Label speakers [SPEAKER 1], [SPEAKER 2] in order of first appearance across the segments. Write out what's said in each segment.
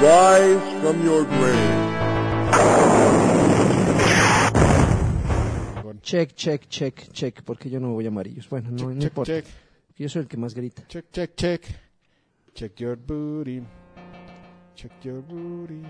[SPEAKER 1] rise from your grave.
[SPEAKER 2] Check, check, check, check, porque yo no voy a amarillos. Bueno, no, no
[SPEAKER 3] check,
[SPEAKER 2] importa.
[SPEAKER 3] check,
[SPEAKER 2] Yo soy el que más grita.
[SPEAKER 3] check, check, check. Check your booty. Check your booty.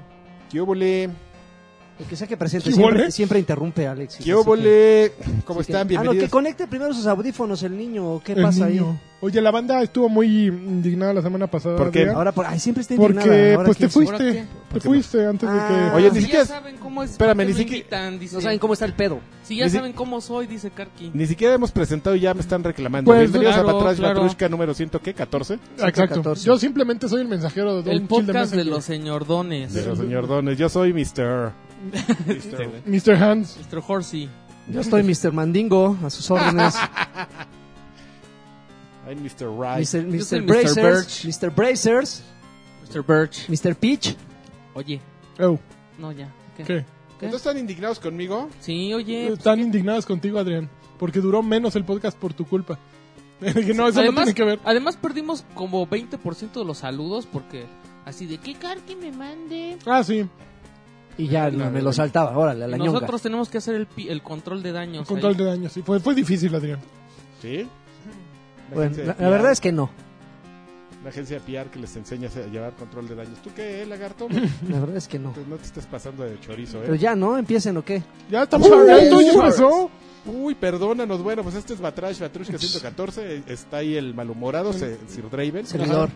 [SPEAKER 3] ¿Qué óvole?
[SPEAKER 2] El que sea que presente
[SPEAKER 3] ¿Qué
[SPEAKER 2] siempre,
[SPEAKER 3] huele?
[SPEAKER 2] siempre interrumpe a Alex.
[SPEAKER 3] ¿Qué
[SPEAKER 2] Así que-
[SPEAKER 3] óvole? ¿Cómo
[SPEAKER 2] así que-
[SPEAKER 3] están?
[SPEAKER 2] Ah, no, que
[SPEAKER 3] Bienvenidos.
[SPEAKER 2] conecte primero sus audífonos el niño. ¿o ¿Qué
[SPEAKER 4] El
[SPEAKER 2] pasa
[SPEAKER 4] niño.
[SPEAKER 2] ahí?
[SPEAKER 4] Oye, la banda estuvo muy indignada la semana pasada.
[SPEAKER 3] ¿Por qué? Ah,
[SPEAKER 4] Adrián,
[SPEAKER 2] Ahora, por, ay, siempre está indignada.
[SPEAKER 4] Porque
[SPEAKER 2] Ahora
[SPEAKER 4] pues
[SPEAKER 2] quién
[SPEAKER 4] te
[SPEAKER 2] sabe.
[SPEAKER 4] fuiste.
[SPEAKER 5] ¿Ahora
[SPEAKER 4] Te fuiste antes de
[SPEAKER 2] Ah.
[SPEAKER 4] que...
[SPEAKER 3] Oye, ni
[SPEAKER 5] Si ya
[SPEAKER 3] siquiera,
[SPEAKER 5] saben cómo es.
[SPEAKER 3] Espérame,
[SPEAKER 5] ¿por qué
[SPEAKER 3] ni
[SPEAKER 5] me
[SPEAKER 3] siquiera-
[SPEAKER 5] invitan? Dice,
[SPEAKER 2] No saben cómo está el pedo.
[SPEAKER 5] Si ya
[SPEAKER 3] ni si-
[SPEAKER 5] saben cómo soy, dice Karki.
[SPEAKER 3] ni siquiera hemos presentado y ya me están reclamando.
[SPEAKER 4] Pues,
[SPEAKER 3] Bienvenidos
[SPEAKER 5] claro,
[SPEAKER 3] a Patrás
[SPEAKER 5] claro.
[SPEAKER 3] Batrushka número 100, ¿qué? 14
[SPEAKER 4] Exacto.
[SPEAKER 2] 114.
[SPEAKER 4] Yo simplemente soy el mensajero de Don
[SPEAKER 5] El
[SPEAKER 4] Gil
[SPEAKER 5] podcast
[SPEAKER 4] Mesa
[SPEAKER 5] de
[SPEAKER 4] que-
[SPEAKER 5] los señordones.
[SPEAKER 3] de los señordones. Yo soy Mr. Mr.
[SPEAKER 4] Mr. Hans.
[SPEAKER 5] Mr. Horsey.
[SPEAKER 2] Yo estoy Mr. Mandingo, a sus órdenes.
[SPEAKER 3] Ay, Mr. Rice.
[SPEAKER 2] Mr.
[SPEAKER 5] Yo soy
[SPEAKER 2] Mr.
[SPEAKER 5] Mr.
[SPEAKER 2] Bracers.
[SPEAKER 5] Birch.
[SPEAKER 2] Mr. Bracers.
[SPEAKER 5] Mr. Birch.
[SPEAKER 2] Mr. Peach.
[SPEAKER 5] Oye,
[SPEAKER 4] Oh,
[SPEAKER 5] no, ya. ¿Qué?
[SPEAKER 4] ¿qué?
[SPEAKER 3] ¿No están indignados conmigo?
[SPEAKER 5] pues Sí, oye.
[SPEAKER 4] Están indignadas contigo, Adrián. Porque duró menos el podcast por tu culpa. Dije, no, eso
[SPEAKER 5] además,
[SPEAKER 4] no tiene que ver.
[SPEAKER 5] Además, perdimos como 20% de los saludos porque así de que Karki me mande.
[SPEAKER 4] Ah, sí.
[SPEAKER 2] Y ya
[SPEAKER 3] Claro.
[SPEAKER 2] me lo saltaba. Órale, a la ñonga.
[SPEAKER 5] Nosotros tenemos que hacer el, pi- el control de daños.
[SPEAKER 4] Control
[SPEAKER 5] ahí.
[SPEAKER 4] de daños. Sí. Fue, fue difícil, Adrián.
[SPEAKER 3] Sí.
[SPEAKER 2] Bueno, la, la verdad es que no.
[SPEAKER 3] La agencia de PR que les enseña a llevar control de daños. ¿Tú qué, eh, lagarto?
[SPEAKER 2] La verdad es que no.
[SPEAKER 3] Te- No te estás pasando de chorizo,
[SPEAKER 2] Pero
[SPEAKER 3] ¿eh?
[SPEAKER 2] ya, ¿no? Empiecen o qué.
[SPEAKER 4] Ya estamos hablando, ya empezó.
[SPEAKER 3] Uy, perdónanos. Bueno, pues este es Batrash, Batrushka 114. eh, Está ahí el malhumorado se- Sir Draven.
[SPEAKER 2] Servidor.
[SPEAKER 3] Ajá.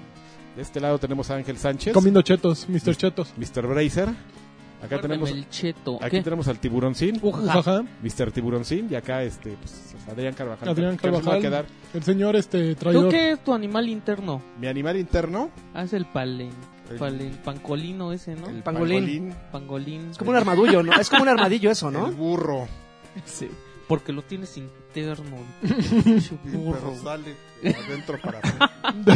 [SPEAKER 3] De este lado tenemos a Ángel Sánchez,
[SPEAKER 4] Comiendo chetos, Mr. Chetos.
[SPEAKER 3] Mr. Bracer. Acá
[SPEAKER 5] Guárdame
[SPEAKER 3] tenemos,
[SPEAKER 5] el cheto.
[SPEAKER 3] aquí
[SPEAKER 5] ¿Qué?
[SPEAKER 3] tenemos al Tiburón Sin,
[SPEAKER 5] Ujaja.
[SPEAKER 4] Ajá.
[SPEAKER 3] Mr. Tiburón Sin. Y acá, este, pues, Adrián Carvajal.
[SPEAKER 4] Adrián
[SPEAKER 3] Que nos va a
[SPEAKER 4] Carvajal.
[SPEAKER 3] quedar
[SPEAKER 4] El señor este
[SPEAKER 5] ¿Tú
[SPEAKER 4] traidor.
[SPEAKER 5] qué es tu animal interno?
[SPEAKER 3] mi animal interno,
[SPEAKER 5] Haz el palen,
[SPEAKER 3] El-
[SPEAKER 5] palen- pancolino ese, ¿no?
[SPEAKER 3] el
[SPEAKER 2] pangolín.
[SPEAKER 3] pangolín,
[SPEAKER 5] Pangolín.
[SPEAKER 2] Es como un armadillo, ¿no? Es como un armadillo eso,
[SPEAKER 3] el
[SPEAKER 2] ¿no?
[SPEAKER 3] burro.
[SPEAKER 5] Sí, porque lo tienes interno.
[SPEAKER 3] Pero
[SPEAKER 5] Burro.
[SPEAKER 3] sale de adentro para afuera.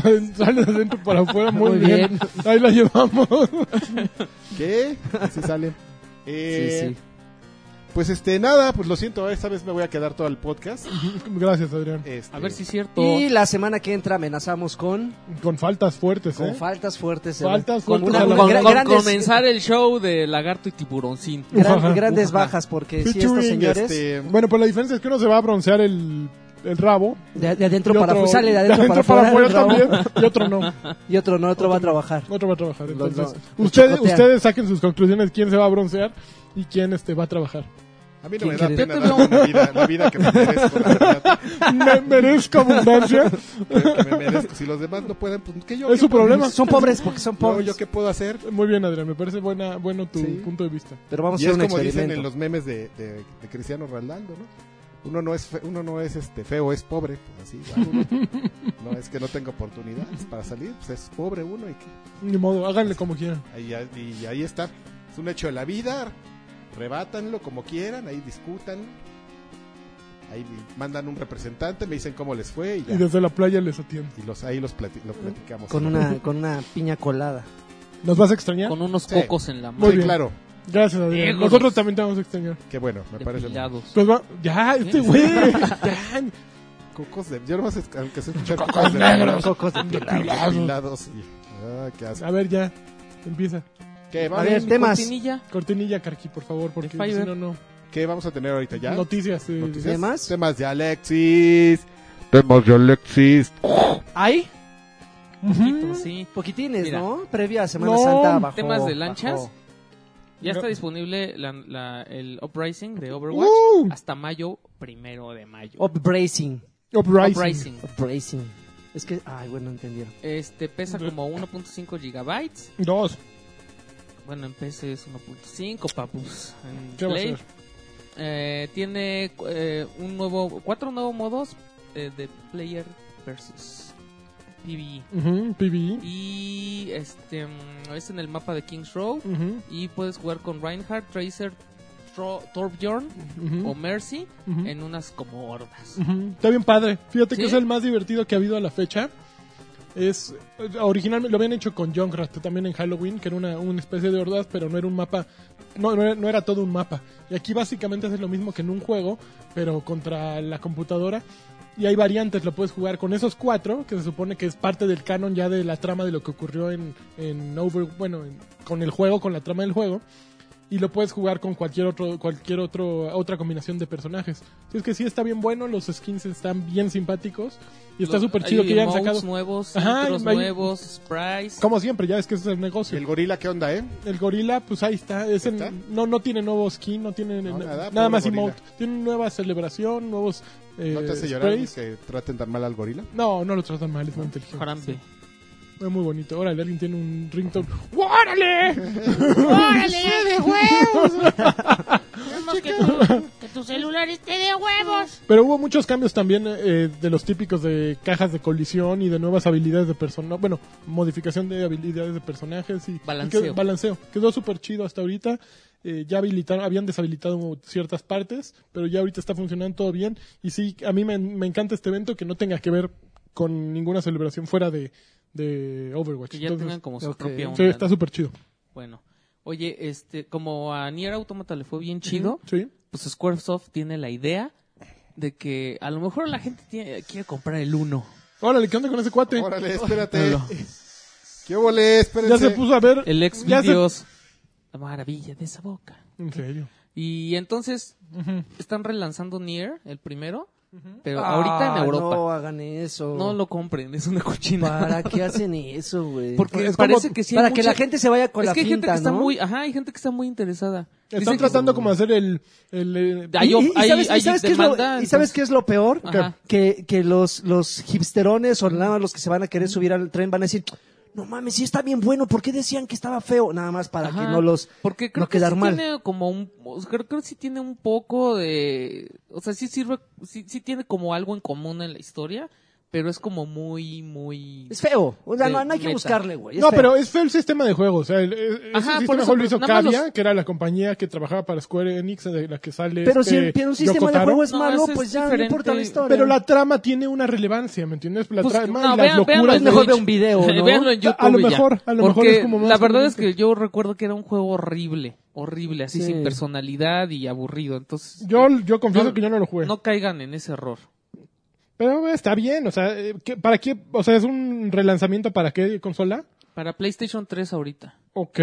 [SPEAKER 4] Sale de dentro para afuera muy,
[SPEAKER 2] Muy
[SPEAKER 4] bien.
[SPEAKER 2] bien.
[SPEAKER 4] Ahí la llevamos.
[SPEAKER 3] ¿Qué? Se sale.
[SPEAKER 2] Sí,
[SPEAKER 3] Eh,
[SPEAKER 2] sí.
[SPEAKER 3] Pues este, nada, pues lo siento, esta vez me voy a quedar todo el podcast.
[SPEAKER 4] Gracias, Adrián.
[SPEAKER 2] Eh,
[SPEAKER 3] Este,
[SPEAKER 5] A ver si es cierto.
[SPEAKER 2] Y la semana que entra amenazamos con,
[SPEAKER 4] Con faltas fuertes,
[SPEAKER 2] con
[SPEAKER 4] ¿eh?
[SPEAKER 2] faltas fuertes.
[SPEAKER 4] Faltas
[SPEAKER 2] con
[SPEAKER 4] fuertes.
[SPEAKER 2] una-
[SPEAKER 5] Con-
[SPEAKER 2] una-
[SPEAKER 5] con-
[SPEAKER 2] gran-
[SPEAKER 5] con
[SPEAKER 2] grandes,
[SPEAKER 5] comenzar el show de Lagarto y Tiburoncín.
[SPEAKER 2] gran-
[SPEAKER 4] Ujaja.
[SPEAKER 2] grandes
[SPEAKER 5] Ujaja.
[SPEAKER 2] bajas porque si
[SPEAKER 3] featuring,
[SPEAKER 2] estos señores
[SPEAKER 3] este,
[SPEAKER 4] Bueno, pues la diferencia es que uno se va a broncear el, el rabo.
[SPEAKER 2] de, de adentro
[SPEAKER 4] y
[SPEAKER 2] para
[SPEAKER 4] otro-
[SPEAKER 2] afuera sale de adentro, para afuera, el rabo,
[SPEAKER 4] también. Y otro no.
[SPEAKER 2] y otro no, otro va a trabajar.
[SPEAKER 4] Otro va a trabajar.
[SPEAKER 2] Los-
[SPEAKER 4] Entonces,
[SPEAKER 2] los- los
[SPEAKER 4] ustedes,
[SPEAKER 2] chicotean.
[SPEAKER 4] ustedes saquen sus conclusiones quién se va a broncear y quién este va a trabajar.
[SPEAKER 3] a mí no
[SPEAKER 2] ¿quién
[SPEAKER 3] me da
[SPEAKER 2] quiere?
[SPEAKER 3] pena darme la vida, la vida que me merezco, la verdad,
[SPEAKER 4] Me merezco abundancia.
[SPEAKER 3] que- que me merezco. Si los demás no pueden, pues que yo.
[SPEAKER 4] Es su
[SPEAKER 3] ¿Qué puedo-
[SPEAKER 4] problema.
[SPEAKER 2] Son pobres porque son
[SPEAKER 3] yo-
[SPEAKER 2] pobres.
[SPEAKER 3] yo qué puedo hacer.
[SPEAKER 4] Muy bien, Adrián. Me parece buena, bueno tu
[SPEAKER 3] Sí.
[SPEAKER 4] punto de vista.
[SPEAKER 2] Pero vamos a
[SPEAKER 3] Y
[SPEAKER 2] hacer
[SPEAKER 3] es
[SPEAKER 2] un
[SPEAKER 3] como dicen en
[SPEAKER 2] experimento.
[SPEAKER 3] los memes de, de- de Cristiano Ronaldo, ¿no? Uno no es fe- uno no es este feo, es pobre, pues así. igual, uno- no es que no tenga oportunidades para salir, pues es pobre uno y que
[SPEAKER 4] Ni modo, háganle como quieran.
[SPEAKER 3] Ahí, ahí- y ahí está. Es un hecho de la vida. Rebátanlo como quieran, ahí discutan. Ahí me- mandan un representante, me dicen cómo les fue y, ya.
[SPEAKER 4] Y desde la playa les atiendo.
[SPEAKER 3] Y los, ahí los plati- lo platicamos.
[SPEAKER 2] Con una, con una piña colada.
[SPEAKER 4] ¿Nos vas a extrañar?
[SPEAKER 5] Con unos
[SPEAKER 3] Sí.
[SPEAKER 5] cocos en la
[SPEAKER 3] Sí,
[SPEAKER 4] Muy
[SPEAKER 5] mano.
[SPEAKER 4] bien.
[SPEAKER 3] claro.
[SPEAKER 4] Gracias, Adrián.
[SPEAKER 5] Híjoles.
[SPEAKER 4] Nosotros también te vamos a extrañar.
[SPEAKER 3] Qué bueno, me parece.
[SPEAKER 5] Depilados.
[SPEAKER 4] Pues va, ya, este güey. ya,
[SPEAKER 3] Cocos de. Yo no más que se escucha cocos de negros.
[SPEAKER 2] Cocos de
[SPEAKER 4] depilados.
[SPEAKER 3] Depilados y. Ah, qué asco.
[SPEAKER 4] A ver, ya. Empieza.
[SPEAKER 3] ¿Qué,
[SPEAKER 2] A
[SPEAKER 3] vamos,
[SPEAKER 2] ver, temas.
[SPEAKER 5] Cortinilla.
[SPEAKER 4] Cortinilla, Carqui, por favor, porque
[SPEAKER 5] De Fiverr.
[SPEAKER 4] si no, no.
[SPEAKER 3] qué vamos a tener ahorita ya?
[SPEAKER 4] Noticias. eh,
[SPEAKER 3] ¿Noticias?
[SPEAKER 2] ¿Temas?
[SPEAKER 3] Temas de Alexis. Temas de Alexis.
[SPEAKER 2] ¿Hay?
[SPEAKER 5] Poquito, sí.
[SPEAKER 2] Poquitines,
[SPEAKER 5] Mira.
[SPEAKER 2] ¿no? Previa a Semana
[SPEAKER 4] No.
[SPEAKER 2] Santa bajó.
[SPEAKER 5] Temas de lanchas.
[SPEAKER 2] bajó.
[SPEAKER 5] Ya
[SPEAKER 4] No.
[SPEAKER 5] está disponible la- la- el Uprising de Overwatch
[SPEAKER 4] ¡Uh!
[SPEAKER 5] hasta mayo, primero de mayo.
[SPEAKER 2] Upbracing.
[SPEAKER 4] Uprising.
[SPEAKER 5] Uprising.
[SPEAKER 2] Upbracing. Es que, ay, bueno, no entendieron.
[SPEAKER 5] Este pesa como 1.5 gigabytes.
[SPEAKER 4] Dos.
[SPEAKER 5] Bueno, en PC es 1.5, papus. En
[SPEAKER 4] ¿Qué va a
[SPEAKER 5] Play,
[SPEAKER 4] ser?
[SPEAKER 5] eh, tiene cu- eh, un nuevo, cuatro nuevos modos eh, de player versus PvE.
[SPEAKER 4] Ujú, E. PvE.
[SPEAKER 5] Y este mm, es en el mapa de King's Row.
[SPEAKER 4] Ujú,
[SPEAKER 5] Y puedes jugar con Reinhardt, Tracer, Tro- Torbjorn
[SPEAKER 4] ujú,
[SPEAKER 5] o Mercy
[SPEAKER 4] ujú,
[SPEAKER 5] en unas como hordas.
[SPEAKER 4] ujú. Está bien padre. Fíjate que
[SPEAKER 5] ¿Sí?
[SPEAKER 4] es el más divertido que ha habido a la fecha. Es eh, originalmente lo habían hecho con Junkrat también en Halloween, que era una, una especie de hordas, pero no era un mapa, no, no, era, no era todo un mapa. Y aquí básicamente es lo mismo que en un juego, pero contra la computadora. Y hay variantes, lo puedes jugar con esos cuatro, que se supone que es parte del canon ya de la trama de lo que ocurrió en, en Over, bueno, en- con el juego, con la trama del juego. Y lo puedes jugar con cualquier otro, cualquier otro, otra combinación de personajes. Así es que sí está bien bueno, los skins están bien simpáticos. Y está
[SPEAKER 5] Lo-
[SPEAKER 4] súper chido
[SPEAKER 5] hay
[SPEAKER 4] que ya han
[SPEAKER 5] emotes
[SPEAKER 4] sacado.
[SPEAKER 5] nuevos,
[SPEAKER 4] Ajá,
[SPEAKER 5] intros
[SPEAKER 4] hay-
[SPEAKER 5] nuevos, sprites.
[SPEAKER 4] Como siempre, ya es que ese es el negocio.
[SPEAKER 3] ¿El
[SPEAKER 4] El,
[SPEAKER 3] gorila qué onda, eh?
[SPEAKER 4] gorila, pues ahí está. Es en-
[SPEAKER 3] ¿Está?
[SPEAKER 4] no, no tiene nuevo skin, no tiene
[SPEAKER 3] No,
[SPEAKER 4] na-
[SPEAKER 3] nada,
[SPEAKER 4] nada,
[SPEAKER 3] pobre
[SPEAKER 4] más
[SPEAKER 3] gorila.
[SPEAKER 4] emote. Tiene nueva celebración, nuevos eh,
[SPEAKER 3] ¿No te hace llorar
[SPEAKER 4] sprays.
[SPEAKER 3] que traten tan mal al gorila?
[SPEAKER 4] No, no lo tratan mal, es muy inteligente.
[SPEAKER 5] Jarambe.
[SPEAKER 4] Es muy bonito. Órale, alguien tiene un ringtone. ¡Órale!
[SPEAKER 6] ¡Órale! de huevos! Vemos que, tu, que tu celular esté de huevos.
[SPEAKER 4] Pero hubo muchos cambios también eh, de los típicos de cajas de colisión y de nuevas habilidades de personaje. Bueno, modificación de habilidades de personajes y
[SPEAKER 5] Balanceo.
[SPEAKER 4] y quedó- balanceo. Quedó súper chido hasta ahorita. Eh, ya habilitaron, habían deshabilitado ciertas partes, pero ya ahorita está funcionando todo bien. Y sí, a mí me, me encanta este evento que no tenga que ver con ninguna celebración fuera de, de Overwatch.
[SPEAKER 5] Que ya
[SPEAKER 4] Entonces,
[SPEAKER 5] tengan como su
[SPEAKER 2] ok.
[SPEAKER 5] propia
[SPEAKER 4] sí,
[SPEAKER 5] onda.
[SPEAKER 4] está
[SPEAKER 5] ¿no?
[SPEAKER 4] súper chido.
[SPEAKER 5] Bueno. Oye, este, como a Nier Automata le fue bien chido,
[SPEAKER 4] Sí.
[SPEAKER 5] pues Squaresoft tiene la idea de que a lo mejor la gente tiene- quiere comprar el 1.
[SPEAKER 4] Órale, ¿qué onda con ese cuate?
[SPEAKER 3] Órale, espérate.
[SPEAKER 5] No.
[SPEAKER 3] ¿Qué ole? Espérense.
[SPEAKER 4] Ya se puso a ver.
[SPEAKER 5] El ex
[SPEAKER 4] ya se-
[SPEAKER 5] videos. La maravilla de esa boca.
[SPEAKER 4] En serio.
[SPEAKER 5] Y entonces
[SPEAKER 4] Ujú.
[SPEAKER 5] están relanzando Nier, el primero, pero
[SPEAKER 2] Ah,
[SPEAKER 5] ahorita en
[SPEAKER 2] No
[SPEAKER 5] Europa.
[SPEAKER 2] hagan eso.
[SPEAKER 5] No, lo compren, es una cochina.
[SPEAKER 2] ¿Para qué hacen eso, güey?
[SPEAKER 5] Porque
[SPEAKER 4] Es como-
[SPEAKER 5] parece que sí hay
[SPEAKER 2] Para que
[SPEAKER 5] mucha-
[SPEAKER 2] la gente se vaya con
[SPEAKER 5] es
[SPEAKER 2] la
[SPEAKER 5] que hay gente
[SPEAKER 2] finta,
[SPEAKER 5] que está
[SPEAKER 2] ¿no?
[SPEAKER 5] muy, ajá, hay gente que está muy interesada.
[SPEAKER 4] Están
[SPEAKER 5] Dicen que-
[SPEAKER 4] tratando como de hacer el. el, eh,
[SPEAKER 2] y,
[SPEAKER 5] Hay-
[SPEAKER 2] y- y
[SPEAKER 5] hay-
[SPEAKER 2] sabes, y
[SPEAKER 5] hay
[SPEAKER 2] sabes qué es lo-
[SPEAKER 5] demanda,
[SPEAKER 2] y sabes qué es lo peor?
[SPEAKER 5] Ajá.
[SPEAKER 2] Que, que los, los hipsterones o nada más los que se van a querer subir al tren van a decir, no mames, sí está bien bueno, ¿por qué decían que estaba feo? Nada más para
[SPEAKER 5] Ajá,
[SPEAKER 2] que no los...
[SPEAKER 5] porque creo
[SPEAKER 2] no
[SPEAKER 5] que
[SPEAKER 2] quedar
[SPEAKER 5] sí
[SPEAKER 2] mal.
[SPEAKER 5] tiene como un o sea, creo, creo que sí tiene un poco de o sea sí sirve sí, sí tiene como algo en común en la historia pero es como muy muy
[SPEAKER 2] Es feo. O sea,
[SPEAKER 5] De
[SPEAKER 2] no, no hay que
[SPEAKER 5] meta.
[SPEAKER 2] buscarle, güey. es
[SPEAKER 4] No,
[SPEAKER 2] feo.
[SPEAKER 4] pero es feo el sistema de juego. O sea, el, el-
[SPEAKER 5] Ajá,
[SPEAKER 4] ese sistema
[SPEAKER 5] por
[SPEAKER 4] de
[SPEAKER 5] eso,
[SPEAKER 4] juego lo
[SPEAKER 5] pero
[SPEAKER 4] hizo
[SPEAKER 5] nada más los-
[SPEAKER 4] Cavia, que era la compañía que trabajaba para Square Enix, de la que sale.
[SPEAKER 2] Pero si
[SPEAKER 4] este,
[SPEAKER 2] el, pero un
[SPEAKER 4] Yoko
[SPEAKER 2] sistema de
[SPEAKER 4] Taro.
[SPEAKER 2] juego es
[SPEAKER 5] No,
[SPEAKER 2] malo,
[SPEAKER 5] ese es
[SPEAKER 2] pues ya no
[SPEAKER 5] diferente.
[SPEAKER 2] importa la historia.
[SPEAKER 4] Pero la trama tiene una relevancia, ¿me entiendes? La
[SPEAKER 5] Pues,
[SPEAKER 4] trama
[SPEAKER 5] no,
[SPEAKER 4] y las
[SPEAKER 5] vean-
[SPEAKER 4] locuras.
[SPEAKER 5] véanlo en
[SPEAKER 2] Es mejor
[SPEAKER 5] Twitch.
[SPEAKER 2] ver un video, ¿no?
[SPEAKER 5] Véanlo en YouTube
[SPEAKER 4] A lo
[SPEAKER 5] y ya.
[SPEAKER 4] mejor, a lo mejor
[SPEAKER 5] Porque
[SPEAKER 4] es como más
[SPEAKER 5] la verdad es que
[SPEAKER 4] conveniente.
[SPEAKER 5] yo recuerdo que era un juego horrible, horrible, así
[SPEAKER 2] Sí.
[SPEAKER 5] sin personalidad y aburrido. Entonces,
[SPEAKER 4] Yo, yo confieso
[SPEAKER 5] No,
[SPEAKER 4] que yo no lo jugué.
[SPEAKER 5] no caigan en ese error.
[SPEAKER 4] Pero está bien, o sea, eh, ¿qué- ¿para qué? O sea, ¿es un relanzamiento para qué consola?
[SPEAKER 5] Para PlayStation 3 ahorita.
[SPEAKER 4] Ok.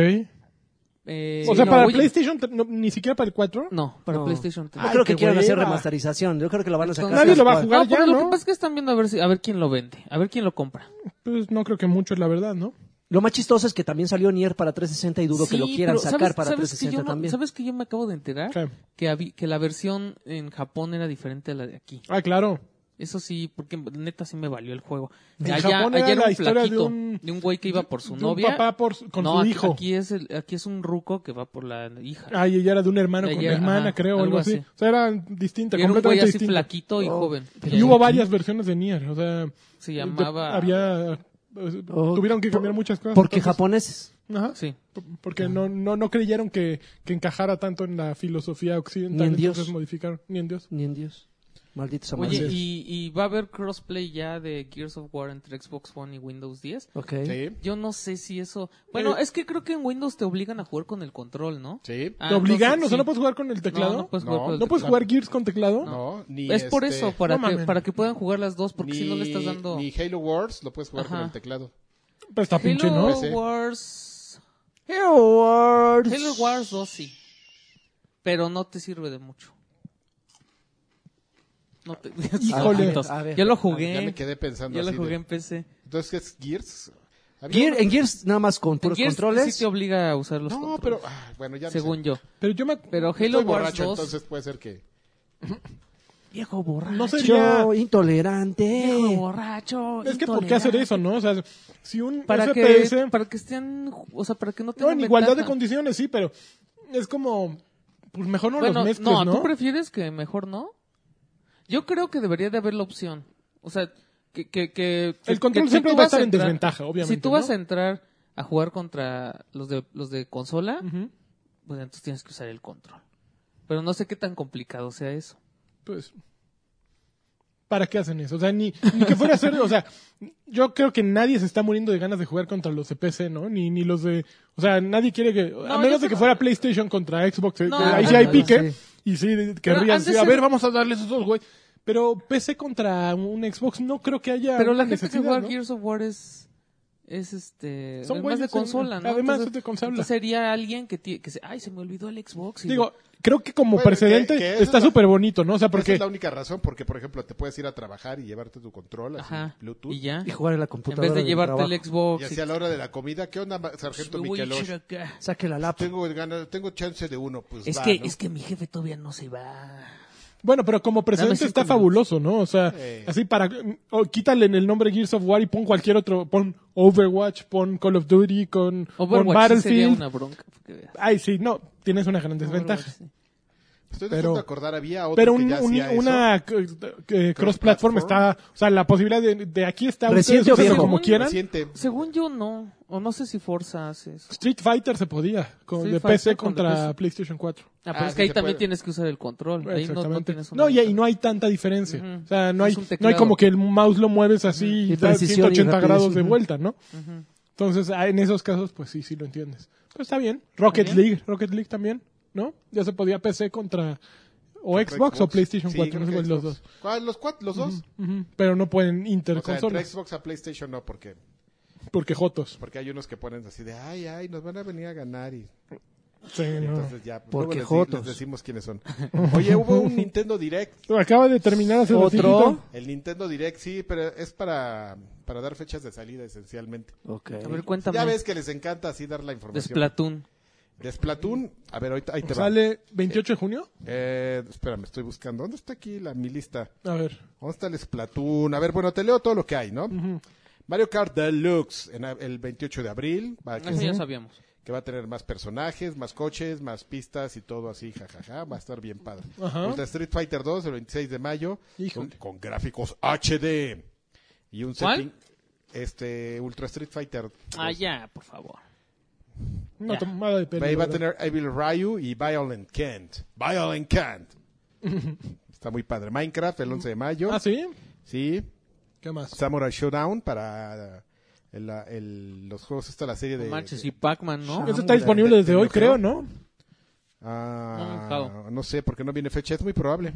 [SPEAKER 5] Eh,
[SPEAKER 4] o sea,
[SPEAKER 5] no,
[SPEAKER 4] para
[SPEAKER 5] oye,
[SPEAKER 4] PlayStation, Ah, tre- no, ni siquiera para el 4.
[SPEAKER 5] No, para
[SPEAKER 2] No.
[SPEAKER 5] PlayStation
[SPEAKER 2] Yo
[SPEAKER 5] 3.
[SPEAKER 2] creo que
[SPEAKER 4] qué
[SPEAKER 2] quieren hacer
[SPEAKER 4] hueva.
[SPEAKER 2] remasterización. Yo creo que lo van a sacar.
[SPEAKER 4] Nadie lo va a jugar
[SPEAKER 5] No, pero
[SPEAKER 4] ya,
[SPEAKER 5] lo
[SPEAKER 4] ¿no?
[SPEAKER 5] que pasa es que están viendo a ver, si, a ver quién lo vende, a ver quién lo compra.
[SPEAKER 4] Pues no creo que mucho, la verdad, ¿no?
[SPEAKER 2] Lo más chistoso es que también salió Nier para 360 y dudo que
[SPEAKER 5] Sí,
[SPEAKER 2] lo quieran
[SPEAKER 5] pero
[SPEAKER 2] sacar
[SPEAKER 5] ¿sabes-
[SPEAKER 2] para
[SPEAKER 5] sabes que
[SPEAKER 2] 360
[SPEAKER 5] yo no-
[SPEAKER 2] también.
[SPEAKER 5] ¿Sabes que yo me acabo de enterar?
[SPEAKER 4] ¿Qué?
[SPEAKER 5] Que, habí- que la versión en Japón era diferente a la de aquí.
[SPEAKER 4] Ah, claro.
[SPEAKER 5] Eso sí, porque neta sí me valió el juego.
[SPEAKER 4] En
[SPEAKER 5] allá
[SPEAKER 4] Japón
[SPEAKER 5] allá
[SPEAKER 4] era
[SPEAKER 5] era
[SPEAKER 4] la
[SPEAKER 5] un
[SPEAKER 4] historia de
[SPEAKER 5] flaquito,
[SPEAKER 4] un-
[SPEAKER 5] de un güey que iba por su
[SPEAKER 4] De un
[SPEAKER 5] novia.
[SPEAKER 4] papá por su- con
[SPEAKER 5] no,
[SPEAKER 4] su
[SPEAKER 5] aquí,
[SPEAKER 4] hijo. Ah,
[SPEAKER 5] aquí es el- aquí es un ruco que va por la hija.
[SPEAKER 4] Ay, ella era de un hermano
[SPEAKER 5] Ella,
[SPEAKER 4] con una hermana,
[SPEAKER 5] ajá,
[SPEAKER 4] creo, algo
[SPEAKER 5] algo
[SPEAKER 4] así.
[SPEAKER 5] así.
[SPEAKER 4] O sea, era distinta,
[SPEAKER 5] Y era un güey
[SPEAKER 4] completamente
[SPEAKER 5] así
[SPEAKER 4] distinta.
[SPEAKER 5] flaquito
[SPEAKER 2] Oh.
[SPEAKER 5] y joven.
[SPEAKER 4] Y hubo varias versiones de Nier, o sea,
[SPEAKER 5] Se
[SPEAKER 4] de-
[SPEAKER 5] llamaba...
[SPEAKER 4] había eh,
[SPEAKER 2] Oh,
[SPEAKER 4] tuvieron que
[SPEAKER 2] por-
[SPEAKER 4] cambiar muchas cosas.
[SPEAKER 2] Porque
[SPEAKER 4] Entonces,
[SPEAKER 2] japoneses.
[SPEAKER 4] ajá,
[SPEAKER 5] Sí.
[SPEAKER 4] p- porque no no no creyeron que, que encajara tanto en la filosofía occidental,
[SPEAKER 2] Ni en
[SPEAKER 4] entonces
[SPEAKER 2] Dios.
[SPEAKER 4] modificaron ni en Dios.
[SPEAKER 2] Ni en Dios. Malditos
[SPEAKER 5] Oye,
[SPEAKER 2] amantes.
[SPEAKER 5] y, y va a haber crossplay ya de Gears of War entre Xbox One y Windows 10.
[SPEAKER 2] Ok.
[SPEAKER 3] Sí,
[SPEAKER 5] Yo no sé si eso... Bueno,
[SPEAKER 4] Eh.
[SPEAKER 5] es que creo que en Windows te obligan a jugar con el control, ¿no?
[SPEAKER 3] sí.
[SPEAKER 5] Ah,
[SPEAKER 4] Te obligan,
[SPEAKER 5] entonces,
[SPEAKER 4] o sea, no
[SPEAKER 5] sí.
[SPEAKER 4] puedes jugar con el teclado.
[SPEAKER 5] No,
[SPEAKER 4] No,
[SPEAKER 5] no puedes jugar
[SPEAKER 3] No,
[SPEAKER 5] con el
[SPEAKER 4] puedes
[SPEAKER 5] teclado.
[SPEAKER 4] jugar Gears con teclado.
[SPEAKER 3] No, ni.
[SPEAKER 5] Es por
[SPEAKER 3] este,
[SPEAKER 5] eso, para,
[SPEAKER 4] no
[SPEAKER 5] que,
[SPEAKER 4] mames.
[SPEAKER 5] para que puedan jugar las dos, porque si no le estás
[SPEAKER 3] ni-
[SPEAKER 5] dando...
[SPEAKER 3] Ni Halo Wars lo puedes jugar con
[SPEAKER 5] Ajá.
[SPEAKER 3] el teclado.
[SPEAKER 4] Pues está pinche,
[SPEAKER 5] Halo
[SPEAKER 4] ¿no?
[SPEAKER 3] Pues, sí.
[SPEAKER 5] Wars...
[SPEAKER 2] Hero Wars.
[SPEAKER 5] Halo Wars 2 sí. Pero no te sirve de mucho. No te... Ah,
[SPEAKER 4] Híjole.
[SPEAKER 5] Entonces,
[SPEAKER 2] A ver.
[SPEAKER 5] Yo lo
[SPEAKER 3] Ah, Ya me
[SPEAKER 5] jugué.
[SPEAKER 3] quedé pensando.
[SPEAKER 5] Yo lo
[SPEAKER 3] así de-
[SPEAKER 5] jugué en PC.
[SPEAKER 3] Entonces, ¿qué es Gears? Había
[SPEAKER 2] Gear-
[SPEAKER 3] uno-
[SPEAKER 2] en Gears nada más con puros
[SPEAKER 5] Gears
[SPEAKER 2] controles.
[SPEAKER 5] Sí te obliga a usar los
[SPEAKER 3] No,
[SPEAKER 5] controles.
[SPEAKER 3] pero. ah, bueno, ya. no sé.
[SPEAKER 5] Según yo.
[SPEAKER 4] Pero yo me
[SPEAKER 5] Pero Halo
[SPEAKER 3] Estoy
[SPEAKER 5] Wars
[SPEAKER 3] borracho,
[SPEAKER 5] 2...
[SPEAKER 3] entonces puede ser que.
[SPEAKER 2] Viejo borracho.
[SPEAKER 4] No sería-
[SPEAKER 5] Viejo
[SPEAKER 2] Intolerante.
[SPEAKER 5] borracho.
[SPEAKER 4] es que por qué hacer eso, ¿no? O sea, si un
[SPEAKER 5] Para que,
[SPEAKER 4] FPS
[SPEAKER 5] para que estén... O sea, para que no
[SPEAKER 4] No,
[SPEAKER 5] tengan
[SPEAKER 4] en igualdad de
[SPEAKER 5] ventaja.
[SPEAKER 4] condiciones, sí, pero es como. Pues mejor no
[SPEAKER 5] Bueno,
[SPEAKER 4] los mezcles,
[SPEAKER 5] no,
[SPEAKER 4] ¿no?
[SPEAKER 5] ¿tú prefieres que mejor no? Yo creo que debería de haber la opción. O sea, que... que, que
[SPEAKER 4] El
[SPEAKER 5] que-
[SPEAKER 4] control
[SPEAKER 5] que
[SPEAKER 4] siempre
[SPEAKER 5] tú
[SPEAKER 4] va a
[SPEAKER 5] vas
[SPEAKER 4] estar en
[SPEAKER 5] entrar-
[SPEAKER 4] desventaja, obviamente,
[SPEAKER 5] Si tú vas
[SPEAKER 4] ¿no?
[SPEAKER 5] a entrar a jugar contra los de, los de consola,
[SPEAKER 4] Ujú.
[SPEAKER 5] pues entonces tienes que usar el control. Pero no sé qué tan complicado sea eso.
[SPEAKER 4] Pues. ¿Para qué hacen eso? O sea, ni, ni que fuera a ser. O sea, yo creo que nadie se está muriendo de ganas de jugar contra los de PC, ¿no? Ni, ni los de. O sea, nadie quiere que. a
[SPEAKER 5] yo
[SPEAKER 4] menos de
[SPEAKER 5] creo-
[SPEAKER 4] que fuera PlayStation contra Xbox. eh,
[SPEAKER 5] No,
[SPEAKER 4] que
[SPEAKER 5] no,
[SPEAKER 4] ahí sí
[SPEAKER 5] no,
[SPEAKER 4] hay
[SPEAKER 5] no,
[SPEAKER 4] pique.
[SPEAKER 2] sí.
[SPEAKER 4] Y sí,
[SPEAKER 5] Pero
[SPEAKER 4] querrían. sí,
[SPEAKER 5] antes
[SPEAKER 4] a
[SPEAKER 5] era-
[SPEAKER 4] ver, vamos a darles esos güey. Pero PC contra un Xbox no creo que haya.
[SPEAKER 5] Pero
[SPEAKER 4] una
[SPEAKER 5] la gente Pues que
[SPEAKER 4] necesidad,
[SPEAKER 5] juega
[SPEAKER 4] ¿no?
[SPEAKER 5] Gears of War es. Es este.
[SPEAKER 4] Son
[SPEAKER 5] además de
[SPEAKER 4] güeyes,
[SPEAKER 5] consola,
[SPEAKER 4] son-
[SPEAKER 5] ¿no?
[SPEAKER 4] además
[SPEAKER 5] Entonces-
[SPEAKER 4] de consola.
[SPEAKER 5] entonces sería alguien que, tie- que se. Ay, se me olvidó el Xbox. y
[SPEAKER 4] Digo, creo que como
[SPEAKER 3] Bueno,
[SPEAKER 4] precedente
[SPEAKER 3] que- que esa
[SPEAKER 4] está
[SPEAKER 3] es la-
[SPEAKER 4] súper bonito,
[SPEAKER 5] Ah,
[SPEAKER 4] ¿no? O sea,
[SPEAKER 3] Porque
[SPEAKER 4] porque
[SPEAKER 3] es la única razón, porque por ejemplo te puedes ir a trabajar y llevarte tu control,
[SPEAKER 5] lo-
[SPEAKER 3] así,
[SPEAKER 5] Ajá.
[SPEAKER 3] Bluetooth.
[SPEAKER 5] Y ya.
[SPEAKER 2] Y jugar en la
[SPEAKER 5] En
[SPEAKER 2] computadora.
[SPEAKER 5] vez de
[SPEAKER 2] del
[SPEAKER 5] llevarte
[SPEAKER 2] trabajo.
[SPEAKER 5] el Xbox.
[SPEAKER 3] Y así a la hora de la comida, ¿qué onda, ma- Sargento
[SPEAKER 5] Me voy a
[SPEAKER 3] Mikelosh?
[SPEAKER 5] echar acá.
[SPEAKER 2] Saque la lap.
[SPEAKER 3] Tengo ganas, tengo chance de uno, pues
[SPEAKER 5] Es
[SPEAKER 3] va,
[SPEAKER 5] que,
[SPEAKER 3] ¿no?
[SPEAKER 5] es que mi jefe todavía no se va.
[SPEAKER 4] Bueno, pero como precedente
[SPEAKER 5] Dame
[SPEAKER 4] está
[SPEAKER 5] cinco
[SPEAKER 4] fabuloso, ¿no? O sea,
[SPEAKER 3] Eh.
[SPEAKER 4] así para o quítale en el nombre Gears of War y pon cualquier otro, pon Overwatch, pon Call of Duty, con, pon
[SPEAKER 5] Overwatch sí sería
[SPEAKER 4] Battlefield.
[SPEAKER 5] una bronca. porque veas.
[SPEAKER 4] Ay, sí, no, tienes una gran desventaja.
[SPEAKER 5] Overwatch, sí.
[SPEAKER 3] Estoy
[SPEAKER 4] pero-
[SPEAKER 3] tratando de acordar, había otro
[SPEAKER 4] Pero
[SPEAKER 3] que
[SPEAKER 4] un-
[SPEAKER 3] ya
[SPEAKER 4] un-
[SPEAKER 3] hacía eso.
[SPEAKER 4] una cross platform
[SPEAKER 3] Cross-platform.
[SPEAKER 4] está, o sea, la posibilidad de, de aquí está ustedes
[SPEAKER 2] Reciente o
[SPEAKER 4] úsenlo
[SPEAKER 2] viejo.
[SPEAKER 4] como quieran.
[SPEAKER 3] Reciente.
[SPEAKER 5] Según yo, no. O no sé si Forza hace eso.
[SPEAKER 4] Street Fighter se podía con
[SPEAKER 5] Street
[SPEAKER 4] de
[SPEAKER 5] Fighter
[SPEAKER 4] PC
[SPEAKER 5] contra
[SPEAKER 4] contra
[SPEAKER 5] PC.
[SPEAKER 4] PlayStation 4.
[SPEAKER 5] Ah, pero
[SPEAKER 3] Ah,
[SPEAKER 5] es
[SPEAKER 3] sí
[SPEAKER 5] que ahí
[SPEAKER 3] se
[SPEAKER 5] también
[SPEAKER 3] puede.
[SPEAKER 5] tienes que usar el control. Ahí no, no
[SPEAKER 4] Exactamente.
[SPEAKER 5] tienes una
[SPEAKER 4] No, y,
[SPEAKER 5] ventaja.
[SPEAKER 4] y no hay tanta diferencia.
[SPEAKER 5] Ujú.
[SPEAKER 4] O sea, no hay,
[SPEAKER 5] Es un
[SPEAKER 4] no hay
[SPEAKER 5] teclado.
[SPEAKER 4] como que el mouse lo mueves así
[SPEAKER 2] Y
[SPEAKER 4] y da
[SPEAKER 2] precisión y
[SPEAKER 4] 180
[SPEAKER 2] rapidez,
[SPEAKER 4] grados de
[SPEAKER 2] ujú.
[SPEAKER 4] vuelta, ¿no? Entonces, ah, en esos casos, pues sí, sí lo entiendes. Pues está bien. Rocket
[SPEAKER 5] Está bien.
[SPEAKER 4] League, Rocket League también, ¿no? Ya se podía PC contra o Xbox, o PlayStation
[SPEAKER 3] Sí,
[SPEAKER 4] 4,
[SPEAKER 3] creo
[SPEAKER 4] no sé
[SPEAKER 3] que
[SPEAKER 4] cuál de los
[SPEAKER 3] Xbox.
[SPEAKER 4] dos.
[SPEAKER 3] ¿Cuál? ¿Los cuatro? ¿Los dos?
[SPEAKER 4] Ujú. Pero no pueden
[SPEAKER 3] O sea, entre
[SPEAKER 4] interconsolas,
[SPEAKER 3] Xbox a PlayStation no, porque,
[SPEAKER 4] porque jotos.
[SPEAKER 3] porque hay unos que ponen así de, ay, ay, nos van a venir a ganar y...
[SPEAKER 4] Sí, no.
[SPEAKER 3] Entonces ya, pues,
[SPEAKER 2] Porque
[SPEAKER 3] luego les, di-
[SPEAKER 2] jotos.
[SPEAKER 3] les decimos quiénes son. Oye, hubo un Nintendo Direct.
[SPEAKER 4] Acaba de terminar hace
[SPEAKER 2] ¿Otro?
[SPEAKER 4] ratito.
[SPEAKER 3] El Nintendo Direct, sí, pero es para, para dar fechas de salida esencialmente.
[SPEAKER 2] Ok.
[SPEAKER 5] A ver, cuéntame.
[SPEAKER 3] Ya ves que les encanta así dar la
[SPEAKER 5] De
[SPEAKER 3] información.
[SPEAKER 5] Splatoon.
[SPEAKER 3] De Splatoon, a ver, ahorita, ahí te va.
[SPEAKER 4] Sale 28 de junio.
[SPEAKER 3] Eh, espérame, estoy buscando. ¿Dónde está aquí la, mi lista?
[SPEAKER 4] A ver.
[SPEAKER 3] ¿Dónde está el Splatoon? A ver, bueno, te leo todo lo que hay, ¿no? Mario Kart Deluxe, en a- el 28 de abril, va- que,
[SPEAKER 5] Eso ya sabíamos.
[SPEAKER 3] que va a tener más personajes, más coches, más pistas y todo así, jajaja, va a estar bien padre.
[SPEAKER 4] Ajá.
[SPEAKER 3] Ultra Street Fighter 2, el 26 de mayo, con,
[SPEAKER 4] Híjole.
[SPEAKER 3] con gráficos HD. Y un
[SPEAKER 5] ¿Cuál?
[SPEAKER 3] setting, este, Ultra Street Fighter.
[SPEAKER 5] Ah, ya, por favor.
[SPEAKER 4] No
[SPEAKER 5] Ya.
[SPEAKER 4] tomada de pelo.
[SPEAKER 3] Ahí va a
[SPEAKER 4] ¿verdad?
[SPEAKER 3] tener Evil Ryu y Violent Kent. Violent Kent. Está muy padre. Minecraft el 11 de mayo.
[SPEAKER 4] Ah, ¿sí?
[SPEAKER 3] Sí.
[SPEAKER 4] ¿Qué más?
[SPEAKER 3] Samurai Showdown para el- el- los juegos. Esta la serie
[SPEAKER 5] No
[SPEAKER 3] de.
[SPEAKER 5] manches, y Pac-Man, Ah, ¿no?
[SPEAKER 4] Eso está disponible desde hoy, creo, ¿no?
[SPEAKER 3] Ah,
[SPEAKER 5] No me he fijado.
[SPEAKER 3] no sé, porque no viene fecha. Es muy probable.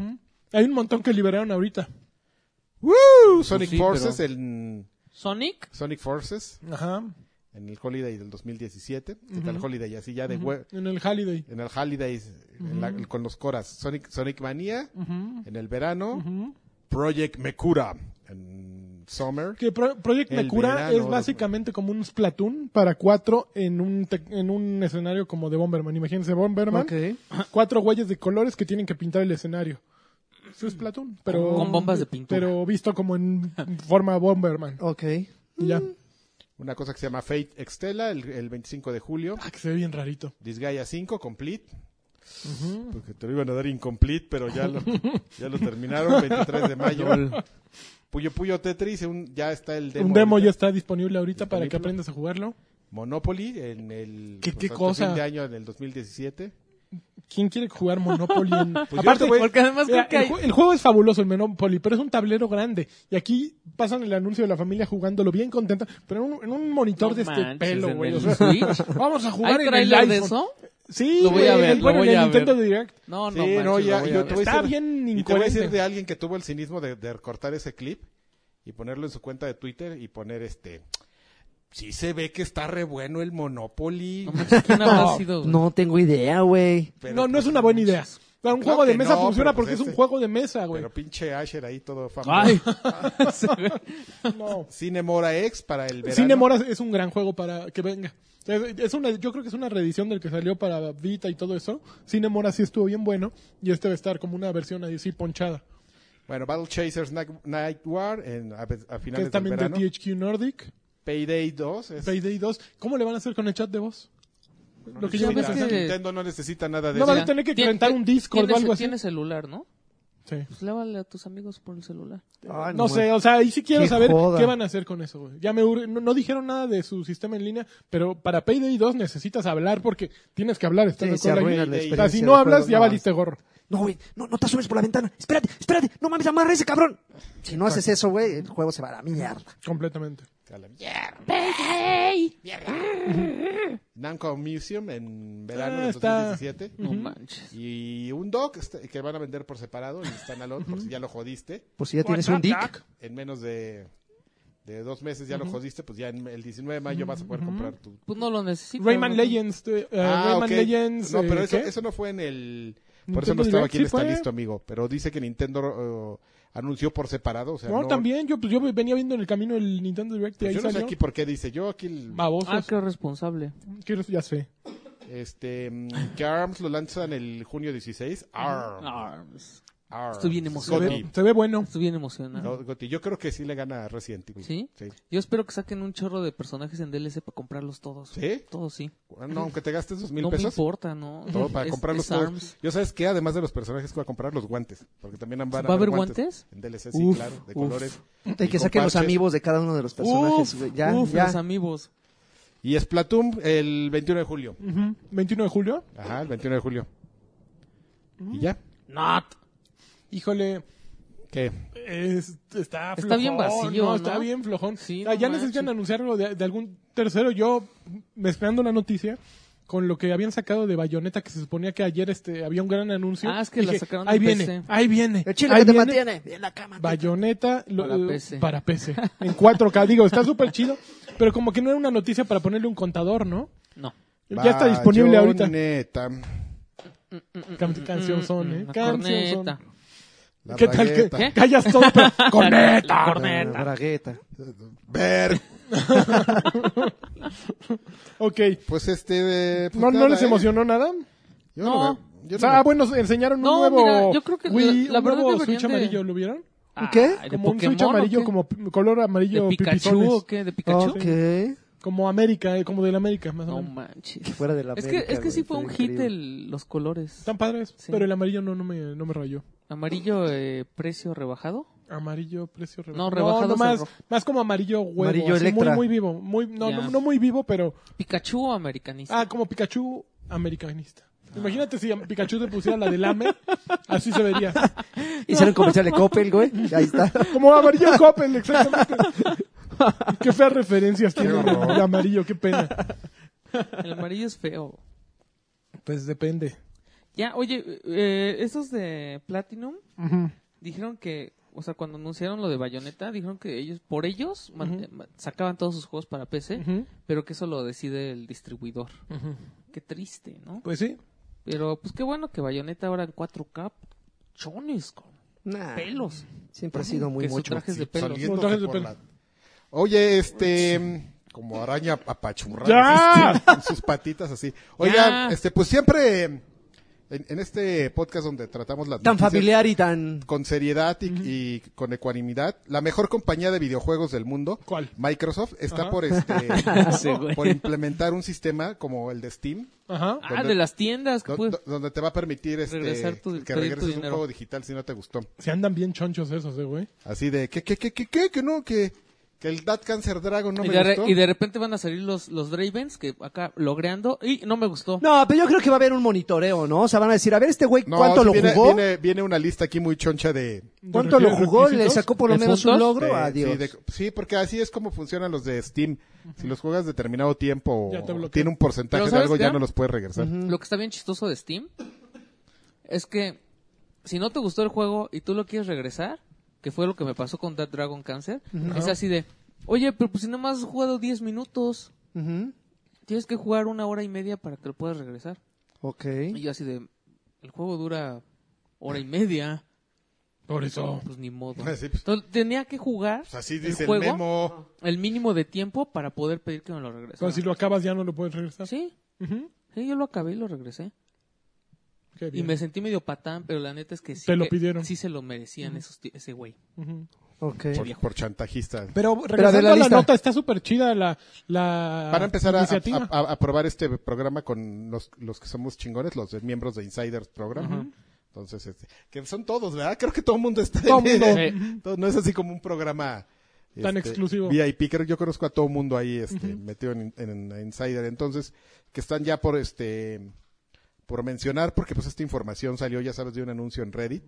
[SPEAKER 4] Hay un montón que liberaron ahorita.
[SPEAKER 3] ¡Woo! Sonic
[SPEAKER 5] sí,
[SPEAKER 3] Forces,
[SPEAKER 5] pero-
[SPEAKER 3] el
[SPEAKER 5] Sonic.
[SPEAKER 3] Sonic Forces
[SPEAKER 4] Ajá. en
[SPEAKER 3] en el Holiday del 2017. ¿Qué tal Holiday? Así ya de hue-
[SPEAKER 4] el Holiday.
[SPEAKER 3] En el Holiday con los coras. Sonic, Sonic Manía en el verano. Project Mekura en Summer.
[SPEAKER 4] Que Pro- Project
[SPEAKER 3] El
[SPEAKER 4] Mekura
[SPEAKER 3] verano,
[SPEAKER 4] es básicamente como un Splatoon para cuatro en un, tec- en un escenario como de Bomberman. Imagínense Bomberman.
[SPEAKER 2] Ok.
[SPEAKER 4] Cuatro güeyes de colores que tienen que pintar el escenario. Es un Splatoon, pero...
[SPEAKER 5] Con bombas de pintura.
[SPEAKER 4] Pero visto como en forma Bomberman.
[SPEAKER 2] Ok.
[SPEAKER 4] Y Ya.
[SPEAKER 3] Una cosa que se llama Fate Extella el, el 25 de julio.
[SPEAKER 4] Ah, que se ve bien rarito.
[SPEAKER 3] Disgaea 5, Complete. Porque te lo iban a dar incomplete, pero ya lo, ya lo terminaron, 23 de mayo. Puyo Puyo Tetris, un- ya está el demo.
[SPEAKER 4] un demo ya
[SPEAKER 3] ahorita.
[SPEAKER 4] está disponible ahorita para que
[SPEAKER 3] Disponible.
[SPEAKER 4] aprendas a jugarlo.
[SPEAKER 3] Monopoly, en el pues,
[SPEAKER 4] ¿Qué- qué
[SPEAKER 3] hasta
[SPEAKER 4] cosa?
[SPEAKER 3] fin de año, en el 2017.
[SPEAKER 4] ¿Quién quiere jugar Monopoly? en- Pues
[SPEAKER 3] yo te voy-
[SPEAKER 5] Porque además
[SPEAKER 4] Mira,
[SPEAKER 5] creo que
[SPEAKER 4] el,
[SPEAKER 5] hay.
[SPEAKER 4] ju- el juego es fabuloso, el Monopoly, pero es un tablero grande. Y aquí pasan el anuncio de la familia jugándolo bien contenta, pero en un, en un monitor
[SPEAKER 5] No
[SPEAKER 4] de este
[SPEAKER 5] manches,
[SPEAKER 4] pelo,
[SPEAKER 5] en
[SPEAKER 4] güey.
[SPEAKER 5] el
[SPEAKER 4] o sea,
[SPEAKER 5] Switch.
[SPEAKER 4] vamos a jugar
[SPEAKER 5] ¿Hay
[SPEAKER 4] en el
[SPEAKER 5] trailer de
[SPEAKER 4] iPhone.
[SPEAKER 5] eso?
[SPEAKER 4] Sí,
[SPEAKER 5] Lo voy a
[SPEAKER 4] güey,
[SPEAKER 5] ver, lo
[SPEAKER 4] bueno,
[SPEAKER 5] voy
[SPEAKER 4] en el
[SPEAKER 5] a
[SPEAKER 4] Nintendo
[SPEAKER 5] ver.
[SPEAKER 4] Direct.
[SPEAKER 5] No, no,
[SPEAKER 3] sí,
[SPEAKER 5] manches,
[SPEAKER 3] no, ya,
[SPEAKER 5] lo voy a
[SPEAKER 3] yo
[SPEAKER 5] ver.
[SPEAKER 3] te voy a
[SPEAKER 4] Está
[SPEAKER 3] decir-
[SPEAKER 4] bien
[SPEAKER 3] y te voy a decir
[SPEAKER 4] incoherente.
[SPEAKER 3] de alguien que tuvo el cinismo de, de recortar ese clip y ponerlo en su cuenta de Twitter y poner este. Sí se ve que está re bueno el Monopoly.
[SPEAKER 5] No manches, ¿quién habrá sido? güey?
[SPEAKER 2] No tengo idea, güey.
[SPEAKER 3] Pero,
[SPEAKER 4] no, no
[SPEAKER 3] pues,
[SPEAKER 4] es una buena idea. O sea,
[SPEAKER 3] Claro
[SPEAKER 4] un juego de
[SPEAKER 3] que
[SPEAKER 4] mesa
[SPEAKER 3] no,
[SPEAKER 4] funciona
[SPEAKER 3] pero pues
[SPEAKER 4] porque es un
[SPEAKER 3] este-
[SPEAKER 4] juego de mesa, güey.
[SPEAKER 3] Pero pinche Asher ahí todo famoso.
[SPEAKER 5] Ay. Sí, güey.
[SPEAKER 3] pues
[SPEAKER 4] No.
[SPEAKER 3] Cine Mora X para el verano.
[SPEAKER 4] Cine Moras es un gran juego para que venga. Es- es una- yo creo que es una reedición del que salió para Vita y todo eso. Cine Moras sí estuvo bien bueno. Y este va a estar como una versión ahí, sí, ponchada.
[SPEAKER 3] Bueno, Battle Chasers Night, Night War en, a, a
[SPEAKER 4] Que
[SPEAKER 3] finales
[SPEAKER 4] es
[SPEAKER 3] del
[SPEAKER 4] también de
[SPEAKER 3] verano.
[SPEAKER 4] THQ Nordic.
[SPEAKER 3] Payday 2. es-
[SPEAKER 4] Payday 2. ¿Cómo le van a hacer con el chat de voz?
[SPEAKER 3] no
[SPEAKER 4] Lo que
[SPEAKER 5] ya
[SPEAKER 4] yo
[SPEAKER 3] necesita-
[SPEAKER 5] ves que-
[SPEAKER 3] Nintendo no necesita nada de
[SPEAKER 4] No,
[SPEAKER 3] eso.
[SPEAKER 4] van a tener que
[SPEAKER 5] Tien-
[SPEAKER 4] rentar un Discord
[SPEAKER 5] tienes-
[SPEAKER 4] o algo así.
[SPEAKER 5] Tienes celular, ¿no?
[SPEAKER 4] Sí.
[SPEAKER 5] Pues lávale a tus amigos por el celular.
[SPEAKER 2] Ay,
[SPEAKER 4] No sé, o sea, ahí sí quiero
[SPEAKER 2] Qué
[SPEAKER 4] saber
[SPEAKER 2] joda.
[SPEAKER 4] qué van a hacer con eso, güey. Ya me urge- no, no dijeron nada de su sistema en línea, pero para Payday 2 necesitas hablar porque tienes que hablar, estás
[SPEAKER 2] Sí,
[SPEAKER 4] de
[SPEAKER 2] se
[SPEAKER 4] acuerdo
[SPEAKER 2] arruina
[SPEAKER 4] ahí?
[SPEAKER 2] la
[SPEAKER 4] O sea,
[SPEAKER 2] experiencia
[SPEAKER 4] si
[SPEAKER 2] del
[SPEAKER 4] no hablas,
[SPEAKER 2] juego,
[SPEAKER 4] ya
[SPEAKER 2] no.
[SPEAKER 4] valiste gorro.
[SPEAKER 2] No, güey. No, no te subes por la ventana. Espérate, espérate. No mames, amarra ese cabrón. Si no haces eso, güey, el juego se va a la mierda.
[SPEAKER 4] Completamente.
[SPEAKER 3] A la mierda.
[SPEAKER 6] ¡Ey!
[SPEAKER 3] Namco Museum en verano
[SPEAKER 4] Ah,
[SPEAKER 3] de
[SPEAKER 4] está.
[SPEAKER 3] 2017.
[SPEAKER 5] No manches.
[SPEAKER 3] Y un dock este, que van a vender por separado, el standalone, por si ya lo jodiste.
[SPEAKER 2] Por Pues si ya tienes un dick.
[SPEAKER 3] En menos de, de dos meses ya lo jodiste, pues ya en el 19 de mayo vas a poder comprar tu...
[SPEAKER 5] Pues no lo necesito.
[SPEAKER 4] Rayman
[SPEAKER 5] ¿no?
[SPEAKER 4] Legends. te- eh, Rayman
[SPEAKER 3] Ah, ok.
[SPEAKER 4] Legends.
[SPEAKER 3] No, pero
[SPEAKER 4] eh,
[SPEAKER 3] eso,
[SPEAKER 4] ¿qué?
[SPEAKER 3] eso no fue en el... Por
[SPEAKER 4] Nintendo
[SPEAKER 3] eso no estaba
[SPEAKER 4] Direct,
[SPEAKER 3] aquí en
[SPEAKER 4] sí
[SPEAKER 3] Está
[SPEAKER 4] fue.
[SPEAKER 3] Listo, amigo. Pero dice que Nintendo eh, anunció por separado, o sea,
[SPEAKER 4] No,
[SPEAKER 3] no...
[SPEAKER 4] también. Yo, pues, yo venía viendo en el camino el Nintendo Direct y
[SPEAKER 3] pues
[SPEAKER 4] ahí
[SPEAKER 3] yo no sé
[SPEAKER 4] salió.
[SPEAKER 3] aquí por qué dice. Yo aquí... el-
[SPEAKER 4] Babosos.
[SPEAKER 5] Ah, qué responsable.
[SPEAKER 4] Quiero- ya sé.
[SPEAKER 3] Este, mm, que ARMS lo lanzan el junio 16. ARMS.
[SPEAKER 4] Ah. pues,
[SPEAKER 5] Arms.
[SPEAKER 3] ARMS.
[SPEAKER 5] Estoy bien
[SPEAKER 4] Se
[SPEAKER 5] emocionado.
[SPEAKER 3] Gotti.
[SPEAKER 4] ve, se ve bueno.
[SPEAKER 5] Estoy bien emocionado.
[SPEAKER 3] No, Gotti, Yo creo que sí le gana a Resident Evil.
[SPEAKER 5] ¿Sí?
[SPEAKER 3] Sí.
[SPEAKER 5] Yo espero que saquen un chorro de personajes en DLC para comprarlos todos.
[SPEAKER 3] ¿Sí?
[SPEAKER 5] Todos sí.
[SPEAKER 3] No, aunque te gastes dos mil
[SPEAKER 5] no me
[SPEAKER 3] pesos.
[SPEAKER 5] importa, ¿no?
[SPEAKER 3] todo para
[SPEAKER 5] Es-
[SPEAKER 3] comprarlos
[SPEAKER 5] es
[SPEAKER 3] todos.
[SPEAKER 5] ARMS.
[SPEAKER 3] Yo sabes que además de los personajes que voy a comprar los guantes, porque también van a
[SPEAKER 5] ¿Va a haber guantes?
[SPEAKER 3] en DLC, sí,
[SPEAKER 2] Uf,
[SPEAKER 3] claro,
[SPEAKER 2] uf.
[SPEAKER 3] de colores.
[SPEAKER 2] Hay que
[SPEAKER 3] con
[SPEAKER 2] saquen los
[SPEAKER 3] parches.
[SPEAKER 2] amigos de cada uno de los personajes.
[SPEAKER 5] Uf,
[SPEAKER 2] güey. ya,
[SPEAKER 5] uf,
[SPEAKER 2] ya.
[SPEAKER 5] los amigos.
[SPEAKER 3] Y Splatoon el 21 de julio.
[SPEAKER 4] Ujú. 21 de julio.
[SPEAKER 3] Ajá, el 21 de julio. ¿Y ya?
[SPEAKER 4] Híjole.
[SPEAKER 3] ¿Qué?
[SPEAKER 4] es- está flojón.
[SPEAKER 5] Está bien vacío, ¿no?
[SPEAKER 4] Está bien flojón.
[SPEAKER 5] Sí,
[SPEAKER 4] Ah,
[SPEAKER 5] no
[SPEAKER 4] ya
[SPEAKER 5] manches.
[SPEAKER 4] necesitan anunciar algo de, de algún tercero. Yo, mezclando la noticia con lo que habían sacado de Bayonetta, que se suponía que ayer este había un gran anuncio.
[SPEAKER 5] Ah, es que la
[SPEAKER 4] Dije,
[SPEAKER 5] sacaron
[SPEAKER 4] Ahí
[SPEAKER 5] en
[SPEAKER 4] viene,
[SPEAKER 5] PC".
[SPEAKER 4] ahí viene.
[SPEAKER 2] El chile
[SPEAKER 4] ahí
[SPEAKER 2] que te
[SPEAKER 4] viene
[SPEAKER 2] mantiene. En la cama.
[SPEAKER 4] Bayonetta lo- eh, para
[SPEAKER 5] Para PC.
[SPEAKER 4] PC. En 4K. Digo, está súper chido. Pero como que no era una noticia para ponerle un contador, ¿no?
[SPEAKER 5] No.
[SPEAKER 4] Ya está disponible ahorita.
[SPEAKER 3] Bayoneta,
[SPEAKER 4] Can- canción son, ¿eh?
[SPEAKER 5] Mm, La
[SPEAKER 4] Canción
[SPEAKER 5] corneta.
[SPEAKER 3] la
[SPEAKER 4] ¿Qué tal? que
[SPEAKER 3] bragueta,
[SPEAKER 4] Callas todo. pero-
[SPEAKER 5] La
[SPEAKER 4] ¡Corneta!
[SPEAKER 5] corneta.
[SPEAKER 2] Bragueta.
[SPEAKER 3] Ver.
[SPEAKER 4] Ok.
[SPEAKER 3] Pues este. eh, pues
[SPEAKER 4] ¿No, ¿No
[SPEAKER 3] nada,
[SPEAKER 4] les
[SPEAKER 3] ¿eh?
[SPEAKER 4] emocionó nada?
[SPEAKER 3] Yo
[SPEAKER 5] No.
[SPEAKER 3] veo- yo
[SPEAKER 4] O sea,
[SPEAKER 3] veo.
[SPEAKER 4] ah, bueno, enseñaron un
[SPEAKER 5] No,
[SPEAKER 4] nuevo.
[SPEAKER 5] mira, yo creo que
[SPEAKER 4] Wii,
[SPEAKER 5] la- la
[SPEAKER 4] un
[SPEAKER 5] verdad
[SPEAKER 4] nuevo
[SPEAKER 5] deberían
[SPEAKER 4] Switch
[SPEAKER 5] de-
[SPEAKER 4] amarillo, ¿lo vieron?
[SPEAKER 5] Ah,
[SPEAKER 2] ¿Qué?
[SPEAKER 5] ¿de
[SPEAKER 4] Como un Switch
[SPEAKER 5] Pokémon o
[SPEAKER 4] amarillo,
[SPEAKER 5] qué?
[SPEAKER 4] como Ah, p- color amarillo
[SPEAKER 5] ¿De Pikachu
[SPEAKER 4] pipizones.
[SPEAKER 5] o qué? ¿De Pikachu?
[SPEAKER 2] Ok.
[SPEAKER 4] Como América, eh, como del América, más o
[SPEAKER 5] No
[SPEAKER 4] menos.
[SPEAKER 5] manches.
[SPEAKER 2] Que fuera de la
[SPEAKER 5] Es que,
[SPEAKER 2] América,
[SPEAKER 5] es que sí
[SPEAKER 2] güey,
[SPEAKER 5] fue un
[SPEAKER 2] estaría
[SPEAKER 5] hit
[SPEAKER 2] increíble.
[SPEAKER 5] el- los colores.
[SPEAKER 4] Están padres,
[SPEAKER 5] Sí.
[SPEAKER 4] pero el amarillo no, no, me, no me rayó.
[SPEAKER 5] Amarillo, eh, precio rebajado.
[SPEAKER 4] Amarillo, precio rebajado.
[SPEAKER 5] No, rebajado
[SPEAKER 4] no,
[SPEAKER 5] es el
[SPEAKER 4] más,
[SPEAKER 5] rojo.
[SPEAKER 4] más como amarillo huevo.
[SPEAKER 2] Amarillo
[SPEAKER 4] así, muy,
[SPEAKER 2] Electra.
[SPEAKER 4] muy vivo. Muy, no,
[SPEAKER 5] Ya.
[SPEAKER 4] no, no muy vivo, pero.
[SPEAKER 5] Pikachu o americanista.
[SPEAKER 4] Ah, como Pikachu americanista. Imagínate si a Pikachu te pusiera la del AME, así se vería.
[SPEAKER 2] Hicieron comercial de Coppel, güey. Ahí está.
[SPEAKER 4] Como amarillo Coppel, exactamente. qué feas referencias tiene
[SPEAKER 3] horror.
[SPEAKER 4] el amarillo, qué pena. Ah.
[SPEAKER 5] El amarillo es feo.
[SPEAKER 4] Pues depende.
[SPEAKER 5] Ya, oye, eh, esos de Platinum dijeron que, o sea, cuando anunciaron lo de Bayonetta, dijeron que ellos, por ellos, man- eh, ma- sacaban todos sus juegos para PC,
[SPEAKER 4] Ujú.
[SPEAKER 5] pero que eso lo decide el distribuidor. Qué triste, ¿no?
[SPEAKER 4] Pues sí.
[SPEAKER 5] Pero, pues qué bueno que Bayonetta ahora en 4K, chones, con
[SPEAKER 2] Nah,
[SPEAKER 5] pelos.
[SPEAKER 2] Siempre Ah, ha sido muy
[SPEAKER 5] que su
[SPEAKER 2] mucho.
[SPEAKER 5] traje es de pelos.
[SPEAKER 3] Saliéndose
[SPEAKER 4] Montajes de
[SPEAKER 3] por
[SPEAKER 4] pelo.
[SPEAKER 3] la- Oye, este. Como araña apachurrada.
[SPEAKER 4] ¡Ya!
[SPEAKER 3] este, Con sus patitas así. Oigan,
[SPEAKER 5] Ya.
[SPEAKER 3] este, pues siempre. En, en este podcast donde tratamos las
[SPEAKER 2] Tan
[SPEAKER 3] noticias
[SPEAKER 2] familiar y tan...
[SPEAKER 3] Con seriedad y, y con ecuanimidad. La mejor compañía de videojuegos del mundo.
[SPEAKER 4] ¿Cuál?
[SPEAKER 3] Microsoft está
[SPEAKER 4] Ajá.
[SPEAKER 3] por este.
[SPEAKER 2] Sí, güey.
[SPEAKER 3] por implementar un sistema como el de Steam.
[SPEAKER 4] Ajá.
[SPEAKER 5] Ah,
[SPEAKER 3] ¿Dónde-
[SPEAKER 5] de las tiendas pues. que
[SPEAKER 3] do-
[SPEAKER 5] puedes...
[SPEAKER 3] do- donde te va a permitir este,
[SPEAKER 5] Regresar tu-
[SPEAKER 3] que
[SPEAKER 5] pedir tu
[SPEAKER 3] regreses un
[SPEAKER 5] dinero.
[SPEAKER 3] juego digital si no te gustó.
[SPEAKER 4] Se andan bien chonchos esos, eh, güey.
[SPEAKER 3] Así de que, que, que, que, que, que no, que, que el That Cancer Dragon no
[SPEAKER 5] y,
[SPEAKER 3] me
[SPEAKER 5] de re-
[SPEAKER 3] gustó.
[SPEAKER 5] y de repente van a salir los, los Dravens que acá logreando y no me gustó.
[SPEAKER 2] No, pero yo creo que va a haber un monitoreo, ¿no? O sea, van a decir, a ver, este güey,
[SPEAKER 3] No,
[SPEAKER 2] ¿cuánto
[SPEAKER 3] sí,
[SPEAKER 2] lo
[SPEAKER 3] viene,
[SPEAKER 2] jugó?
[SPEAKER 3] Viene, viene una lista aquí muy choncha de...
[SPEAKER 2] ¿Cuánto lo
[SPEAKER 4] ¿De
[SPEAKER 2] jugó? ¿Le
[SPEAKER 4] requisitos?
[SPEAKER 2] sacó por lo
[SPEAKER 5] ¿De
[SPEAKER 2] menos un
[SPEAKER 5] puntos?
[SPEAKER 2] logro?
[SPEAKER 3] de-
[SPEAKER 2] Adiós.
[SPEAKER 3] sí, de- sí, porque así es como funcionan los de Steam. Si los juegas determinado tiempo,
[SPEAKER 4] Ya te bloquea.
[SPEAKER 3] tiene un porcentaje
[SPEAKER 5] Pero
[SPEAKER 3] de
[SPEAKER 5] ¿sabes
[SPEAKER 3] algo, ya
[SPEAKER 5] qué?
[SPEAKER 3] no los puedes regresar.
[SPEAKER 4] Mm.
[SPEAKER 5] Lo que está bien chistoso de Steam es que si no te gustó el juego y tú lo quieres regresar, que fue lo que me pasó con That Dragon Cancer, es así de, oye, pero pues si nada más has jugado 10 minutos,
[SPEAKER 2] Ujú.
[SPEAKER 5] tienes que jugar una hora y media para que lo puedas regresar.
[SPEAKER 2] Ok.
[SPEAKER 5] Y yo así de, el juego dura hora y media,
[SPEAKER 4] Por eso.
[SPEAKER 5] pues ni modo.
[SPEAKER 3] Sí, pues.
[SPEAKER 5] Entonces tenía que jugar
[SPEAKER 3] Pues así
[SPEAKER 5] el
[SPEAKER 3] dice el,
[SPEAKER 5] juego Ah,
[SPEAKER 3] memo.
[SPEAKER 5] el mínimo de tiempo para poder pedir que me lo
[SPEAKER 4] Pero Pues si
[SPEAKER 5] regresen.
[SPEAKER 4] lo acabas ya no lo puedes regresar.
[SPEAKER 5] Sí,
[SPEAKER 4] Ujú.
[SPEAKER 5] sí, yo lo acabé y lo regresé.
[SPEAKER 4] Qué
[SPEAKER 5] Y
[SPEAKER 4] bien.
[SPEAKER 5] me sentí medio patán, pero la neta es que sí,
[SPEAKER 4] Te lo
[SPEAKER 5] que-
[SPEAKER 4] pidieron.
[SPEAKER 5] sí se lo merecían esos ti- ese güey.
[SPEAKER 4] Ujú.
[SPEAKER 2] Ok.
[SPEAKER 3] Por, por chantajista.
[SPEAKER 4] Pero
[SPEAKER 2] a
[SPEAKER 4] regresando
[SPEAKER 2] ver la
[SPEAKER 4] a la
[SPEAKER 2] lista.
[SPEAKER 4] nota, está súper chida la,
[SPEAKER 5] Ah,
[SPEAKER 4] la
[SPEAKER 3] Van a empezar a,
[SPEAKER 4] iniciativa.
[SPEAKER 3] a- a- a probar este programa con los, los que somos chingones, los de- miembros de Insiders Program. Entonces, este, que son todos, ¿verdad? Creo que todo el mundo está
[SPEAKER 4] Todo
[SPEAKER 3] en-
[SPEAKER 4] mundo.
[SPEAKER 5] Sí.
[SPEAKER 3] todo- no es así como un programa
[SPEAKER 4] Tan
[SPEAKER 3] Este,
[SPEAKER 4] exclusivo.
[SPEAKER 3] VIP, creo que yo conozco a todo el mundo ahí este, metido en, en- en Insider. Entonces, que están ya por este por mencionar, porque pues esta información salió, ya sabes, de un anuncio en Reddit.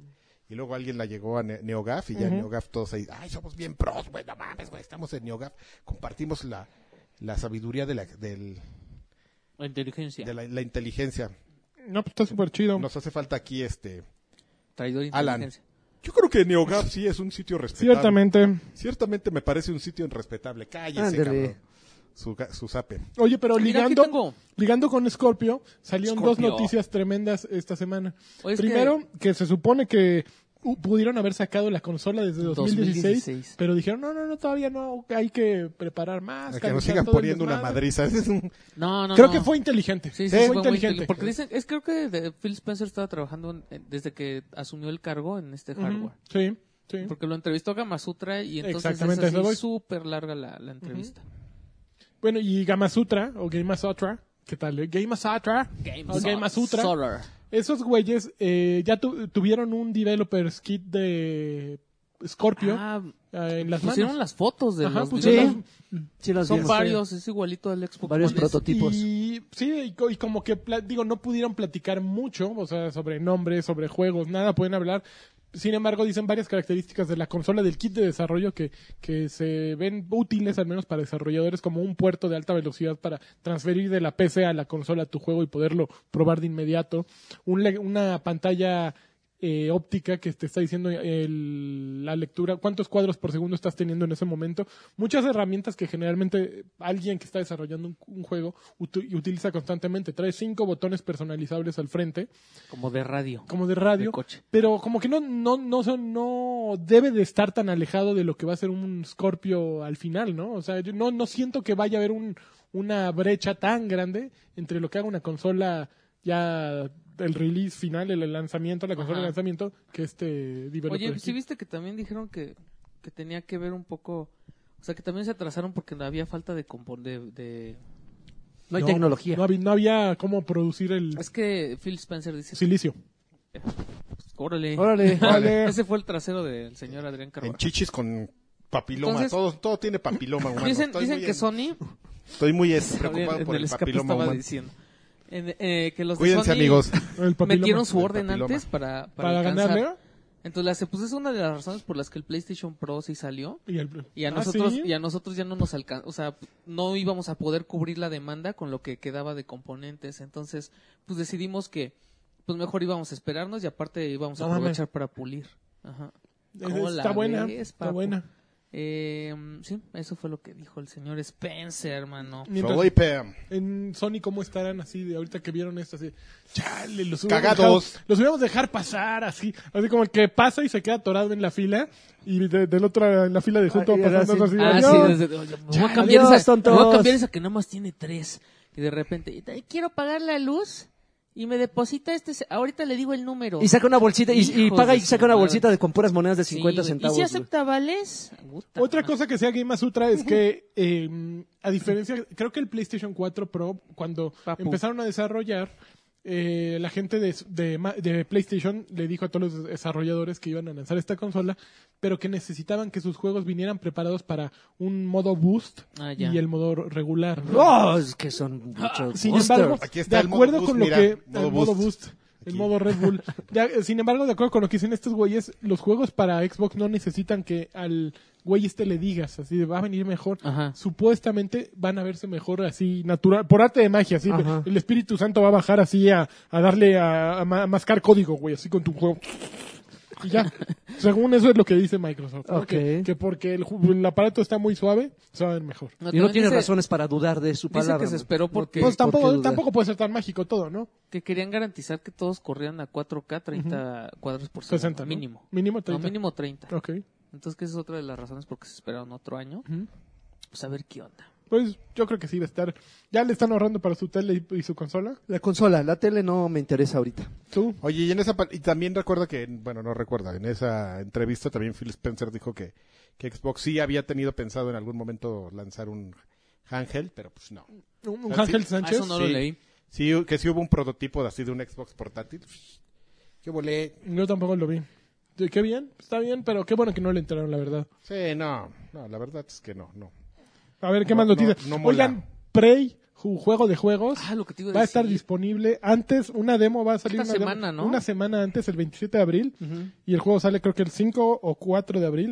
[SPEAKER 3] Y luego alguien la llegó a Ne- NeoGAF y ya NeoGAF todos ahí, ay, somos bien pros, güey, no mames, güey, estamos en NeoGAF, compartimos la, la sabiduría de la, del,
[SPEAKER 5] La inteligencia.
[SPEAKER 3] de la, la inteligencia.
[SPEAKER 4] No, pues está súper chido.
[SPEAKER 3] Nos hace falta aquí este.
[SPEAKER 5] Traidor e
[SPEAKER 3] Alan.
[SPEAKER 5] inteligencia.
[SPEAKER 3] Yo creo que NeoGAF sí es un sitio respetable.
[SPEAKER 4] Ciertamente.
[SPEAKER 3] Ciertamente me parece un sitio respetable. Cállese,
[SPEAKER 2] Ándale.
[SPEAKER 3] cabrón. Su, ga- su zape.
[SPEAKER 4] Oye, pero
[SPEAKER 5] Mira, aquí
[SPEAKER 4] ligando,
[SPEAKER 5] tengo.
[SPEAKER 4] ligando con Scorpio, salieron dos
[SPEAKER 5] Scorpio.
[SPEAKER 4] noticias tremendas esta semana.
[SPEAKER 5] Oye, es
[SPEAKER 4] Primero, que... se supone que uh, pudieron haber sacado la consola desde 2016,
[SPEAKER 5] 2016.
[SPEAKER 4] pero dijeron, no, no, no, todavía no, hay que preparar
[SPEAKER 5] Ah,
[SPEAKER 4] más.
[SPEAKER 3] A que nos
[SPEAKER 4] calentar
[SPEAKER 3] sigan
[SPEAKER 4] todo el
[SPEAKER 3] poniendo una
[SPEAKER 4] desmadre".
[SPEAKER 3] madriza. Es un-
[SPEAKER 5] No, no,
[SPEAKER 4] Creo
[SPEAKER 5] no.
[SPEAKER 4] que fue inteligente.
[SPEAKER 5] Sí, sí,
[SPEAKER 4] fue,
[SPEAKER 5] fue muy
[SPEAKER 4] inteligente.
[SPEAKER 5] inteligente. Porque dicen, es creo que de- Phil Spencer estaba trabajando en- en- desde que asumió el cargo en este
[SPEAKER 4] Ujú,
[SPEAKER 5] hardware.
[SPEAKER 4] Sí, sí.
[SPEAKER 5] Porque lo entrevistó Gamasutra y entonces
[SPEAKER 4] Exactamente,
[SPEAKER 5] es
[SPEAKER 4] eso voy.
[SPEAKER 5] así súper larga la, la entrevista.
[SPEAKER 4] Bueno, y Gamasutra, o Gamasutra, ¿qué tal? eh? Gamasutra. o Gamasutra.
[SPEAKER 5] Solar.
[SPEAKER 4] Esos güeyes eh, ya tu- tuvieron un developer's kit de Scorpio
[SPEAKER 5] Ah,
[SPEAKER 4] eh, en las
[SPEAKER 5] pusieron
[SPEAKER 4] manos.
[SPEAKER 5] las fotos de
[SPEAKER 4] Ajá,
[SPEAKER 5] los
[SPEAKER 4] pusieron
[SPEAKER 5] videos.
[SPEAKER 4] las-
[SPEAKER 2] Sí, los
[SPEAKER 5] Son
[SPEAKER 2] vimos.
[SPEAKER 5] varios, es igualito al Xbox.
[SPEAKER 2] Varios
[SPEAKER 5] One S.
[SPEAKER 2] prototipos.
[SPEAKER 4] Y sí, y, co- y como que, pla- digo, no pudieron platicar mucho, o sea, sobre nombres, sobre juegos, nada, pueden hablar. Sin embargo, dicen varias características de la consola del kit de desarrollo que, que se ven útiles, al menos para desarrolladores, como un puerto de alta velocidad para transferir de la PC a la consola tu juego y poderlo probar de inmediato. Un le- una pantalla eh, óptica que te está diciendo el- la lectura, cuántos cuadros por segundo estás teniendo en ese momento. Muchas herramientas que generalmente alguien que está desarrollando un, un juego utu- y utiliza constantemente. Trae cinco botones personalizables al frente,
[SPEAKER 5] Como de radio.
[SPEAKER 4] como de radio.
[SPEAKER 5] De coche.
[SPEAKER 4] Pero como que no, no, no, son- no debe de estar tan alejado de lo que va a ser un Scorpio al final, ¿no? O sea, yo no, no siento que vaya a haber un, una brecha tan grande entre lo que haga una consola ya el release final, el lanzamiento, la consola
[SPEAKER 5] Ajá.
[SPEAKER 4] de lanzamiento, que este developer
[SPEAKER 5] Oye,
[SPEAKER 4] kit.
[SPEAKER 5] ¿sí viste que también dijeron que, que tenía que ver un poco... O sea, que también se atrasaron porque no había falta de... compon- de, de-
[SPEAKER 2] No hay tecnología.
[SPEAKER 4] No había, no había cómo producir el
[SPEAKER 5] Es que Phil Spencer dice...
[SPEAKER 4] silicio.
[SPEAKER 5] pues, órale.
[SPEAKER 2] Órale.
[SPEAKER 3] Órale.
[SPEAKER 5] Ese fue el trasero del señor Adrián
[SPEAKER 3] en
[SPEAKER 5] Carvajal.
[SPEAKER 3] chichis con papiloma.
[SPEAKER 5] Entonces-
[SPEAKER 3] todo, todo tiene papiloma humano.
[SPEAKER 5] Dicen,
[SPEAKER 3] Estoy
[SPEAKER 5] dicen
[SPEAKER 3] muy
[SPEAKER 5] que
[SPEAKER 3] en-
[SPEAKER 5] Sony...
[SPEAKER 3] Estoy muy es-
[SPEAKER 5] Gabriel,
[SPEAKER 3] preocupado
[SPEAKER 5] en
[SPEAKER 3] por
[SPEAKER 5] el
[SPEAKER 3] el
[SPEAKER 5] escape
[SPEAKER 3] papiloma
[SPEAKER 5] estaba
[SPEAKER 3] humano.
[SPEAKER 5] diciendo. En- eh, que los de
[SPEAKER 3] Cuídense,
[SPEAKER 5] Sony
[SPEAKER 3] amigos.
[SPEAKER 4] El papiloma.
[SPEAKER 5] metieron su
[SPEAKER 3] El
[SPEAKER 5] orden
[SPEAKER 3] papiloma.
[SPEAKER 5] antes para, para,
[SPEAKER 4] para
[SPEAKER 5] alcanzar.
[SPEAKER 4] ganarle. ¿eh?
[SPEAKER 5] Entonces, la- pues, es una de las razones por las que el PlayStation Pro sí salió.
[SPEAKER 4] Y, el-
[SPEAKER 5] Y a
[SPEAKER 4] Ah,
[SPEAKER 5] nosotros,
[SPEAKER 4] ¿sí?
[SPEAKER 5] y a nosotros ya no nos alcanza, o sea, no íbamos a poder cubrir la demanda con lo que quedaba de componentes. Entonces, pues decidimos que, pues mejor íbamos a esperarnos y aparte íbamos a
[SPEAKER 4] No mames.
[SPEAKER 5] aprovechar para pulir. Ajá. ¿Cómo
[SPEAKER 4] Está
[SPEAKER 5] la
[SPEAKER 4] buena.
[SPEAKER 5] ves,
[SPEAKER 4] Está
[SPEAKER 5] papu?
[SPEAKER 4] buena.
[SPEAKER 5] Eh, sí, eso fue lo que dijo el señor Spencer, hermano.
[SPEAKER 4] Mientras-
[SPEAKER 3] Felipe.
[SPEAKER 4] en Sony cómo estarán así de ahorita que vieron esto así chale los
[SPEAKER 3] Cagados.
[SPEAKER 4] hubiéramos dejado- los hubiéramos dejar pasar así así como el que pasa y se queda atorado en la fila y de- del otro en la fila de junto
[SPEAKER 2] Ah, y ahora
[SPEAKER 4] pasando
[SPEAKER 2] sí.
[SPEAKER 4] así,
[SPEAKER 5] Ah,
[SPEAKER 4] Mm, adiós.
[SPEAKER 5] sí, desde- oye, me voy a cambiar
[SPEAKER 2] Adiós,
[SPEAKER 5] esa,
[SPEAKER 2] tontos.
[SPEAKER 5] me voy a cambiar esa que nada más tiene tres. Y de repente, "Y te- quiero pagar la luz y me deposita este, se- ahorita le digo el número.
[SPEAKER 2] Y saca una bolsita y, y
[SPEAKER 5] Hijos
[SPEAKER 2] paga y
[SPEAKER 5] de su
[SPEAKER 2] saca una
[SPEAKER 5] madre.
[SPEAKER 2] bolsita de, con puras monedas de
[SPEAKER 5] Sí,
[SPEAKER 2] 50
[SPEAKER 5] güey.
[SPEAKER 2] centavos.
[SPEAKER 5] ¿Y si
[SPEAKER 2] güey.
[SPEAKER 5] acepta vales? Puta
[SPEAKER 4] Otra
[SPEAKER 5] madre.
[SPEAKER 4] cosa que sea Game Sutra es que, eh, a diferencia, creo que el PlayStation 4 Pro, cuando
[SPEAKER 5] Papu.
[SPEAKER 4] empezaron a desarrollar, eh, la gente de, de ma- de PlayStation le dijo a todos los desarrolladores que iban a lanzar esta consola, pero que necesitaban que sus juegos vinieran preparados para un modo boost
[SPEAKER 5] Ah, ya.
[SPEAKER 4] y el modo regular.
[SPEAKER 2] ¡Oh! Es que son muchos.
[SPEAKER 4] Sin
[SPEAKER 2] monsters.
[SPEAKER 4] embargo,
[SPEAKER 3] Aquí está
[SPEAKER 4] de
[SPEAKER 3] el modo
[SPEAKER 4] acuerdo
[SPEAKER 3] boost,
[SPEAKER 4] con lo
[SPEAKER 3] mira,
[SPEAKER 4] que
[SPEAKER 3] modo
[SPEAKER 4] el modo
[SPEAKER 3] boost.
[SPEAKER 4] boost, el
[SPEAKER 3] Aquí.
[SPEAKER 4] modo Red Bull. De ac- sin embargo, de acuerdo con lo que dicen estos güeyes, los juegos para Xbox no necesitan que al güey este le digas, así de, va a venir mejor.
[SPEAKER 5] Ajá.
[SPEAKER 4] Supuestamente van a verse mejor así natural, por arte de magia, así de-
[SPEAKER 2] Ajá.
[SPEAKER 4] el Espíritu Santo va a bajar así a, a darle a, a ma- a mascar código, güey, así con tu juego. Y ya. Según eso es lo que dice Microsoft. ¿no?
[SPEAKER 2] Ok.
[SPEAKER 4] Que, que porque el, ju- el aparato está muy suave, se va a ver mejor.
[SPEAKER 2] Y no
[SPEAKER 5] también
[SPEAKER 2] tienes
[SPEAKER 5] dice-
[SPEAKER 2] razones para dudar de su
[SPEAKER 5] Dice
[SPEAKER 2] palabra.
[SPEAKER 5] que se
[SPEAKER 2] man.
[SPEAKER 5] esperó porque
[SPEAKER 4] Pues
[SPEAKER 2] por qué
[SPEAKER 4] tampoco,
[SPEAKER 2] dudar?
[SPEAKER 4] tampoco puede ser tan mágico todo, ¿no?
[SPEAKER 5] que querían garantizar que todos corrieran a 4K 30 cuadros por segundo
[SPEAKER 4] 60, ¿no?
[SPEAKER 5] pues, mínimo.
[SPEAKER 4] Mínimo
[SPEAKER 5] No,
[SPEAKER 4] 30.
[SPEAKER 5] mínimo 30.
[SPEAKER 4] Ok.
[SPEAKER 5] Entonces que esa es otra de las razones por qué se esperaron otro año. Pues a ver qué onda.
[SPEAKER 4] Pues yo creo que sí va a estar. ¿Ya le están ahorrando para su tele y, y su consola?
[SPEAKER 2] La consola, la tele no me interesa ahorita.
[SPEAKER 4] ¿Tú?
[SPEAKER 3] Oye, y, en esa, pa- y también recuerda que, bueno, no recuerda, en esa entrevista también Phil Spencer dijo que, que Xbox sí había tenido pensado en algún momento lanzar un handheld, pero pues no.
[SPEAKER 4] ¿Un, un
[SPEAKER 3] Ah,
[SPEAKER 4] Ángel
[SPEAKER 3] sí.
[SPEAKER 5] Ah,
[SPEAKER 4] Sánchez?
[SPEAKER 5] eso no lo
[SPEAKER 3] Sí.
[SPEAKER 5] leí.
[SPEAKER 3] Sí, que sí hubo un prototipo de así de un Xbox portátil. ¿Qué volé?
[SPEAKER 4] Yo tampoco lo vi. Sí, Qué bien, está bien, pero qué bueno que no le entraron, la verdad.
[SPEAKER 3] Sí, no, no, la verdad es que no, no.
[SPEAKER 4] A ver, ¿qué
[SPEAKER 3] No,
[SPEAKER 4] más
[SPEAKER 3] no,
[SPEAKER 4] noticias?
[SPEAKER 3] no mola.
[SPEAKER 4] Oigan, Prey, ju- juego de juegos,
[SPEAKER 5] Ah, lo que te iba a
[SPEAKER 4] va a estar
[SPEAKER 5] decir.
[SPEAKER 4] disponible antes, una demo va a salir una,
[SPEAKER 5] Esta
[SPEAKER 4] demo-
[SPEAKER 5] semana, ¿no?
[SPEAKER 4] una semana antes, el 27 de abril, y el juego sale creo que el 5 o 4 de abril.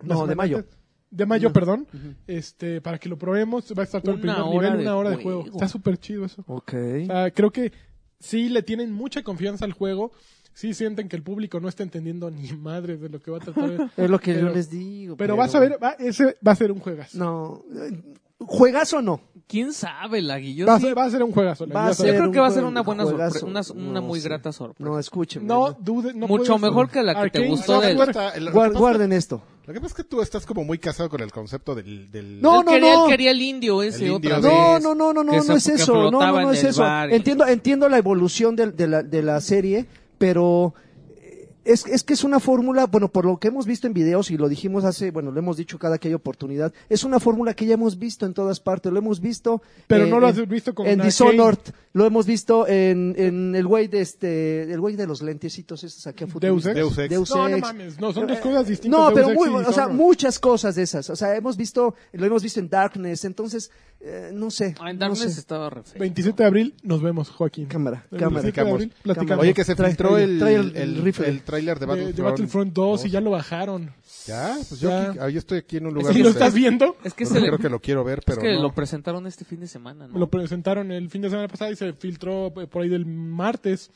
[SPEAKER 4] Una
[SPEAKER 2] No, de
[SPEAKER 4] semana
[SPEAKER 2] mayo.
[SPEAKER 4] antes. de mayo, perdón, este, para que lo probemos. Va a estar todo el
[SPEAKER 5] Una
[SPEAKER 4] primer
[SPEAKER 5] hora
[SPEAKER 4] nivel,
[SPEAKER 5] de
[SPEAKER 4] una hora de
[SPEAKER 5] juego.
[SPEAKER 4] juego. Está súper chido eso.
[SPEAKER 2] Ok.
[SPEAKER 4] O sea, creo que sí le tienen mucha confianza al juego. Sí sienten que el público no está entendiendo ni madre de lo que va a tratar.
[SPEAKER 2] Es lo que
[SPEAKER 4] Pero-
[SPEAKER 2] yo les digo.
[SPEAKER 4] Pero vas a ver, va- ese va a ser un juegazo.
[SPEAKER 2] No. eh, ¿Juegazo o no?
[SPEAKER 5] ¿Quién sabe, Lagui? Yo,
[SPEAKER 4] va, a
[SPEAKER 5] sí-
[SPEAKER 4] ser, va a ser un juegazo. la
[SPEAKER 2] Va a
[SPEAKER 4] verdad.
[SPEAKER 5] yo
[SPEAKER 2] ser
[SPEAKER 5] creo que va a ser
[SPEAKER 2] un
[SPEAKER 5] una buena
[SPEAKER 2] juegazo.
[SPEAKER 5] sorpresa, una, una
[SPEAKER 2] No
[SPEAKER 5] muy
[SPEAKER 2] sé.
[SPEAKER 5] grata sorpresa.
[SPEAKER 2] No, escuchen.
[SPEAKER 4] No dudes. No
[SPEAKER 5] Mucho
[SPEAKER 4] puedes-
[SPEAKER 5] mejor que la que te
[SPEAKER 4] Arcane
[SPEAKER 5] gustó de-
[SPEAKER 4] Software-
[SPEAKER 3] Está- lo,
[SPEAKER 2] Guar-
[SPEAKER 3] que pasa,
[SPEAKER 2] guarden esto.
[SPEAKER 3] lo que pasa es que tú estás como muy casado con el concepto del... del
[SPEAKER 2] No,
[SPEAKER 5] él quería,
[SPEAKER 2] no.
[SPEAKER 5] él quería el indio ese
[SPEAKER 3] El
[SPEAKER 5] otra
[SPEAKER 3] indio
[SPEAKER 5] vez.
[SPEAKER 2] No,
[SPEAKER 3] de-
[SPEAKER 2] no, no, no, no,
[SPEAKER 5] que se-
[SPEAKER 2] no es
[SPEAKER 5] que
[SPEAKER 2] eso. No, no,
[SPEAKER 5] flotaba
[SPEAKER 2] no
[SPEAKER 5] en
[SPEAKER 2] es
[SPEAKER 5] el
[SPEAKER 2] eso.
[SPEAKER 5] bar y-
[SPEAKER 2] Entiendo, entiendo la evolución del- de, la, de la serie, pero eh, es, es que es una fórmula, bueno, por lo que hemos visto en videos y lo dijimos hace, bueno, lo hemos dicho cada que hay oportunidad, es una fórmula que ya hemos visto en todas partes, lo hemos visto.
[SPEAKER 4] Pero
[SPEAKER 2] eh,
[SPEAKER 4] no lo has
[SPEAKER 2] en-
[SPEAKER 4] visto con
[SPEAKER 2] En
[SPEAKER 4] Arcane.
[SPEAKER 2] Dishonored, lo hemos visto en, en el güey de este, el güey de los lentecitos estos aquí a futuro.
[SPEAKER 4] Deus Ex.
[SPEAKER 3] Deus Ex.
[SPEAKER 4] No, no mames. No, son dos cosas distintas.
[SPEAKER 2] Eh, No,
[SPEAKER 4] Deus
[SPEAKER 2] pero
[SPEAKER 4] Ex
[SPEAKER 2] muy,
[SPEAKER 4] y
[SPEAKER 2] o sea,
[SPEAKER 4] Dishonored.
[SPEAKER 2] muchas cosas de esas. O sea, hemos visto, lo hemos visto en Darkness, entonces, eh, no sé.
[SPEAKER 5] Ah, en
[SPEAKER 2] no
[SPEAKER 5] Darkness
[SPEAKER 2] sé.
[SPEAKER 5] estaba re feo.
[SPEAKER 4] 27 de abril, nos vemos, Joaquín.
[SPEAKER 2] Cámara,
[SPEAKER 4] El
[SPEAKER 2] cámara.
[SPEAKER 4] 27 de abril,
[SPEAKER 3] Platicamos.
[SPEAKER 4] platicamos.
[SPEAKER 3] Oye, que se
[SPEAKER 2] Trae-
[SPEAKER 3] filtró
[SPEAKER 2] trae-
[SPEAKER 3] el,
[SPEAKER 2] trae
[SPEAKER 3] el,
[SPEAKER 2] el rifle.
[SPEAKER 3] trailer de
[SPEAKER 4] de, de
[SPEAKER 3] Battlefront,
[SPEAKER 4] Battlefront 2 y ya lo bajaron.
[SPEAKER 3] Ya, pues yo,
[SPEAKER 4] Ya.
[SPEAKER 3] aquí- ah, yo estoy aquí en un
[SPEAKER 4] Si
[SPEAKER 3] lugar...
[SPEAKER 4] lo
[SPEAKER 3] no sé,
[SPEAKER 4] estás viendo,
[SPEAKER 5] Es que,
[SPEAKER 3] no
[SPEAKER 5] se le-
[SPEAKER 3] creo que lo quiero ver,
[SPEAKER 5] es
[SPEAKER 3] pero
[SPEAKER 5] que
[SPEAKER 3] no.
[SPEAKER 5] lo presentaron este fin de semana, ¿no?
[SPEAKER 4] lo presentaron el fin de semana pasado y se filtró eh, por ahí del martes.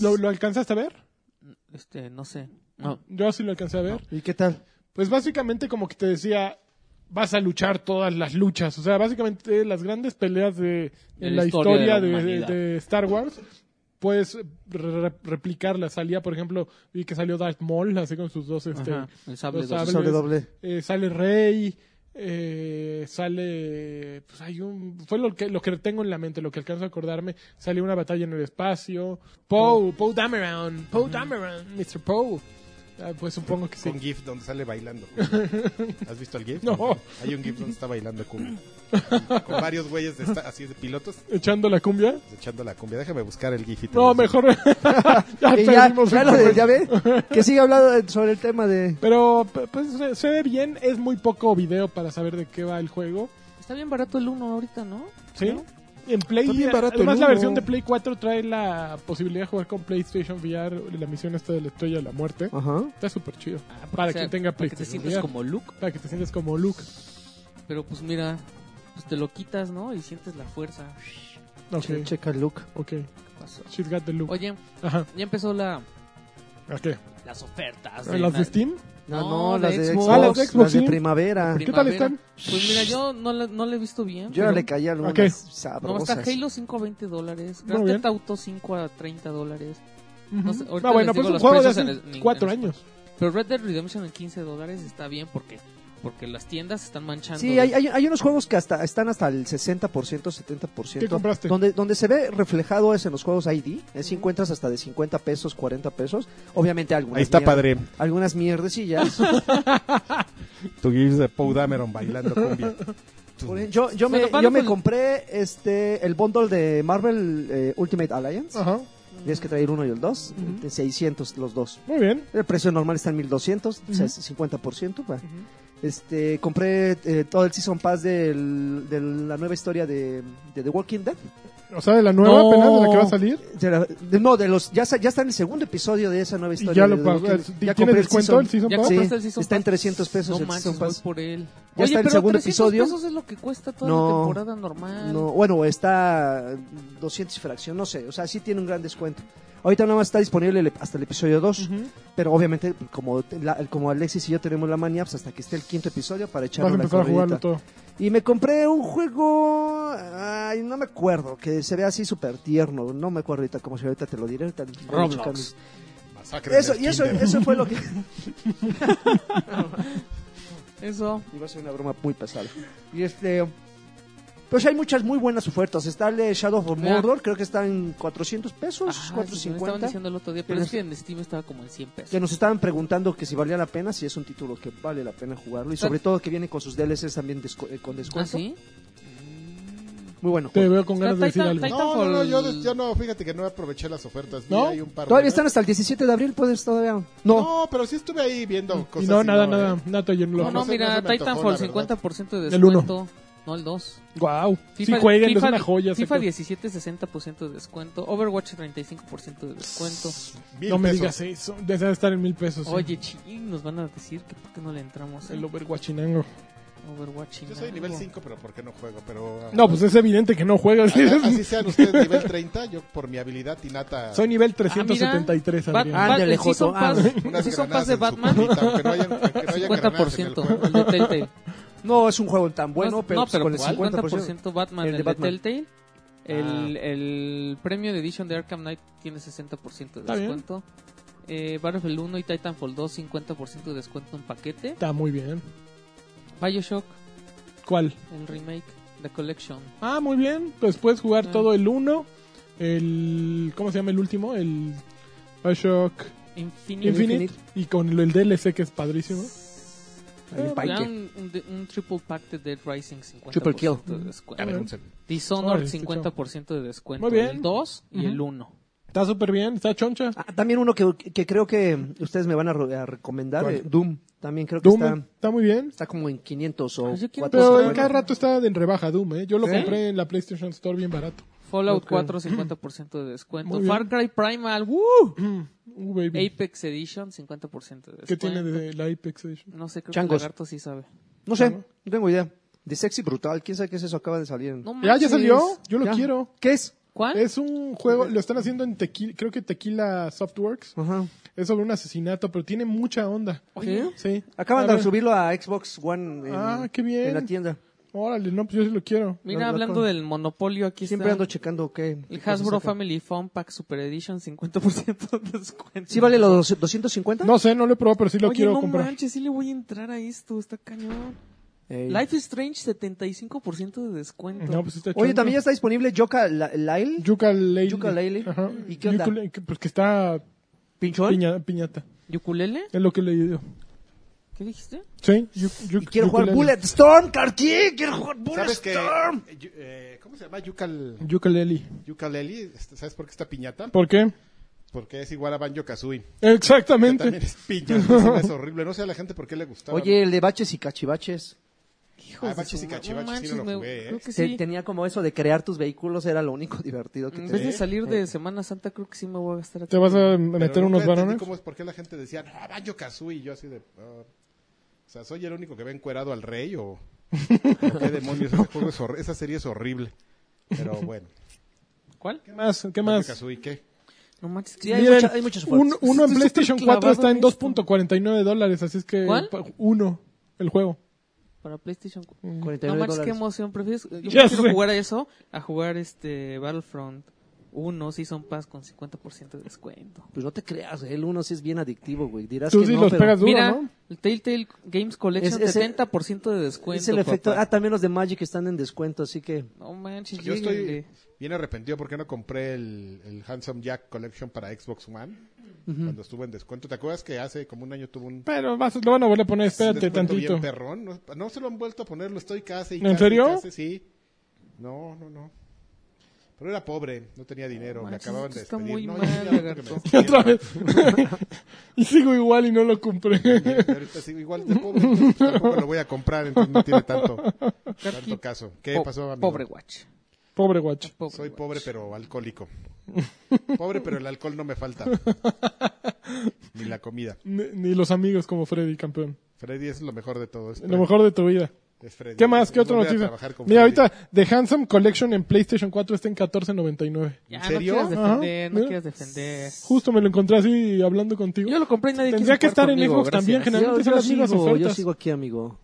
[SPEAKER 4] ¿Lo, lo alcanzaste a ver?
[SPEAKER 5] Este, no sé. No.
[SPEAKER 4] Yo sí lo alcancé a ver.
[SPEAKER 2] ¿Y qué tal?
[SPEAKER 4] Pues básicamente como que te decía, vas a luchar todas las luchas. O sea, básicamente las grandes peleas de,
[SPEAKER 5] De
[SPEAKER 4] en
[SPEAKER 5] la
[SPEAKER 4] la
[SPEAKER 5] historia de
[SPEAKER 4] historia,
[SPEAKER 5] la
[SPEAKER 4] de,
[SPEAKER 5] humanidad.
[SPEAKER 4] de Star Wars, puedes re- replicarlas. Salía, por ejemplo, vi que salió Darth Maul, así con sus dos... Este,
[SPEAKER 5] Ajá, el sable
[SPEAKER 4] los
[SPEAKER 5] doble.
[SPEAKER 4] sables.
[SPEAKER 2] Sobre doble.
[SPEAKER 4] Eh, sale Rey, eh, sale, pues hay un, fue lo que, lo que tengo en la mente, lo que alcanzo a acordarme, sale una batalla en el espacio, Poe, Poe Dameron, Poe Dameron, Mr. Poe, Ah, pues supongo que sí.
[SPEAKER 3] Con GIF donde sale bailando. ¿Has visto el GIF?
[SPEAKER 4] No.
[SPEAKER 3] Hay un GIF donde está bailando cumbia. Con varios güeyes de esta- así de pilotos
[SPEAKER 4] Echando la cumbia.
[SPEAKER 3] echando la cumbia. Déjame buscar el GIF. y te
[SPEAKER 4] No,
[SPEAKER 3] lo-
[SPEAKER 4] mejor.
[SPEAKER 2] Y
[SPEAKER 4] ya
[SPEAKER 2] ya,
[SPEAKER 4] Ah, perdimos
[SPEAKER 2] ya
[SPEAKER 4] el
[SPEAKER 2] lo de-
[SPEAKER 4] juego.
[SPEAKER 2] ya ve, que sigue hablando de- sobre el tema de...
[SPEAKER 4] Pero p- pues se- se ve bien, es muy poco video para saber de qué va el juego.
[SPEAKER 5] Está bien barato el uno ahorita, ¿no?
[SPEAKER 4] ¿Sí? En Play, eh,
[SPEAKER 3] Está bien barato
[SPEAKER 4] además
[SPEAKER 3] el
[SPEAKER 4] la
[SPEAKER 3] uno.
[SPEAKER 4] versión de Play 4 trae la posibilidad de jugar con PlayStation VR, la misión esta de la estrella de la muerte.
[SPEAKER 2] Ajá.
[SPEAKER 4] Está súper chido. para
[SPEAKER 5] O sea,
[SPEAKER 4] quien tenga
[SPEAKER 5] para que te
[SPEAKER 4] PlayStation
[SPEAKER 5] sientas
[SPEAKER 4] VR.
[SPEAKER 5] como Luke.
[SPEAKER 4] Para que te sientas como Luke.
[SPEAKER 5] Pero pues mira, pues te lo quitas, ¿no? Y sientes la fuerza.
[SPEAKER 4] Ok,
[SPEAKER 2] Che- Checa el look.
[SPEAKER 4] ok.
[SPEAKER 5] ¿Qué pasó?
[SPEAKER 4] She's got the Luke.
[SPEAKER 5] Oye,
[SPEAKER 4] Ajá.
[SPEAKER 5] ya empezó la,
[SPEAKER 4] ¿A qué?
[SPEAKER 5] las ofertas.
[SPEAKER 4] ¿A ¿Las de Steam?
[SPEAKER 2] No,
[SPEAKER 5] No,
[SPEAKER 2] no, las
[SPEAKER 5] de
[SPEAKER 2] de
[SPEAKER 5] Xbox.
[SPEAKER 2] Xbox,
[SPEAKER 4] Ah, las de Xbox,
[SPEAKER 2] las de
[SPEAKER 4] sí.
[SPEAKER 2] primavera.
[SPEAKER 4] ¿Qué tal están?
[SPEAKER 5] Pues mira, yo no, la- no le he visto bien.
[SPEAKER 2] Yo ya le caí a algunas
[SPEAKER 4] ¿A qué?
[SPEAKER 5] No,
[SPEAKER 2] sabrosas.
[SPEAKER 5] está Halo 5 a 20 dólares.
[SPEAKER 4] Muy
[SPEAKER 5] Grand
[SPEAKER 4] bien.
[SPEAKER 5] Theft Auto 5 a 30 dólares. No sé,
[SPEAKER 4] Ujú.
[SPEAKER 5] ahorita
[SPEAKER 4] no, bueno,
[SPEAKER 5] les digo
[SPEAKER 4] pero es un
[SPEAKER 5] los
[SPEAKER 4] juego de
[SPEAKER 5] precios
[SPEAKER 4] hace
[SPEAKER 5] en el- en-
[SPEAKER 4] cuatro
[SPEAKER 5] en-
[SPEAKER 4] años.
[SPEAKER 5] Pero Red Dead Redemption en 15 dólares está bien porque, porque las tiendas están manchando.
[SPEAKER 2] Sí, hay, hay, hay unos juegos que hasta están hasta el 60%, 70%.
[SPEAKER 4] ¿Qué compraste?
[SPEAKER 2] Donde, donde se ve reflejado es en los juegos ID. Es si encuentras hasta de 50 pesos, 40 pesos. Obviamente algunas
[SPEAKER 3] Ahí está
[SPEAKER 2] mierdas-
[SPEAKER 3] padre.
[SPEAKER 2] Algunas mierdecillas.
[SPEAKER 3] Tu GIF de Poe Dameron bailando cumbia.
[SPEAKER 2] Por ejemplo, Yo, yo,
[SPEAKER 5] Bueno,
[SPEAKER 2] me,
[SPEAKER 5] van
[SPEAKER 2] yo
[SPEAKER 5] con
[SPEAKER 2] me
[SPEAKER 5] el-
[SPEAKER 2] compré este el bundle de Marvel eh, Ultimate Alliance.
[SPEAKER 4] Ajá.
[SPEAKER 2] Tienes que traer uno y el dos. De 600 los dos.
[SPEAKER 4] Muy bien.
[SPEAKER 2] El precio normal está en 1200, o sea, es 50%. va. Este, compré eh, todo el Season Pass del- de la nueva historia de, de The Walking Dead.
[SPEAKER 4] O sea, de la nueva
[SPEAKER 5] No.
[SPEAKER 4] apenas, de la que va a salir.
[SPEAKER 2] De la- de- no, de los, ya, sa- ya está en el segundo episodio de esa nueva
[SPEAKER 4] Y
[SPEAKER 2] historia.
[SPEAKER 4] ya
[SPEAKER 2] de
[SPEAKER 4] lo
[SPEAKER 2] The
[SPEAKER 4] pagó.
[SPEAKER 2] Walking Dead.
[SPEAKER 4] ¿Tiene
[SPEAKER 2] compré
[SPEAKER 4] descuento el Season
[SPEAKER 5] ¿Ya
[SPEAKER 4] Pass?
[SPEAKER 2] Sí,
[SPEAKER 5] compraste el Season
[SPEAKER 2] pues, está en
[SPEAKER 5] Pass?
[SPEAKER 2] 300 pesos
[SPEAKER 5] No
[SPEAKER 2] el Season
[SPEAKER 5] manches, voy
[SPEAKER 2] Pass.
[SPEAKER 5] por él.
[SPEAKER 2] Ya está el
[SPEAKER 5] pero
[SPEAKER 2] segundo
[SPEAKER 5] 300
[SPEAKER 2] episodio.
[SPEAKER 5] pesos es lo que cuesta toda
[SPEAKER 2] No.
[SPEAKER 5] la temporada normal.
[SPEAKER 2] No, bueno, está 200 y fracción, no sé. O sea, sí tiene un gran descuento. Ahorita nada más está disponible el ep- hasta el episodio 2.
[SPEAKER 4] Ujú.
[SPEAKER 2] Pero obviamente, como, te- la- como Alexis y yo tenemos la manía, pues hasta que esté el quinto episodio para
[SPEAKER 4] Vas
[SPEAKER 2] echarle
[SPEAKER 4] a
[SPEAKER 2] una
[SPEAKER 4] empezar a jugarlo
[SPEAKER 2] corridita.
[SPEAKER 4] todo.
[SPEAKER 2] Y me compré un juego, ay, no me acuerdo, que se ve así súper tierno. No me acuerdo ahorita cómo se ve, ahorita te lo diré. ahorita voy a
[SPEAKER 5] Roblox.
[SPEAKER 2] checarlo.
[SPEAKER 3] Masacre en
[SPEAKER 2] Eso,
[SPEAKER 3] el
[SPEAKER 2] y eso,
[SPEAKER 3] kinder.
[SPEAKER 2] eso fue lo que...
[SPEAKER 5] Eso.
[SPEAKER 2] Iba a ser una broma muy pesada. Y este... Pues hay muchas muy buenas ofertas. Está el de Shadow of
[SPEAKER 5] Mira.
[SPEAKER 2] Mordor, creo que está en 400 pesos,
[SPEAKER 5] Ah, sí, me estaban
[SPEAKER 2] 450.
[SPEAKER 5] diciendo el otro día, pero
[SPEAKER 2] Pero
[SPEAKER 5] es que en Steam estaba como en 100 pesos.
[SPEAKER 2] que nos estaban preguntando que si valía la pena, si es un título que vale la pena jugarlo. Y sobre todo que viene con sus DLCs también descu- eh, con
[SPEAKER 5] ¿Ah,
[SPEAKER 2] descuento.
[SPEAKER 5] sí?
[SPEAKER 2] Muy bueno.
[SPEAKER 4] Te veo con
[SPEAKER 5] Está
[SPEAKER 4] ganas de decir
[SPEAKER 5] Titan-
[SPEAKER 4] algo.
[SPEAKER 5] Titan-
[SPEAKER 3] No, no, no, yo, des- yo no, fíjate que no aproveché las ofertas. Vi
[SPEAKER 4] ¿No?
[SPEAKER 3] ahí un par
[SPEAKER 2] Todavía
[SPEAKER 3] de-
[SPEAKER 2] están hasta el 17 de abril, puedes todavía. No,
[SPEAKER 3] No, pero sí estuve ahí viendo
[SPEAKER 4] Y
[SPEAKER 3] cosas.
[SPEAKER 4] no,
[SPEAKER 3] y
[SPEAKER 4] nada,
[SPEAKER 3] eh.
[SPEAKER 4] nada. Nada, yo no lo
[SPEAKER 5] No, no,
[SPEAKER 3] sé, no
[SPEAKER 5] mira,
[SPEAKER 3] se me antojó,
[SPEAKER 5] Titanfall
[SPEAKER 3] la verdad.
[SPEAKER 5] 50% de
[SPEAKER 4] El uno.
[SPEAKER 5] descuento. No, el 2.
[SPEAKER 4] Wow. sí, jueguen, es
[SPEAKER 5] FIFA,
[SPEAKER 4] una joya.
[SPEAKER 5] FIFA
[SPEAKER 4] saca-
[SPEAKER 5] 17, 60% de descuento. Overwatch, 35% de descuento.
[SPEAKER 3] Mil
[SPEAKER 4] no me
[SPEAKER 3] pesos.
[SPEAKER 4] digas eso. Desean estar en mil pesos. sí.
[SPEAKER 5] Oye, ching, nos van a decir que por qué no le entramos
[SPEAKER 4] El
[SPEAKER 5] al
[SPEAKER 4] Overwatchinango.
[SPEAKER 5] Overwatch. y
[SPEAKER 3] Yo soy
[SPEAKER 5] nada.
[SPEAKER 3] nivel 5, pero ¿por qué no juego? Pero,
[SPEAKER 4] No, pues es evidente que no juegas.
[SPEAKER 5] Ah,
[SPEAKER 3] Así sean ustedes nivel 30, yo por mi habilidad innata...
[SPEAKER 4] Soy nivel
[SPEAKER 5] Ah, mira. ah.
[SPEAKER 4] 373,
[SPEAKER 5] Bat-
[SPEAKER 4] Adrián.
[SPEAKER 5] Bat-
[SPEAKER 7] Ándale,
[SPEAKER 5] el Season
[SPEAKER 7] Joto,
[SPEAKER 5] Pass-
[SPEAKER 3] unas
[SPEAKER 5] el Season
[SPEAKER 3] granadas
[SPEAKER 5] Pass de
[SPEAKER 3] en su
[SPEAKER 5] Batman,
[SPEAKER 3] copita, aunque no haya- que no haya granadas en el
[SPEAKER 5] 50%
[SPEAKER 3] juego.
[SPEAKER 5] el de Telltale.
[SPEAKER 2] No, es un juego tan bueno,
[SPEAKER 5] No,
[SPEAKER 2] pero, pues, con el 50%.
[SPEAKER 5] 50% Batman,
[SPEAKER 2] El
[SPEAKER 5] el
[SPEAKER 2] de
[SPEAKER 5] de,
[SPEAKER 2] Batman.
[SPEAKER 5] Telltale. El, el premio de edición de Arkham Knight tiene 60% de
[SPEAKER 4] Está bien.
[SPEAKER 5] descuento. Eh, Battlefield 1 y Titanfall 2, 50% de descuento en paquete.
[SPEAKER 4] Está muy bien.
[SPEAKER 5] Bioshock,
[SPEAKER 4] ¿Cuál?
[SPEAKER 5] el remake, The Collection.
[SPEAKER 4] Ah, muy bien. Pues puedes jugar
[SPEAKER 5] Ah.
[SPEAKER 4] todo el 1, el... ¿Cómo se llama el último? El Bioshock
[SPEAKER 5] Infinite.
[SPEAKER 4] Infinite.
[SPEAKER 2] Infinite.
[SPEAKER 4] Y con el, el DLC que es padrísimo.
[SPEAKER 2] El
[SPEAKER 4] Ah,
[SPEAKER 5] Te dan
[SPEAKER 2] Pike.
[SPEAKER 5] Un, un- un triple pack de Dead Rising 50%
[SPEAKER 2] Triple kill.
[SPEAKER 5] de
[SPEAKER 3] A ver,
[SPEAKER 5] descuento.
[SPEAKER 3] un segundo.
[SPEAKER 5] Dishonored
[SPEAKER 4] Órale, este
[SPEAKER 5] 50% de descuento.
[SPEAKER 4] Muy bien.
[SPEAKER 5] El 2 y el 1.
[SPEAKER 4] Está súper bien, está choncha.
[SPEAKER 2] Ah, también uno que, que creo que ustedes me van a, ro- a recomendar,
[SPEAKER 4] ¿Cuál?
[SPEAKER 2] eh, Doom. También creo que
[SPEAKER 4] Doom
[SPEAKER 2] está,
[SPEAKER 4] está... muy bien.
[SPEAKER 2] está como en 500 o
[SPEAKER 5] Ah, yo
[SPEAKER 2] 400.
[SPEAKER 5] quiero-
[SPEAKER 4] Pero
[SPEAKER 5] Pues,
[SPEAKER 4] en cada
[SPEAKER 5] bueno.
[SPEAKER 4] rato está en rebaja Doom, ¿eh? Yo lo
[SPEAKER 2] ¿Sí?
[SPEAKER 4] compré en la PlayStation Store bien barato.
[SPEAKER 5] Fallout
[SPEAKER 2] Ok.
[SPEAKER 5] 4, 50% de descuento.
[SPEAKER 4] Muy bien.
[SPEAKER 5] Far Cry Primal, ¡woo!
[SPEAKER 4] Uh, baby.
[SPEAKER 5] Apex Edition, 50% de descuento.
[SPEAKER 4] ¿Qué tiene de la Apex Edition?
[SPEAKER 5] No sé, creo que
[SPEAKER 2] Changos.
[SPEAKER 5] Lagarto sí sabe.
[SPEAKER 2] No sé, no tengo idea. De sexy brutal, quién sabe qué es eso, acaba de salir.
[SPEAKER 5] No
[SPEAKER 4] Ya, ya
[SPEAKER 5] manches.
[SPEAKER 4] salió. Yo lo
[SPEAKER 2] Ya.
[SPEAKER 4] quiero.
[SPEAKER 2] ¿Qué es?
[SPEAKER 5] ¿Cuál?
[SPEAKER 4] Es un juego, lo están haciendo en Tequila, creo que Tequila Softworks.
[SPEAKER 2] Ajá.
[SPEAKER 4] Es sobre un asesinato, pero tiene mucha onda.
[SPEAKER 5] Oye.
[SPEAKER 4] Sí.
[SPEAKER 2] Acaban
[SPEAKER 4] A
[SPEAKER 2] de
[SPEAKER 4] ver,
[SPEAKER 2] subirlo a Xbox One en,
[SPEAKER 4] Ah, qué bien.
[SPEAKER 2] en la tienda.
[SPEAKER 4] Órale, no, pues yo sí lo quiero.
[SPEAKER 5] Mira,
[SPEAKER 2] Los
[SPEAKER 5] hablando
[SPEAKER 2] locos.
[SPEAKER 5] del monopolio, aquí
[SPEAKER 2] Siempre
[SPEAKER 5] está.
[SPEAKER 2] ando checando qué. qué
[SPEAKER 5] El
[SPEAKER 2] cosas
[SPEAKER 5] Hasbro
[SPEAKER 2] sacan.
[SPEAKER 5] Family Fun Pack Super Edition, 50% de descuento.
[SPEAKER 2] ¿Sí vale los 250?
[SPEAKER 4] No sé, no lo he probado, pero sí lo
[SPEAKER 5] Oye,
[SPEAKER 4] quiero
[SPEAKER 5] no
[SPEAKER 4] comprar.
[SPEAKER 5] manches, sí le voy a entrar a esto, está cañón.
[SPEAKER 2] Ey.
[SPEAKER 5] Life is Strange, 75% de descuento.
[SPEAKER 4] No, pues está
[SPEAKER 2] Oye,
[SPEAKER 4] choncho.
[SPEAKER 2] también ya está disponible Yoka La- Lyle.
[SPEAKER 4] Yuka Leile.
[SPEAKER 2] Yuka Leile.
[SPEAKER 4] Ajá.
[SPEAKER 2] ¿Y qué onda?
[SPEAKER 4] Yukulele, que- Pues que está
[SPEAKER 2] Pinchón.
[SPEAKER 4] piña- piñata.
[SPEAKER 5] ¿Yukulele?
[SPEAKER 4] Es lo que le digo.
[SPEAKER 5] ¿Qué dijiste?
[SPEAKER 4] Sí. yu- yu-
[SPEAKER 2] Y quiero jugar
[SPEAKER 4] yukulele.
[SPEAKER 2] Bulletstorm, Cartier. Quiero jugar
[SPEAKER 3] ¿Sabes qué?
[SPEAKER 2] Bulletstorm.
[SPEAKER 3] Eh, yu- eh, ¿Cómo se llama? Yucal...
[SPEAKER 4] Yukulele.
[SPEAKER 3] Yucaleli. Este, ¿Sabes por qué está piñata?
[SPEAKER 4] ¿Por qué?
[SPEAKER 3] Porque es igual a Banjo Kazooie.
[SPEAKER 4] Exactamente.
[SPEAKER 3] También es piñata. es horrible. No sé a la gente por qué le gustaba.
[SPEAKER 2] Oye, el de baches y cachivaches.
[SPEAKER 5] Hijos
[SPEAKER 3] Ah, Baches
[SPEAKER 5] de
[SPEAKER 3] y
[SPEAKER 5] su ma-
[SPEAKER 3] Cachivaches,
[SPEAKER 5] no
[SPEAKER 3] sí lo
[SPEAKER 5] manches,
[SPEAKER 3] jugué,
[SPEAKER 5] me-
[SPEAKER 3] ¿eh?
[SPEAKER 5] Creo que
[SPEAKER 2] Te-
[SPEAKER 5] sí. Mm,
[SPEAKER 2] Tenía como eso de crear tus vehículos, era lo único divertido que
[SPEAKER 5] En
[SPEAKER 2] tenía.
[SPEAKER 5] vez de salir de Semana Santa, creo que sí me voy a gastar aquí.
[SPEAKER 4] ¿Te vas a
[SPEAKER 3] Pero
[SPEAKER 4] meter
[SPEAKER 3] nunca
[SPEAKER 4] unos
[SPEAKER 3] entendí
[SPEAKER 4] varones?
[SPEAKER 3] cómo es por qué la gente decía, ah, Banjo Kazooie. Y yo así de. ah, o sea, ¿soy el único que ve encuerado al rey o.? o ¿Qué demonios? Ese juego es hor- Esa serie es horrible. Pero bueno.
[SPEAKER 5] ¿Cuál?
[SPEAKER 4] ¿Qué más? ¿Qué
[SPEAKER 3] Banjo
[SPEAKER 4] más?
[SPEAKER 3] Kazooie, ¿qué?
[SPEAKER 5] No manches, que
[SPEAKER 2] Sí, hay,
[SPEAKER 4] Miren,
[SPEAKER 2] mucha- hay muchos
[SPEAKER 4] un-
[SPEAKER 2] juegos.
[SPEAKER 4] uno en
[SPEAKER 5] Estoy
[SPEAKER 4] PlayStation
[SPEAKER 5] súper
[SPEAKER 4] 4 está en
[SPEAKER 5] clavado en
[SPEAKER 4] 2.49 dólares, así es que
[SPEAKER 5] ¿Cuál?
[SPEAKER 4] pa- uno, el juego.
[SPEAKER 5] para PlayStation 4.
[SPEAKER 2] 49
[SPEAKER 5] No manches, qué
[SPEAKER 2] dólares.
[SPEAKER 5] emoción. Prefieres, yo
[SPEAKER 4] Ya
[SPEAKER 5] prefiero
[SPEAKER 4] sé.
[SPEAKER 5] jugar a eso a jugar este Battlefront 1 Season Pass con 50% de descuento.
[SPEAKER 2] Pues no te creas, el uno sí es bien adictivo, güey. Dirás
[SPEAKER 4] Tú
[SPEAKER 2] que
[SPEAKER 4] sí
[SPEAKER 2] no,
[SPEAKER 4] los
[SPEAKER 2] pero
[SPEAKER 4] pegas duro,
[SPEAKER 5] Mira,
[SPEAKER 4] ¿no?
[SPEAKER 5] el Telltale Games Collection,
[SPEAKER 2] Es- es el-
[SPEAKER 5] 70% de descuento.
[SPEAKER 2] es el efecto.
[SPEAKER 5] papá.
[SPEAKER 2] Ah, también los de Magic están en descuento, así que
[SPEAKER 5] No manches,
[SPEAKER 3] Yo estoy
[SPEAKER 5] lléguenle.
[SPEAKER 3] bien arrepentido porque no compré el, el Handsome Jack Collection para Xbox One cuando estuvo en descuento. ¿Te acuerdas que hace como un año tuvo un
[SPEAKER 4] Pero vas, lo van a volver a poner, espérate
[SPEAKER 3] descuento bien
[SPEAKER 4] tantito.
[SPEAKER 3] perrón? No, no se lo han vuelto a poner, lo estoy casi. y
[SPEAKER 4] ¿En
[SPEAKER 3] casi,
[SPEAKER 4] serio?
[SPEAKER 3] casi, sí. No, no, no. Pero era pobre, no tenía dinero, me
[SPEAKER 5] manches,
[SPEAKER 3] acababan
[SPEAKER 5] esto
[SPEAKER 3] de
[SPEAKER 5] está
[SPEAKER 3] despedir.
[SPEAKER 5] muy
[SPEAKER 3] no,
[SPEAKER 5] mal,
[SPEAKER 3] ya no creo que me
[SPEAKER 5] lagarto.
[SPEAKER 3] despidieron.
[SPEAKER 4] Otra vez. y sigo igual y no lo compré.
[SPEAKER 3] Ahorita sigo igual de pobre, entonces pues, tampoco lo voy a comprar, entonces no tiene tanto, tanto caso. ¿Qué
[SPEAKER 5] Po-
[SPEAKER 3] pasó, amigo?
[SPEAKER 5] Pobre Watch.
[SPEAKER 4] Pobre guacho.
[SPEAKER 5] Pobre
[SPEAKER 3] Soy
[SPEAKER 5] Watch.
[SPEAKER 3] pobre pero alcohólico. Pobre pero el alcohol no me falta. Ni la comida.
[SPEAKER 4] Ni, ni los amigos como Freddy, campeón.
[SPEAKER 3] Freddy es lo mejor de todo. Es
[SPEAKER 4] Lo mejor de tu vida.
[SPEAKER 3] Fre- es Freddy.
[SPEAKER 4] ¿Qué más? ¿Qué otra
[SPEAKER 3] Volver a
[SPEAKER 4] noticia?
[SPEAKER 3] trabajar con
[SPEAKER 4] Mira,
[SPEAKER 3] Freddy.
[SPEAKER 4] ahorita The Handsome Collection en PlayStation 4 está en 14.99.
[SPEAKER 5] Ya,
[SPEAKER 3] ¿En serio?
[SPEAKER 5] No quieras defender,
[SPEAKER 4] Ajá,
[SPEAKER 5] no
[SPEAKER 4] mira.
[SPEAKER 5] quieras defender.
[SPEAKER 4] Justo me lo encontré así hablando contigo.
[SPEAKER 5] Yo lo compré y nadie
[SPEAKER 4] Tendría
[SPEAKER 5] quiso
[SPEAKER 4] que estar
[SPEAKER 5] jugar
[SPEAKER 4] en
[SPEAKER 5] conmigo,
[SPEAKER 4] Xbox
[SPEAKER 5] gracias.
[SPEAKER 4] también, generalmente
[SPEAKER 2] yo,
[SPEAKER 4] son
[SPEAKER 2] yo
[SPEAKER 4] las mismas
[SPEAKER 2] sigo, yo
[SPEAKER 4] ofertas.
[SPEAKER 2] sigo aquí, amigo.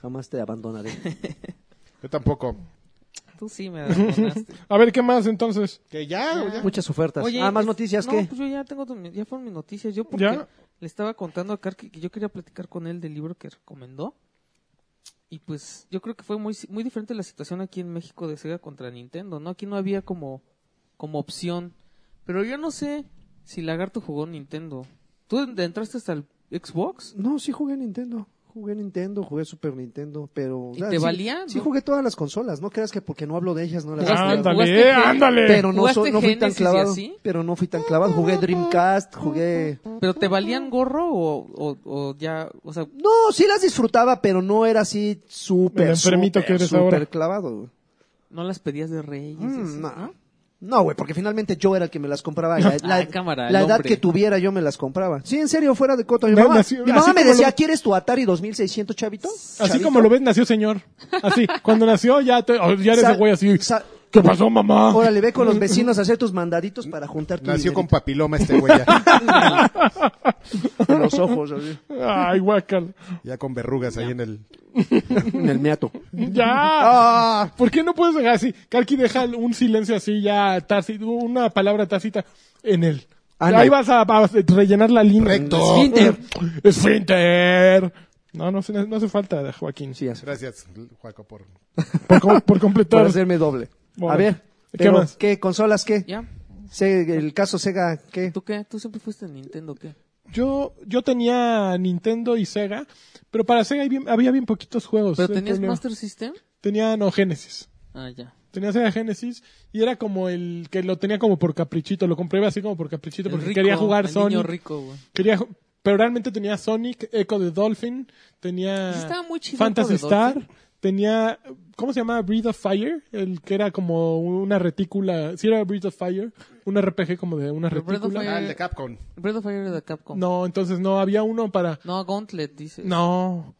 [SPEAKER 2] Jamás te abandonaré.
[SPEAKER 3] Yo tampoco.
[SPEAKER 5] Tú sí me abandonaste.
[SPEAKER 4] A ver, ¿qué más entonces?
[SPEAKER 3] Que ya, ya.
[SPEAKER 2] Muchas ofertas. ah, más
[SPEAKER 5] es-
[SPEAKER 2] noticias
[SPEAKER 5] no,
[SPEAKER 2] que.
[SPEAKER 5] pues yo ya tengo, tu- ya fueron mis noticias. Yo porque
[SPEAKER 4] ¿Ya?
[SPEAKER 5] le estaba contando a Car que, que yo quería platicar con él del libro que recomendó. Y pues yo creo que fue muy, si- muy diferente la situación aquí en México de Sega contra Nintendo, ¿no? Aquí no había como, como opción. Pero yo no sé si Lagarto jugó Nintendo. ¿Tú en- entraste hasta el Xbox?
[SPEAKER 2] No, sí jugué a Nintendo. Jugué Nintendo, jugué Super Nintendo, pero...
[SPEAKER 5] ¿Y
[SPEAKER 2] ah,
[SPEAKER 5] te
[SPEAKER 2] sí,
[SPEAKER 5] valía,
[SPEAKER 2] Sí
[SPEAKER 5] no?
[SPEAKER 2] jugué todas las consolas, no creas que porque no hablo de ellas no las
[SPEAKER 5] ¿Jugaste-
[SPEAKER 2] he jugado.
[SPEAKER 5] jugaste
[SPEAKER 4] ándale,
[SPEAKER 5] Gen-
[SPEAKER 4] ándale.
[SPEAKER 2] Pero no,
[SPEAKER 5] ¿Jugaste
[SPEAKER 2] so- no fui tan
[SPEAKER 5] Genesis y
[SPEAKER 2] clavado,
[SPEAKER 5] así?
[SPEAKER 2] pero no fui tan clavado, jugué Dreamcast, jugué...
[SPEAKER 5] ¿Pero te valían gorro o, o, o ya, o sea,
[SPEAKER 2] No, sí las disfrutaba, pero no era así
[SPEAKER 4] El
[SPEAKER 2] súper,
[SPEAKER 4] enfermito que
[SPEAKER 2] súper,
[SPEAKER 4] eres
[SPEAKER 2] súper
[SPEAKER 4] ahora.
[SPEAKER 2] clavado. güey.
[SPEAKER 5] no las pedías de reyes?
[SPEAKER 2] Mm,
[SPEAKER 5] así,
[SPEAKER 2] no. No, güey, porque finalmente yo era el que me las compraba. La,
[SPEAKER 5] Ah, cámara, el
[SPEAKER 2] la edad
[SPEAKER 5] hombre.
[SPEAKER 2] que tuviera yo me las compraba. Sí, en serio, fuera de coto. Mi
[SPEAKER 4] No,
[SPEAKER 2] mamá,
[SPEAKER 4] nació-
[SPEAKER 2] mi mamá
[SPEAKER 4] así
[SPEAKER 2] me
[SPEAKER 4] como
[SPEAKER 2] decía,
[SPEAKER 4] lo-
[SPEAKER 2] ¿quieres tu Atari 2600, chavito?
[SPEAKER 4] Así como lo ves, nació señor. Así, cuando nació ya, te- oh, ya eres
[SPEAKER 2] Sa-
[SPEAKER 4] el güey así.
[SPEAKER 2] sa-
[SPEAKER 4] ¿Qué pasó, mamá?
[SPEAKER 2] Órale, ve con los vecinos a hacer tus mandaditos para juntar tu
[SPEAKER 3] Nació con
[SPEAKER 2] dinerito
[SPEAKER 3] papiloma este güey ya,
[SPEAKER 2] en los ojos, así,
[SPEAKER 4] Ay, guacal.
[SPEAKER 3] ya con verrugas ahí en el...
[SPEAKER 2] en el meato.
[SPEAKER 4] Ya.
[SPEAKER 2] ¡Ah!
[SPEAKER 4] ¿Por qué no puedes dejar así? Karki deja un silencio así ya tácito, una palabra tácita en él.
[SPEAKER 2] Ah, no.
[SPEAKER 4] Ahí vas a, a rellenar la línea.
[SPEAKER 3] Recto.
[SPEAKER 4] Esfínter. Esfínter. No, no, hace- no hace falta, Joaquín.
[SPEAKER 2] Sí, así,
[SPEAKER 3] Gracias, Juaco, por...
[SPEAKER 4] Por, com- por
[SPEAKER 2] por
[SPEAKER 4] completar.
[SPEAKER 2] hacerme doble.
[SPEAKER 4] Bueno.
[SPEAKER 2] A ver,
[SPEAKER 4] ¿Qué
[SPEAKER 2] pero,
[SPEAKER 4] más?
[SPEAKER 2] ¿qué? ¿Consolas qué?
[SPEAKER 5] ¿Ya?
[SPEAKER 2] Se- el caso Sega, ¿qué?
[SPEAKER 5] ¿Tú qué? ¿Tú siempre fuiste en Nintendo qué?
[SPEAKER 4] Pues Yo, yo tenía Nintendo y Sega, pero para Sega hay bien- había bien poquitos juegos.
[SPEAKER 5] ¿Pero
[SPEAKER 4] El
[SPEAKER 5] tenías
[SPEAKER 4] problema-
[SPEAKER 5] Master System?
[SPEAKER 4] Tenía, no, Genesis.
[SPEAKER 5] Ah, ya.
[SPEAKER 4] Tenía Sega Genesis y era como el que lo tenía como por caprichito, lo compré así como por caprichito
[SPEAKER 5] El
[SPEAKER 4] porque
[SPEAKER 5] rico,
[SPEAKER 4] quería jugar
[SPEAKER 5] el niño
[SPEAKER 4] Sonic.
[SPEAKER 5] rico, güey.
[SPEAKER 4] Quería, ju- pero realmente tenía Sonic, Echo the Dolphin, tenía
[SPEAKER 5] Sí, estaba muy chido
[SPEAKER 4] Fantasy
[SPEAKER 5] Echo the
[SPEAKER 4] Star,
[SPEAKER 5] Dolphin.
[SPEAKER 4] tenía, ¿cómo se llama? Breath of Fire, el que era como una retícula, sí era Breath of Fire, un RPG como de una
[SPEAKER 5] Pero Breath of
[SPEAKER 4] retícula.
[SPEAKER 5] Fire-
[SPEAKER 3] Ah, el de Capcom.
[SPEAKER 5] Breath of Fire de Capcom.
[SPEAKER 4] No, entonces no, había uno para...
[SPEAKER 5] No, Gauntlet, dices.
[SPEAKER 4] No.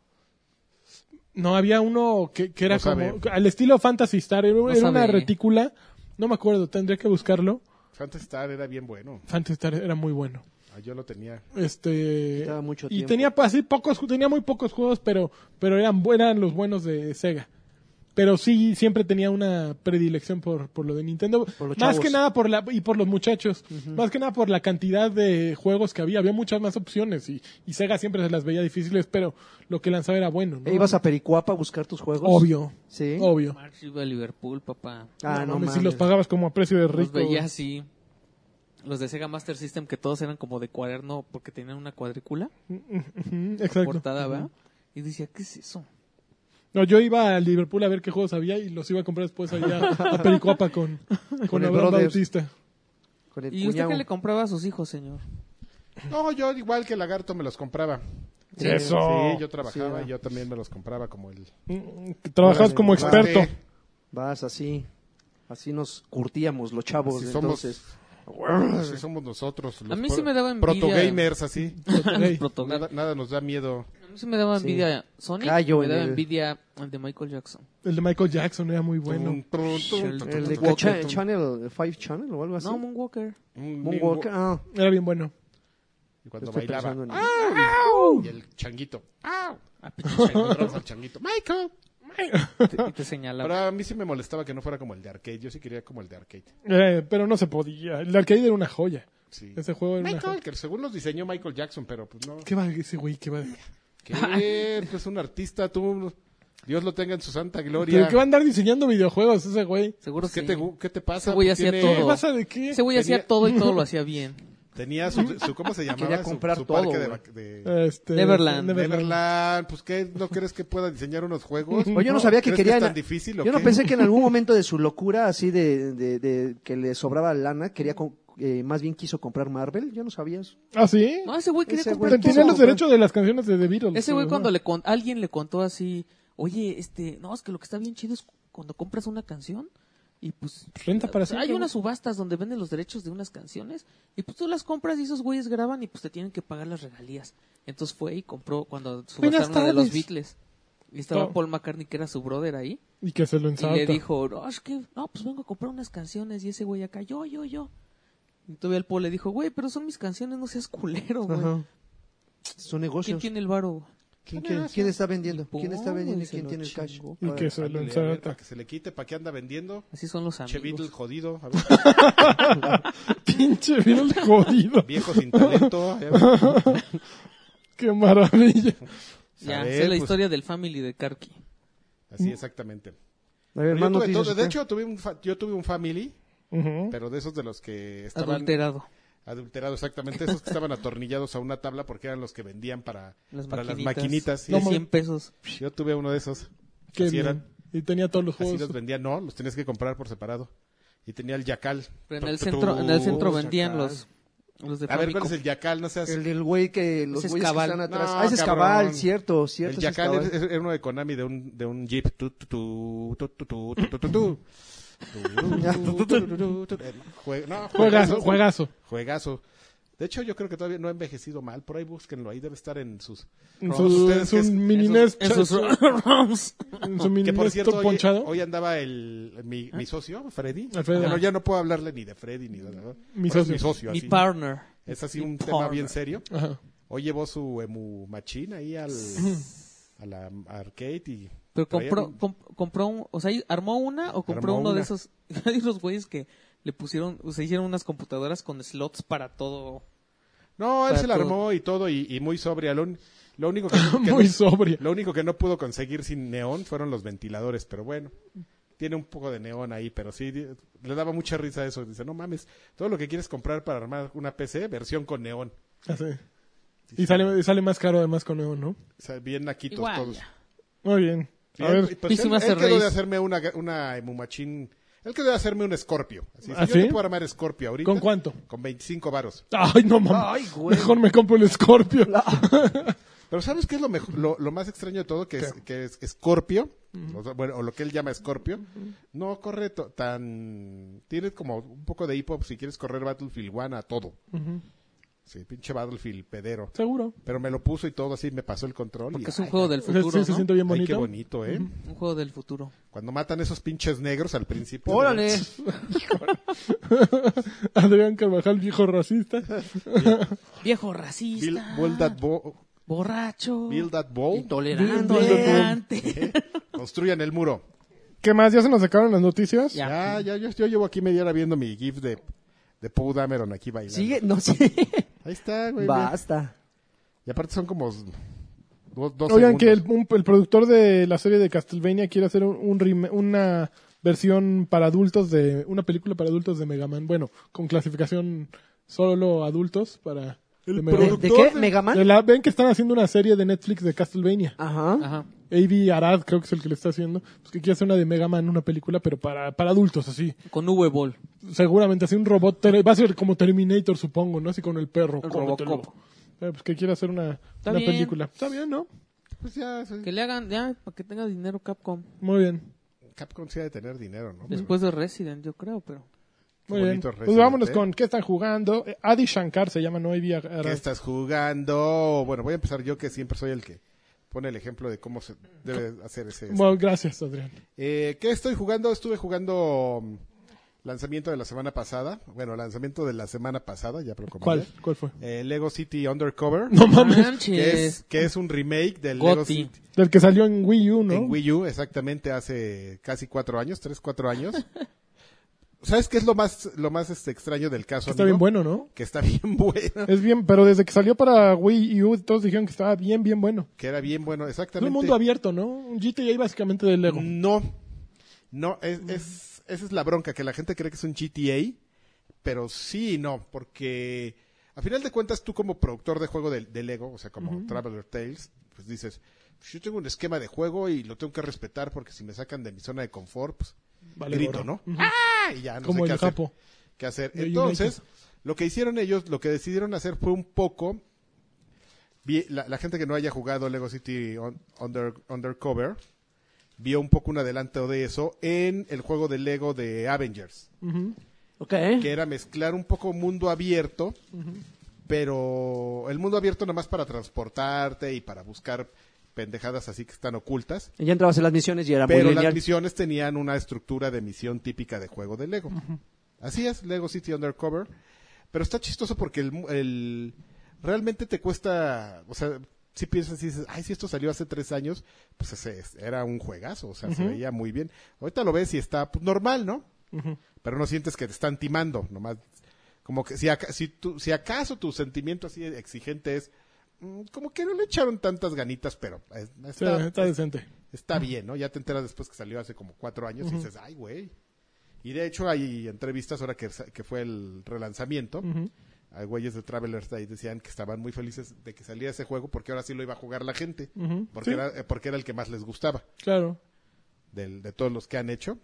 [SPEAKER 4] No, había uno que, que era
[SPEAKER 3] No
[SPEAKER 4] como...
[SPEAKER 3] sabe.
[SPEAKER 4] Al estilo Fantasy Star, era, era una
[SPEAKER 5] sabe.
[SPEAKER 4] retícula, no me acuerdo, tendría que buscarlo.
[SPEAKER 3] Fantasy Star era bien bueno.
[SPEAKER 4] Fantasy Star era muy bueno.
[SPEAKER 3] Ah, Yo lo tenía.
[SPEAKER 4] Este
[SPEAKER 2] Quitaba mucho
[SPEAKER 4] y
[SPEAKER 2] tiempo.
[SPEAKER 4] tenía pues, así pocos, ju- tenía muy pocos juegos, pero pero eran bu- eran los buenos de Sega. Pero sí siempre tenía una predilección por, por lo de Nintendo,
[SPEAKER 2] Por los
[SPEAKER 4] más
[SPEAKER 2] chavos.
[SPEAKER 4] que nada por la y por los muchachos, más que nada por la cantidad de juegos que había, había muchas más opciones y, y Sega siempre se las veía difíciles, pero lo que lanzaba era bueno, ¿no?
[SPEAKER 2] ¿E ¿Ibas a Pericuapa a buscar tus juegos?
[SPEAKER 4] Obvio.
[SPEAKER 2] Sí.
[SPEAKER 4] Obvio.
[SPEAKER 5] March iba a Liverpool, papá.
[SPEAKER 2] Ah, no, mames.
[SPEAKER 4] Si los pagabas como a precio de
[SPEAKER 5] Los
[SPEAKER 4] rico.
[SPEAKER 5] veía así. Los de Sega Master System que todos eran como de cuaderno porque tenían una cuadrícula
[SPEAKER 4] Ujú, Exacto.
[SPEAKER 5] portada, ¿verdad? Y decía, ¿qué es eso?
[SPEAKER 4] No, yo iba a Liverpool a ver qué juegos había y los iba a comprar después allá a Pericuapa con, con,
[SPEAKER 2] Con el
[SPEAKER 4] Abraham
[SPEAKER 2] brother.
[SPEAKER 4] Bautista.
[SPEAKER 2] Con el
[SPEAKER 5] ¿Y usted
[SPEAKER 2] cuñao.
[SPEAKER 5] qué le compraba a sus hijos, señor?
[SPEAKER 3] No, yo igual que Lagarto me los compraba.
[SPEAKER 2] Sí,
[SPEAKER 4] Eso.
[SPEAKER 3] Sí, yo trabajaba
[SPEAKER 2] Sí,
[SPEAKER 3] y yo también me los compraba como el...
[SPEAKER 4] Mm, Trabajas como experto.
[SPEAKER 3] Sí,
[SPEAKER 2] Vas así. Así nos curtíamos los chavos.
[SPEAKER 3] Así somos.
[SPEAKER 2] entonces.
[SPEAKER 3] así somos nosotros. los
[SPEAKER 5] A mí
[SPEAKER 3] pro-
[SPEAKER 5] sí me daba envidia.
[SPEAKER 3] Protogamers, así.
[SPEAKER 4] Ey,
[SPEAKER 5] Protoga-
[SPEAKER 3] Nada, nada nos da miedo.
[SPEAKER 5] A mí se me daba
[SPEAKER 2] Sí.
[SPEAKER 5] envidia Sonic,
[SPEAKER 2] Callo
[SPEAKER 5] me
[SPEAKER 2] en
[SPEAKER 5] daba
[SPEAKER 2] el-
[SPEAKER 5] envidia el de Michael Jackson.
[SPEAKER 4] el de Michael Jackson era muy bueno.
[SPEAKER 3] Tum, tum, tum,
[SPEAKER 5] El-
[SPEAKER 3] tum,
[SPEAKER 2] El de
[SPEAKER 3] tum,
[SPEAKER 2] que
[SPEAKER 3] tum,
[SPEAKER 2] cha-
[SPEAKER 3] tum.
[SPEAKER 2] Channel, Five Channel o algo
[SPEAKER 4] ¿Ah,
[SPEAKER 2] así.
[SPEAKER 5] No, Moonwalker.
[SPEAKER 3] Un
[SPEAKER 2] Moonwalker.
[SPEAKER 3] mingo-
[SPEAKER 2] Ah,
[SPEAKER 4] Era bien bueno.
[SPEAKER 3] Y cuando
[SPEAKER 2] estoy
[SPEAKER 3] bailaba. Ah,
[SPEAKER 2] pensando en-
[SPEAKER 3] Y el changuito.
[SPEAKER 5] Ah,
[SPEAKER 3] Encontrabas al changuito. Michael.
[SPEAKER 5] te- Y te señalaba.
[SPEAKER 3] Pero a mí sí me molestaba que no fuera como el de arcade. Yo sí quería como el de arcade.
[SPEAKER 4] Eh, pero no se podía. El arcade era una joya.
[SPEAKER 3] Sí.
[SPEAKER 4] Ese juego era una
[SPEAKER 3] Michael,
[SPEAKER 4] joya.
[SPEAKER 3] que según los diseñó Michael Jackson, pero pues no.
[SPEAKER 4] ¿Qué va ese güey? ¿Qué va?
[SPEAKER 3] ¿Qué? Pues un artista, tú. Dios lo tenga en su santa
[SPEAKER 4] ¿Pero
[SPEAKER 3] gloria.
[SPEAKER 4] ¿Qué va a andar diseñando videojuegos ese güey?
[SPEAKER 5] Seguro
[SPEAKER 3] ¿Qué
[SPEAKER 5] sí.
[SPEAKER 3] te, gu- ¿Qué te pasa?
[SPEAKER 5] Ese güey
[SPEAKER 3] Pues
[SPEAKER 5] hacía
[SPEAKER 3] tiene-
[SPEAKER 5] todo.
[SPEAKER 4] ¿Qué pasa de qué?
[SPEAKER 5] Ese güey hacía
[SPEAKER 3] Tenía-
[SPEAKER 5] todo y todo lo hacía bien.
[SPEAKER 3] Tenía su, su- ¿cómo se llamaba?
[SPEAKER 2] Quería
[SPEAKER 3] Su-
[SPEAKER 2] comprar
[SPEAKER 3] su,
[SPEAKER 2] todo,
[SPEAKER 3] parque de,
[SPEAKER 2] güey.
[SPEAKER 3] vac- de
[SPEAKER 4] Este,
[SPEAKER 5] Neverland.
[SPEAKER 3] Neverland. Pues qué, ¿no crees que pueda diseñar unos juegos?
[SPEAKER 2] Oye, yo no sabía que
[SPEAKER 3] ¿Crees
[SPEAKER 2] quería.
[SPEAKER 3] es tan difícil o
[SPEAKER 2] yo no
[SPEAKER 3] qué?
[SPEAKER 2] pensé que en algún momento de su locura, así de, de, de que le sobraba lana, quería con- eh, más bien quiso comprar Marvel. Yo no sabía eso.
[SPEAKER 4] ¿Ah, sí?
[SPEAKER 5] No, ese güey quería
[SPEAKER 2] Ese
[SPEAKER 5] comprar
[SPEAKER 2] güey-
[SPEAKER 5] todo.
[SPEAKER 4] Tenía los derechos de las canciones de The Beatles.
[SPEAKER 5] Ese güey
[SPEAKER 4] ¿no?
[SPEAKER 5] cuando le con- alguien le contó así, oye, este, no, es que lo que está bien chido es cu- cuando compras una canción y pues...
[SPEAKER 4] Renta para
[SPEAKER 5] o sea, Hay
[SPEAKER 4] siempre,
[SPEAKER 5] unas subastas donde venden los derechos de unas canciones y pues tú las compras y esos güeyes graban y pues te tienen que pagar las regalías. Entonces fue y compró cuando subastaron la de los
[SPEAKER 4] tardes.
[SPEAKER 5] Beatles. Y estaba
[SPEAKER 4] Oh.
[SPEAKER 5] Paul McCartney, que era su brother ahí,
[SPEAKER 4] Y que se lo
[SPEAKER 5] y le
[SPEAKER 4] ensarta.
[SPEAKER 5] dijo, no, es que, no, pues vengo a comprar unas canciones y ese güey acá, yo, yo, yo. Y todavía el Paul le dijo, güey, pero son mis canciones, no seas culero, güey.
[SPEAKER 2] Ajá. Son
[SPEAKER 5] ¿Quién
[SPEAKER 2] negocios.
[SPEAKER 5] tiene el varo?
[SPEAKER 2] ¿Quién, quién- quién está vendiendo?
[SPEAKER 5] Pum,
[SPEAKER 2] ¿Quién está vendiendo?
[SPEAKER 5] güey,
[SPEAKER 2] y
[SPEAKER 3] pues,
[SPEAKER 5] se
[SPEAKER 2] ¿Quién
[SPEAKER 5] lo
[SPEAKER 2] tiene el cash?
[SPEAKER 5] chingó.
[SPEAKER 4] Y que se lo
[SPEAKER 3] Ándale, a ver, para
[SPEAKER 4] ensarta.
[SPEAKER 3] que se le quite, para que anda vendiendo.
[SPEAKER 5] Así son los
[SPEAKER 3] Che Beatle
[SPEAKER 5] amigos.
[SPEAKER 3] jodido. A ver,
[SPEAKER 4] Pinche Beatles jodido.
[SPEAKER 3] viejo sin talento. A ver,
[SPEAKER 4] Qué maravilla.
[SPEAKER 5] Ya,
[SPEAKER 3] A
[SPEAKER 5] esa
[SPEAKER 3] ver,
[SPEAKER 5] es la
[SPEAKER 3] pues.
[SPEAKER 5] historia del family de Karki.
[SPEAKER 3] Así exactamente.
[SPEAKER 2] A ver,
[SPEAKER 3] Yo
[SPEAKER 2] más
[SPEAKER 3] tuve
[SPEAKER 2] noticias,
[SPEAKER 3] todo- de
[SPEAKER 2] ¿qué?
[SPEAKER 3] hecho, tuve un fa- yo tuve un family,
[SPEAKER 4] Ujú.
[SPEAKER 3] pero de esos de los que estaban
[SPEAKER 5] Adulterado.
[SPEAKER 3] adulterado exactamente. Esos que estaban atornillados a una tabla porque eran los que vendían para
[SPEAKER 5] Las
[SPEAKER 3] para las maquinitas.
[SPEAKER 5] maquinitas.
[SPEAKER 3] sí.
[SPEAKER 5] De 100 pesos.
[SPEAKER 3] Yo tuve uno de esos.
[SPEAKER 4] Qué
[SPEAKER 3] Así
[SPEAKER 4] bien.
[SPEAKER 3] eran.
[SPEAKER 4] Y tenía todos los
[SPEAKER 3] Así
[SPEAKER 4] juegos.
[SPEAKER 3] los vendían. No, los tenías que comprar por separado. Y tenía el yacal.
[SPEAKER 5] Pero en el
[SPEAKER 3] Tu-
[SPEAKER 5] centro, en el centro
[SPEAKER 3] tu-
[SPEAKER 5] vendían
[SPEAKER 2] sacar.
[SPEAKER 5] los, los de
[SPEAKER 3] A ver, ¿cuál
[SPEAKER 5] Famicom.
[SPEAKER 3] es el yacal? No seas...
[SPEAKER 2] El del güey que los
[SPEAKER 5] Ese es
[SPEAKER 2] güeyes que
[SPEAKER 5] Cabal.
[SPEAKER 2] están atrás.
[SPEAKER 3] No,
[SPEAKER 2] ah, ese es
[SPEAKER 3] cabrón.
[SPEAKER 2] cabal, cierto, cierto.
[SPEAKER 3] el
[SPEAKER 2] ese es
[SPEAKER 3] Jackal
[SPEAKER 2] Cabal.
[SPEAKER 3] es- es- era uno de Konami de un, de un Jeep. Tu, tu, tu, tu, tu, tu, tu, tu, tu, tu. Tu, tu, tu, tu, tu, tu, tu. Eh, jue- no,
[SPEAKER 4] Juegazo, juegazo.
[SPEAKER 3] Juegazo. De hecho, yo creo que todavía no ha envejecido mal. Por ahí búsquenlo. Ahí debe estar en sus.
[SPEAKER 4] En
[SPEAKER 3] Roms.
[SPEAKER 4] su, en
[SPEAKER 3] Ustedes
[SPEAKER 4] su
[SPEAKER 3] que es-
[SPEAKER 4] mini
[SPEAKER 3] en
[SPEAKER 4] NES,
[SPEAKER 5] En sus
[SPEAKER 4] en
[SPEAKER 5] ROMs.
[SPEAKER 4] su mini
[SPEAKER 3] Que por
[SPEAKER 4] NES
[SPEAKER 3] cierto, hoy,
[SPEAKER 4] ponchado. Ah.
[SPEAKER 3] hoy andaba el, mi, mi socio, Freddy.
[SPEAKER 4] Alfredo.
[SPEAKER 3] Ya, no, ya no puedo hablarle ni de Freddy ni de nada.
[SPEAKER 4] Mi
[SPEAKER 3] Ahora es
[SPEAKER 4] socio.
[SPEAKER 3] Mi socio
[SPEAKER 5] Mi
[SPEAKER 3] así.
[SPEAKER 5] partner.
[SPEAKER 3] Es así
[SPEAKER 5] Mi
[SPEAKER 3] un tema
[SPEAKER 5] partner.
[SPEAKER 3] bien serio.
[SPEAKER 4] Ajá.
[SPEAKER 3] Hoy llevó su emu machín ahí al, a la arcade y.
[SPEAKER 5] Pero
[SPEAKER 3] traía
[SPEAKER 5] compró,
[SPEAKER 3] un-
[SPEAKER 5] comp- compró un, o sea, armó una o compró
[SPEAKER 3] Armó
[SPEAKER 5] uno de
[SPEAKER 3] una.
[SPEAKER 5] esos. Hay unos güeyes que le pusieron, o sea, hicieron unas computadoras con slots para todo.
[SPEAKER 3] No, él
[SPEAKER 5] para
[SPEAKER 3] se la
[SPEAKER 5] todo.
[SPEAKER 3] armó y todo y, y muy sobria. Lo, un- lo único que, que
[SPEAKER 4] Muy
[SPEAKER 3] no-
[SPEAKER 4] sobria.
[SPEAKER 3] lo único que no pudo conseguir sin neón fueron los ventiladores, pero bueno. Tiene un poco de neón ahí, pero sí di- le daba mucha risa eso. Dice, "No mames, todo lo que quieres comprar para armar una PC, versión con neón."
[SPEAKER 4] Así. Y sale, y sale más caro además con Neon, ¿no?
[SPEAKER 3] O sea, bien naquitos
[SPEAKER 5] Igual,
[SPEAKER 3] todos.
[SPEAKER 5] ya.
[SPEAKER 4] Muy bien. A
[SPEAKER 3] Bien,
[SPEAKER 4] ver,
[SPEAKER 3] pues
[SPEAKER 5] Y si
[SPEAKER 3] él,
[SPEAKER 5] me hace
[SPEAKER 3] él quedó
[SPEAKER 5] reír.
[SPEAKER 3] de hacerme una, una emumachín. Él quedó de hacerme un Scorpio. Así,
[SPEAKER 4] ¿Ah,
[SPEAKER 3] si
[SPEAKER 4] sí?
[SPEAKER 3] Yo te puedo armar Scorpio ahorita.
[SPEAKER 4] ¿con cuánto?
[SPEAKER 3] Con 25 varos.
[SPEAKER 4] Ay, no
[SPEAKER 2] Ay,
[SPEAKER 4] mames.
[SPEAKER 2] güey.
[SPEAKER 4] Mejor me compro el Scorpio.
[SPEAKER 3] Pero ¿sabes qué es lo, mejor, lo, lo más extraño de todo? Que es, que es Scorpio, o, sea, bueno, o lo que él llama Scorpio, no corre to- tan... Tiene como un poco de hip-hop si quieres correr Battlefield 1 a todo. Sí, pinche Battlefield pedero.
[SPEAKER 4] Seguro.
[SPEAKER 3] Pero me lo puso y todo así, me pasó el control.
[SPEAKER 5] Porque
[SPEAKER 3] y,
[SPEAKER 5] es un
[SPEAKER 3] ay,
[SPEAKER 5] juego del
[SPEAKER 4] O sea,
[SPEAKER 5] futuro.
[SPEAKER 4] sí, se
[SPEAKER 5] ¿no?
[SPEAKER 4] siente bien
[SPEAKER 3] ay, qué
[SPEAKER 4] bonito.
[SPEAKER 3] bonito, ¿eh?
[SPEAKER 5] Un juego del futuro.
[SPEAKER 3] Cuando matan esos pinches negros al principio.
[SPEAKER 2] Órale.
[SPEAKER 4] Adrián Carvajal, viejo racista.
[SPEAKER 5] Viejo
[SPEAKER 3] Build,
[SPEAKER 5] racista.
[SPEAKER 3] build that bo-
[SPEAKER 5] borracho.
[SPEAKER 3] build that ball.
[SPEAKER 5] Intolerante.
[SPEAKER 4] Build that wall.
[SPEAKER 5] Intolerante.
[SPEAKER 3] Construyan el muro.
[SPEAKER 4] ¿Qué más? ¿Ya se nos acabaron las noticias?
[SPEAKER 5] Ya.
[SPEAKER 3] Ya, ya, yo, yo llevo aquí media hora viendo mi GIF de, de Poe Dameron aquí bailando.
[SPEAKER 2] Sigue, no sé.
[SPEAKER 3] Ahí está, güey. mira.
[SPEAKER 2] Basta.
[SPEAKER 3] Y aparte son como s- dos, dos
[SPEAKER 4] Oigan, que el,
[SPEAKER 3] segundos.
[SPEAKER 4] un- el productor de la serie de Castlevania quiere hacer un, un rem- una versión para adultos de una película para adultos de Mega Man. Bueno, con clasificación solo adultos para de Mega Man.
[SPEAKER 2] ¿De, de qué? ¿Megaman?
[SPEAKER 4] De la- ven que están haciendo una serie de Netflix de Castlevania.
[SPEAKER 2] Ajá.
[SPEAKER 5] Ajá.
[SPEAKER 4] A.B. Arad creo que es el que le está haciendo. Pues que quiere hacer una de Mega Man, una película, pero para, para adultos, así.
[SPEAKER 5] Con V-Ball.
[SPEAKER 4] Seguramente así un robot. ter- Va a ser como Terminator, supongo, ¿no? Así con el perro.
[SPEAKER 5] El
[SPEAKER 4] cómetelo.
[SPEAKER 5] Robocop.
[SPEAKER 4] Eh, pues que quiere hacer una,
[SPEAKER 5] Está
[SPEAKER 4] una
[SPEAKER 5] bien.
[SPEAKER 4] película. Está bien, ¿no?
[SPEAKER 3] Pues ya, sí,
[SPEAKER 5] Que le hagan, ya, para que tenga dinero Capcom.
[SPEAKER 4] Muy bien.
[SPEAKER 3] Capcom sí ha de tener dinero, ¿no?
[SPEAKER 5] Después de Resident, yo creo, pero.
[SPEAKER 3] Qué
[SPEAKER 4] Muy bien.
[SPEAKER 3] bonito
[SPEAKER 4] Pues
[SPEAKER 3] Resident,
[SPEAKER 4] vámonos
[SPEAKER 3] ¿eh?
[SPEAKER 4] con qué están jugando. Eh, Adi Shankar se llama, ¿no? Ivy Arad.
[SPEAKER 3] ¿Qué estás jugando? Bueno, voy a empezar yo, que siempre soy el que pone el ejemplo de cómo se debe hacer ese...
[SPEAKER 4] Bueno, gracias, Adrián.
[SPEAKER 3] Eh, ¿Qué estoy jugando? Estuve jugando mm, lanzamiento de la semana pasada. Bueno, lanzamiento de la semana pasada, ya pero como
[SPEAKER 4] ¿Cuál?
[SPEAKER 3] ayer.
[SPEAKER 4] ¿Cuál fue?
[SPEAKER 3] Eh, Lego City Undercover.
[SPEAKER 4] No mames.
[SPEAKER 3] que
[SPEAKER 5] Manches.
[SPEAKER 3] es, que es un remake del Lego
[SPEAKER 5] Gotti.
[SPEAKER 3] City
[SPEAKER 4] Del que salió en Wii U, ¿no?
[SPEAKER 3] en Wii U, exactamente hace casi cuatro años, tres, cuatro años. ¿Sabes qué es lo más, lo más este, extraño del caso?
[SPEAKER 4] Que está
[SPEAKER 3] amigo?
[SPEAKER 4] bien bueno, ¿no?
[SPEAKER 3] Que está bien bueno.
[SPEAKER 4] Es bien, pero desde que salió para Wii U, todos dijeron que estaba bien, bien bueno.
[SPEAKER 3] Que era bien bueno,
[SPEAKER 4] Es
[SPEAKER 3] exactamente.
[SPEAKER 4] un mundo abierto, ¿no? Un GTA básicamente de Lego.
[SPEAKER 3] No, no, es, es- esa es la bronca, que la gente cree que es un GTA, pero sí y no, porque a final de cuentas tú como productor de juego de, de Lego, o sea, como Traveler Tales, pues dices, pues yo tengo un esquema de juego y lo tengo que respetar porque si me sacan de mi zona de confort, pues
[SPEAKER 4] Vale,
[SPEAKER 3] grito,
[SPEAKER 4] gorro.
[SPEAKER 3] ¿no?
[SPEAKER 4] Ujú.
[SPEAKER 3] ¡Ah! Y ya no
[SPEAKER 4] Como
[SPEAKER 3] sé qué
[SPEAKER 4] el
[SPEAKER 3] hacer.
[SPEAKER 4] Japo.
[SPEAKER 3] qué hacer.
[SPEAKER 4] De
[SPEAKER 3] Entonces, lo que hicieron ellos, lo que decidieron hacer fue un poco. vi- la, la gente que no haya jugado Lego City on- Under- Undercover vio un poco un adelanto de eso en el juego de Lego de Avengers,
[SPEAKER 4] Ujú.
[SPEAKER 2] Ok.
[SPEAKER 3] que era mezclar un poco mundo abierto, pero el mundo abierto nada más para transportarte y para buscar pendejadas así que están ocultas.
[SPEAKER 2] Ya entrabas en las misiones y era muy
[SPEAKER 3] Pero las
[SPEAKER 2] lineal.
[SPEAKER 3] misiones tenían una estructura de misión típica de juego de Lego. Así es, Lego City Undercover. Pero está chistoso porque el, mu- el- realmente te cuesta, o sea, si piensas y dices, ay, si esto salió hace tres años, pues ese es- era un juegazo, o sea, se veía muy bien. Ahorita lo ves y está pues, normal, ¿no? Pero no sientes que te están timando, nomás. Como que si, aca- si, tú- si acaso tu sentimiento así exigente es, "Mm, como que no le echaron tantas ganitas, pero eh,
[SPEAKER 4] Sí,
[SPEAKER 3] está,
[SPEAKER 4] está, decente.
[SPEAKER 3] está bien, ¿no? Ya te enteras después que salió hace como cuatro años y dices, ay, güey. Y de hecho hay entrevistas ahora que, sa- que fue el relanzamiento, a güeyes de Traveler's Day decían que estaban muy felices de que saliera ese juego porque ahora sí lo iba a jugar la gente,
[SPEAKER 4] Ujú,
[SPEAKER 3] porque,
[SPEAKER 4] sí.
[SPEAKER 3] era, eh, porque era el que más les gustaba
[SPEAKER 4] Claro.
[SPEAKER 3] del- de todos los que han hecho.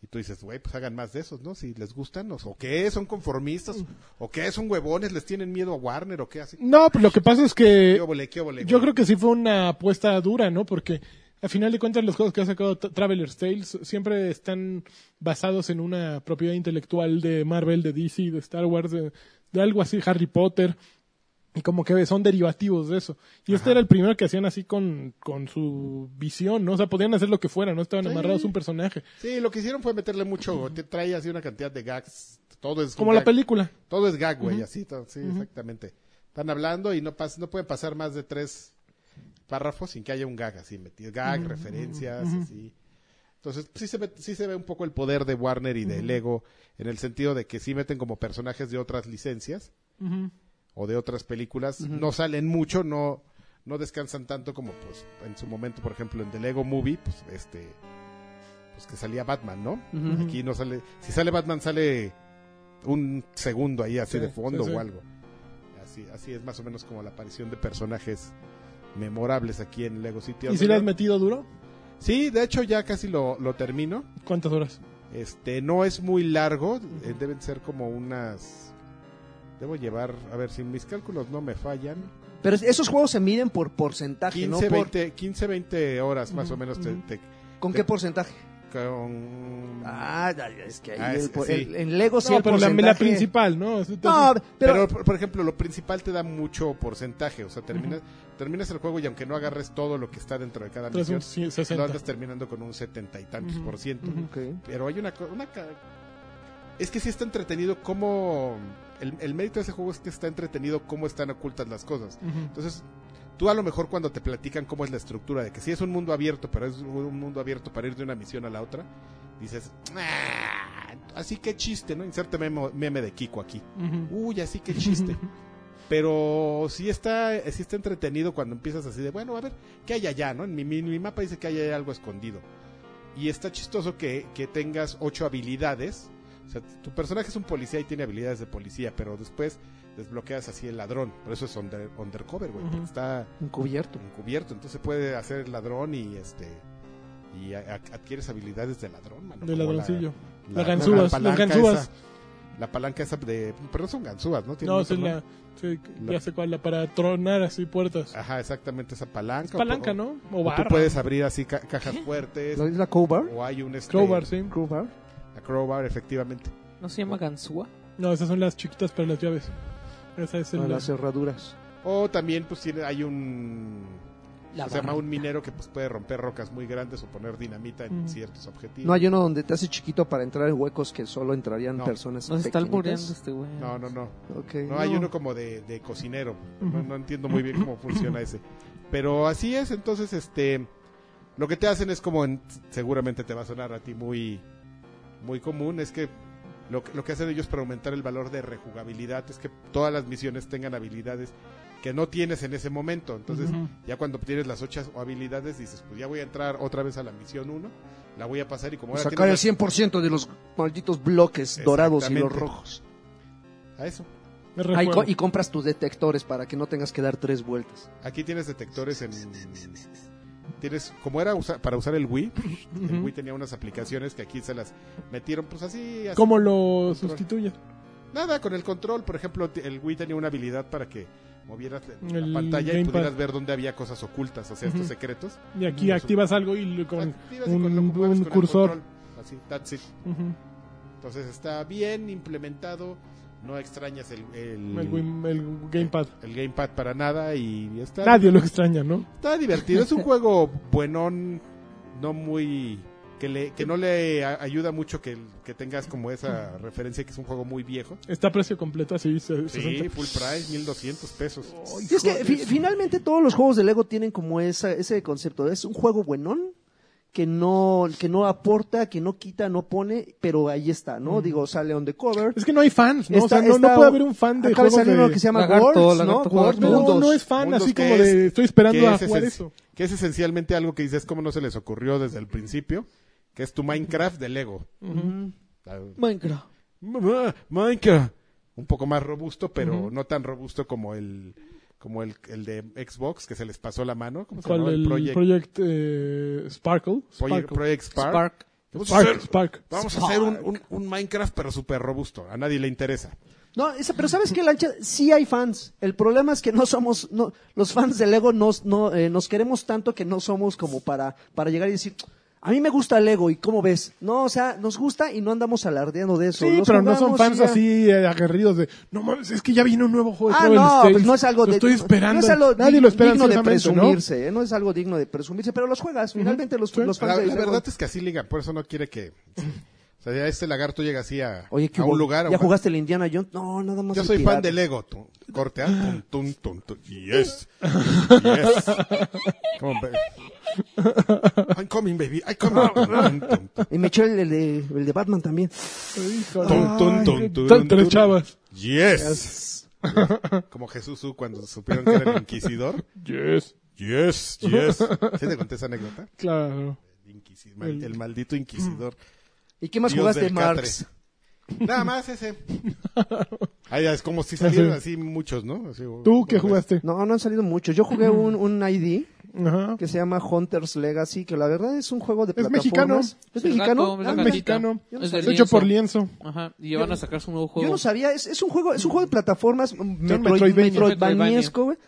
[SPEAKER 3] Y tú dices, güey, pues hagan más de esos, ¿no? Si les gustan, o, o qué, son conformistas, o qué, son huevones, les tienen miedo a Warner, o qué, así.
[SPEAKER 4] No, pues lo que pasa es que
[SPEAKER 3] ¿Qué óvole, qué óvole,
[SPEAKER 4] yo
[SPEAKER 3] güey?
[SPEAKER 4] creo que sí fue una apuesta dura, ¿no? Porque a final de cuentas los juegos que ha sacado T- Traveler's Tales siempre están basados en una propiedad intelectual de Marvel, de DC, de Star Wars, de, de algo así, Harry Potter. Y como que son derivativos de eso. Y este era el primero que hacían así con, con su visión, ¿no? O sea, podían hacer lo que fuera, no estaban amarrados a un personaje.
[SPEAKER 3] Sí, lo que hicieron fue meterle mucho, te trae así una cantidad de gags, todo es...
[SPEAKER 4] Como
[SPEAKER 3] gag,
[SPEAKER 4] la película.
[SPEAKER 3] Todo es gag, güey, así, todo- sí, exactamente. Están hablando y no pas, no pueden pasar más de tres párrafos sin que haya un gag así metido, gag, referencias, así. Entonces, sí se, ve, sí se ve un poco el poder de Warner y de Lego en el sentido de que sí meten como personajes de otras licencias
[SPEAKER 4] Ujú.
[SPEAKER 3] o de otras películas, no salen mucho, no no descansan tanto como pues en su momento, por ejemplo, en The Lego Movie, pues este pues que salía Batman, ¿no?
[SPEAKER 5] Ujú.
[SPEAKER 3] Aquí no sale, si sale Batman sale un segundo ahí así
[SPEAKER 4] Sí,
[SPEAKER 3] de fondo
[SPEAKER 4] sí, sí.
[SPEAKER 3] o algo. Así así es más o menos como la aparición de personajes memorables aquí en Lego City.
[SPEAKER 4] ¿Y si le has metido duro?
[SPEAKER 3] Sí, de hecho ya casi lo, lo termino.
[SPEAKER 4] ¿Cuántas horas?
[SPEAKER 3] Este, no es muy largo, eh, deben ser como unas... Debo llevar, a ver, si mis cálculos no me fallan,
[SPEAKER 2] Pero es- esos juegos se miden por porcentaje,
[SPEAKER 3] 15,
[SPEAKER 2] Ah, ¿no? pues. Por-
[SPEAKER 3] 20, 15, 20 horas más o menos te- te-
[SPEAKER 2] ¿Con qué porcentaje?
[SPEAKER 3] con...
[SPEAKER 2] Ah, ya, ya, es que ahí
[SPEAKER 3] Ah, es-
[SPEAKER 2] el por-
[SPEAKER 3] sí.
[SPEAKER 2] el- en Lego sí
[SPEAKER 4] no,
[SPEAKER 2] el
[SPEAKER 4] pero la, la
[SPEAKER 2] porcentaje-
[SPEAKER 4] principal, ¿no? Entonces,
[SPEAKER 2] No,
[SPEAKER 3] pero,
[SPEAKER 2] pero,
[SPEAKER 3] por- por ejemplo, lo principal te da mucho porcentaje, o sea, terminas, terminas el juego y aunque no agarres todo lo que está dentro de cada
[SPEAKER 4] traes
[SPEAKER 3] misión,
[SPEAKER 4] un c-
[SPEAKER 3] lo
[SPEAKER 4] 60.
[SPEAKER 3] andas terminando con un setenta y tantos
[SPEAKER 4] Ujú.
[SPEAKER 3] por ciento.
[SPEAKER 4] Ujú.
[SPEAKER 2] Ok.
[SPEAKER 3] Pero hay una, co- una ca- Es que sí está entretenido cómo... El, el mérito de ese juego es que está entretenido cómo están ocultas las cosas.
[SPEAKER 4] Ujú.
[SPEAKER 3] Entonces, tú a lo mejor cuando te platican cómo es la estructura, de que sí es un mundo abierto, pero es un mundo abierto para ir de una misión a la otra, dices, "Ah, así que chiste, ¿no? Inserte memo- meme de Kiko aquí.
[SPEAKER 4] Ujú.
[SPEAKER 3] Uy, así que chiste. Pero sí está, sí está entretenido cuando empiezas así de, bueno, a ver, ¿qué hay allá, no? En mi, mi- mi mapa dice que hay allá algo escondido. Y está chistoso que, que tengas ocho habilidades. O sea, tu personaje es un policía y tiene habilidades de policía, pero después desbloqueas así el ladrón. Por eso es under- undercover, güey, porque
[SPEAKER 4] Ujú.
[SPEAKER 3] está
[SPEAKER 2] encubierto.
[SPEAKER 3] encubierto. Entonces puede hacer el ladrón y este y a- a- adquieres habilidades de ladrón, mano.
[SPEAKER 4] De
[SPEAKER 3] como la-
[SPEAKER 4] ladroncillo.
[SPEAKER 3] la-
[SPEAKER 4] Las ganzúas, las
[SPEAKER 3] palanca
[SPEAKER 4] ganzúas.
[SPEAKER 3] esa- la palanca esa de... Pero no son ganzúas, ¿no? Tienen
[SPEAKER 4] No,
[SPEAKER 3] otro
[SPEAKER 4] sí,
[SPEAKER 3] nombre.
[SPEAKER 4] la, sí,
[SPEAKER 3] La-
[SPEAKER 4] ya sé cuál, la para tronar así puertas.
[SPEAKER 3] Ajá, exactamente, esa palanca.
[SPEAKER 4] Es palanca,
[SPEAKER 3] o-
[SPEAKER 4] ¿no?
[SPEAKER 3] o
[SPEAKER 4] O barra.
[SPEAKER 3] tú puedes abrir así ca- cajas fuertes.
[SPEAKER 2] ¿No es la Crowbar?
[SPEAKER 3] O hay un... Este,
[SPEAKER 4] Crowbar, sí.
[SPEAKER 2] Crowbar.
[SPEAKER 3] La crowbar, efectivamente.
[SPEAKER 5] ¿No se llama ganzúa?
[SPEAKER 4] No, esas son las chiquitas para las llaves. Esa es
[SPEAKER 2] Ah,
[SPEAKER 4] el...
[SPEAKER 2] las cerraduras.
[SPEAKER 3] O también, pues, tiene, hay un...
[SPEAKER 5] La
[SPEAKER 3] se llama
[SPEAKER 5] barra.
[SPEAKER 3] un minero que pues, puede romper rocas muy grandes o poner dinamita en
[SPEAKER 4] Mm.
[SPEAKER 3] ciertos objetivos.
[SPEAKER 2] No hay uno donde te hace chiquito para entrar en huecos que solo entrarían
[SPEAKER 3] No.
[SPEAKER 2] personas.
[SPEAKER 5] Nos está albureando
[SPEAKER 2] pequeñitas.
[SPEAKER 5] este güey.
[SPEAKER 3] no, no, no.
[SPEAKER 2] Ok.
[SPEAKER 3] No, hay uno como de, de cocinero. No,
[SPEAKER 4] Ujú.
[SPEAKER 3] no entiendo muy bien cómo funciona ese. Pero así es, entonces, este. Lo que te hacen es como. en- seguramente te va a sonar a ti muy. Muy común. Es que. Lo, que- lo que hacen ellos para aumentar el valor de rejugabilidad es que todas las misiones tengan habilidades que no tienes en ese momento. Entonces,
[SPEAKER 4] Ujú.
[SPEAKER 3] ya cuando obtienes las ocho habilidades, dices, pues ya voy a entrar otra vez a la misión 1, la voy a pasar y como ahora
[SPEAKER 2] Sacar el
[SPEAKER 3] tienes
[SPEAKER 2] 100% de los malditos bloques dorados y los
[SPEAKER 3] Exactamente.
[SPEAKER 2] rojos.
[SPEAKER 3] la- a eso.
[SPEAKER 4] Me
[SPEAKER 2] Ah, y,
[SPEAKER 4] recuerdo.
[SPEAKER 2] co- y compras tus detectores para que no tengas que dar tres vueltas.
[SPEAKER 3] Aquí tienes detectores en. Tienes, como era usa- para usar el Wii, pues, el Wii tenía unas aplicaciones que aquí se las metieron, pues así. así.
[SPEAKER 4] ¿Cómo lo sustituye?
[SPEAKER 3] Nada, con el control. Por ejemplo, t- el Wii tenía una habilidad para que movieras la
[SPEAKER 4] El
[SPEAKER 3] pantalla y
[SPEAKER 4] gamepad.
[SPEAKER 3] pudieras ver dónde había cosas ocultas, o sea, estos
[SPEAKER 4] Ujú.
[SPEAKER 3] secretos.
[SPEAKER 4] Y aquí activas algo y lo- con
[SPEAKER 3] Activas y
[SPEAKER 4] un,
[SPEAKER 3] con lo que mueves
[SPEAKER 4] un
[SPEAKER 3] con el
[SPEAKER 4] cursor.
[SPEAKER 3] control. Así, that's it.
[SPEAKER 4] Ujú.
[SPEAKER 3] Entonces está bien implementado, no extrañas el, el,
[SPEAKER 4] El, Wim- el gamepad.
[SPEAKER 3] el gamepad para nada y está
[SPEAKER 4] Nadie lo extraña, ¿no?
[SPEAKER 3] Está divertido, es un juego buenón, no muy... Que, le, que no le a- ayuda mucho que, que tengas como esa referencia que es un juego muy viejo.
[SPEAKER 4] Está a precio completo, así. se-
[SPEAKER 3] Sí,
[SPEAKER 4] 60.
[SPEAKER 3] full price, 1200 pesos.
[SPEAKER 2] Y es que fi- finalmente todos los juegos de Lego tienen como esa, ese concepto. Es un juego buenón que no, que no aporta, que no quita, no pone, pero ahí está, ¿no? Digo, sale on the cover.
[SPEAKER 4] Es que no hay fans, Mm. ¿no? O sea,
[SPEAKER 2] Está-
[SPEAKER 4] no, no
[SPEAKER 2] está-
[SPEAKER 4] puede haber un fan de
[SPEAKER 2] acaba
[SPEAKER 4] juegos
[SPEAKER 2] salir
[SPEAKER 4] de...
[SPEAKER 2] uno que se llama
[SPEAKER 5] Lagarto,
[SPEAKER 2] Worlds, ¿no?
[SPEAKER 5] Lagarto
[SPEAKER 2] World
[SPEAKER 5] World
[SPEAKER 4] No,
[SPEAKER 2] Mundos.
[SPEAKER 4] no es fan,
[SPEAKER 3] Mundos
[SPEAKER 4] así
[SPEAKER 3] que
[SPEAKER 4] como
[SPEAKER 3] es-
[SPEAKER 4] de estoy esperando
[SPEAKER 3] que
[SPEAKER 4] a
[SPEAKER 3] es
[SPEAKER 4] jugar
[SPEAKER 3] esenci-
[SPEAKER 4] eso.
[SPEAKER 3] Que es esencialmente algo que dices, ¿cómo no se les ocurrió desde el principio? Que es tu Minecraft de Lego.
[SPEAKER 2] Ujú.
[SPEAKER 3] Ah,
[SPEAKER 5] Minecraft.
[SPEAKER 3] Ma- Minecraft. un poco más robusto, pero no tan robusto como el como el, el de Xbox que se les pasó la mano, ¿cómo se
[SPEAKER 4] ¿Cuál?
[SPEAKER 3] llamaba?
[SPEAKER 4] El Project,
[SPEAKER 3] Project,
[SPEAKER 4] eh, Sparkle.
[SPEAKER 3] Project,
[SPEAKER 4] Sparkle.
[SPEAKER 3] Project Spark.
[SPEAKER 5] Spark.
[SPEAKER 3] Vamos a
[SPEAKER 4] Spark,
[SPEAKER 3] hacer,
[SPEAKER 4] Spark.
[SPEAKER 3] vamos a hacer un, un- un Minecraft pero súper robusto, a nadie le interesa.
[SPEAKER 2] No, esa- pero ¿sabes qué, Lancha? Sí hay fans. El problema es que no somos, no, los fans de Lego nos, no, eh, nos queremos tanto que no somos como para, para llegar y decir, a mí me gusta Lego y ¿cómo ves? No, o sea, nos gusta y no andamos alardeando de eso.
[SPEAKER 4] Sí,
[SPEAKER 2] Los
[SPEAKER 4] pero no son
[SPEAKER 2] jugamos y
[SPEAKER 4] fans
[SPEAKER 2] ya.
[SPEAKER 4] así eh, aguerridos de, no mames, es que ya viene un nuevo juego.
[SPEAKER 2] Ah,
[SPEAKER 4] Travel
[SPEAKER 2] no,
[SPEAKER 4] Stage.
[SPEAKER 2] pues no es algo
[SPEAKER 4] este, Lo
[SPEAKER 2] de,
[SPEAKER 4] estoy
[SPEAKER 2] no
[SPEAKER 4] esperando.
[SPEAKER 2] es algo
[SPEAKER 4] Nadie
[SPEAKER 2] dig-
[SPEAKER 4] lo espera
[SPEAKER 2] digno de
[SPEAKER 4] ansiosamente, ¿no?
[SPEAKER 2] presumirse, ¿eh? ¿no? es algo digno de presumirse, pero los juegas, finalmente los,
[SPEAKER 4] Sí.
[SPEAKER 2] los fans
[SPEAKER 3] La,
[SPEAKER 2] de
[SPEAKER 3] la
[SPEAKER 2] Lego-
[SPEAKER 3] verdad es que así ligan, por eso no quiere que... O sea, ya este lagarto llega así a,
[SPEAKER 2] Oye, ¿qué
[SPEAKER 3] a
[SPEAKER 2] hubo?
[SPEAKER 3] un lugar. a
[SPEAKER 2] ¿Ya
[SPEAKER 3] un-
[SPEAKER 2] jugaste el Indiana Jones? No, nada más.
[SPEAKER 3] Yo
[SPEAKER 2] el
[SPEAKER 3] soy
[SPEAKER 2] pirata.
[SPEAKER 3] fan de Lego. tú. Corte, ah, tum, tum, tum, tum. Yes. Yes. Come on, baby. I'm coming, baby. I'm coming. Tum, tum, tum.
[SPEAKER 2] Y me eché el, el de, el de Batman también.
[SPEAKER 4] Híjole.
[SPEAKER 3] Tum, tum, tum,
[SPEAKER 4] Ay,
[SPEAKER 3] tum,
[SPEAKER 4] tan-
[SPEAKER 3] tum.
[SPEAKER 4] Tres chavas.
[SPEAKER 3] Yes. Como Jesús U cuando supieron que era el inquisidor.
[SPEAKER 4] Yes.
[SPEAKER 3] Yes, yes. ¿Sí te conté esa anécdota?
[SPEAKER 4] Claro.
[SPEAKER 3] El, inquisi- mal- el maldito inquisidor.
[SPEAKER 4] Mm.
[SPEAKER 2] ¿Y qué más
[SPEAKER 3] Dios
[SPEAKER 2] jugaste,
[SPEAKER 3] del
[SPEAKER 2] Marx?
[SPEAKER 3] Nada más ese. Ay, es como si salieron así muchos, ¿no? Así, oh,
[SPEAKER 4] ¿Tú qué jugaste?
[SPEAKER 2] No, no han salido muchos. Yo jugué un, un ID
[SPEAKER 4] Ajá.
[SPEAKER 2] que se llama Hunter's Legacy, que la verdad es un juego de
[SPEAKER 4] Es
[SPEAKER 2] plataformas.
[SPEAKER 4] mexicano.
[SPEAKER 2] ¿Es
[SPEAKER 5] El
[SPEAKER 2] mexicano?
[SPEAKER 5] gato,
[SPEAKER 2] Ah,
[SPEAKER 5] la
[SPEAKER 4] es
[SPEAKER 5] gatita.
[SPEAKER 4] mexicano.
[SPEAKER 5] Es
[SPEAKER 4] Es
[SPEAKER 5] de
[SPEAKER 4] hecho por lienzo.
[SPEAKER 5] Ajá, y ya van a sacar su nuevo
[SPEAKER 2] Yo
[SPEAKER 5] juego.
[SPEAKER 2] no sabía, es, es un juego, es un juego de plataformas metroid,
[SPEAKER 4] Metroidvania.
[SPEAKER 2] metroidvaniesco, güey.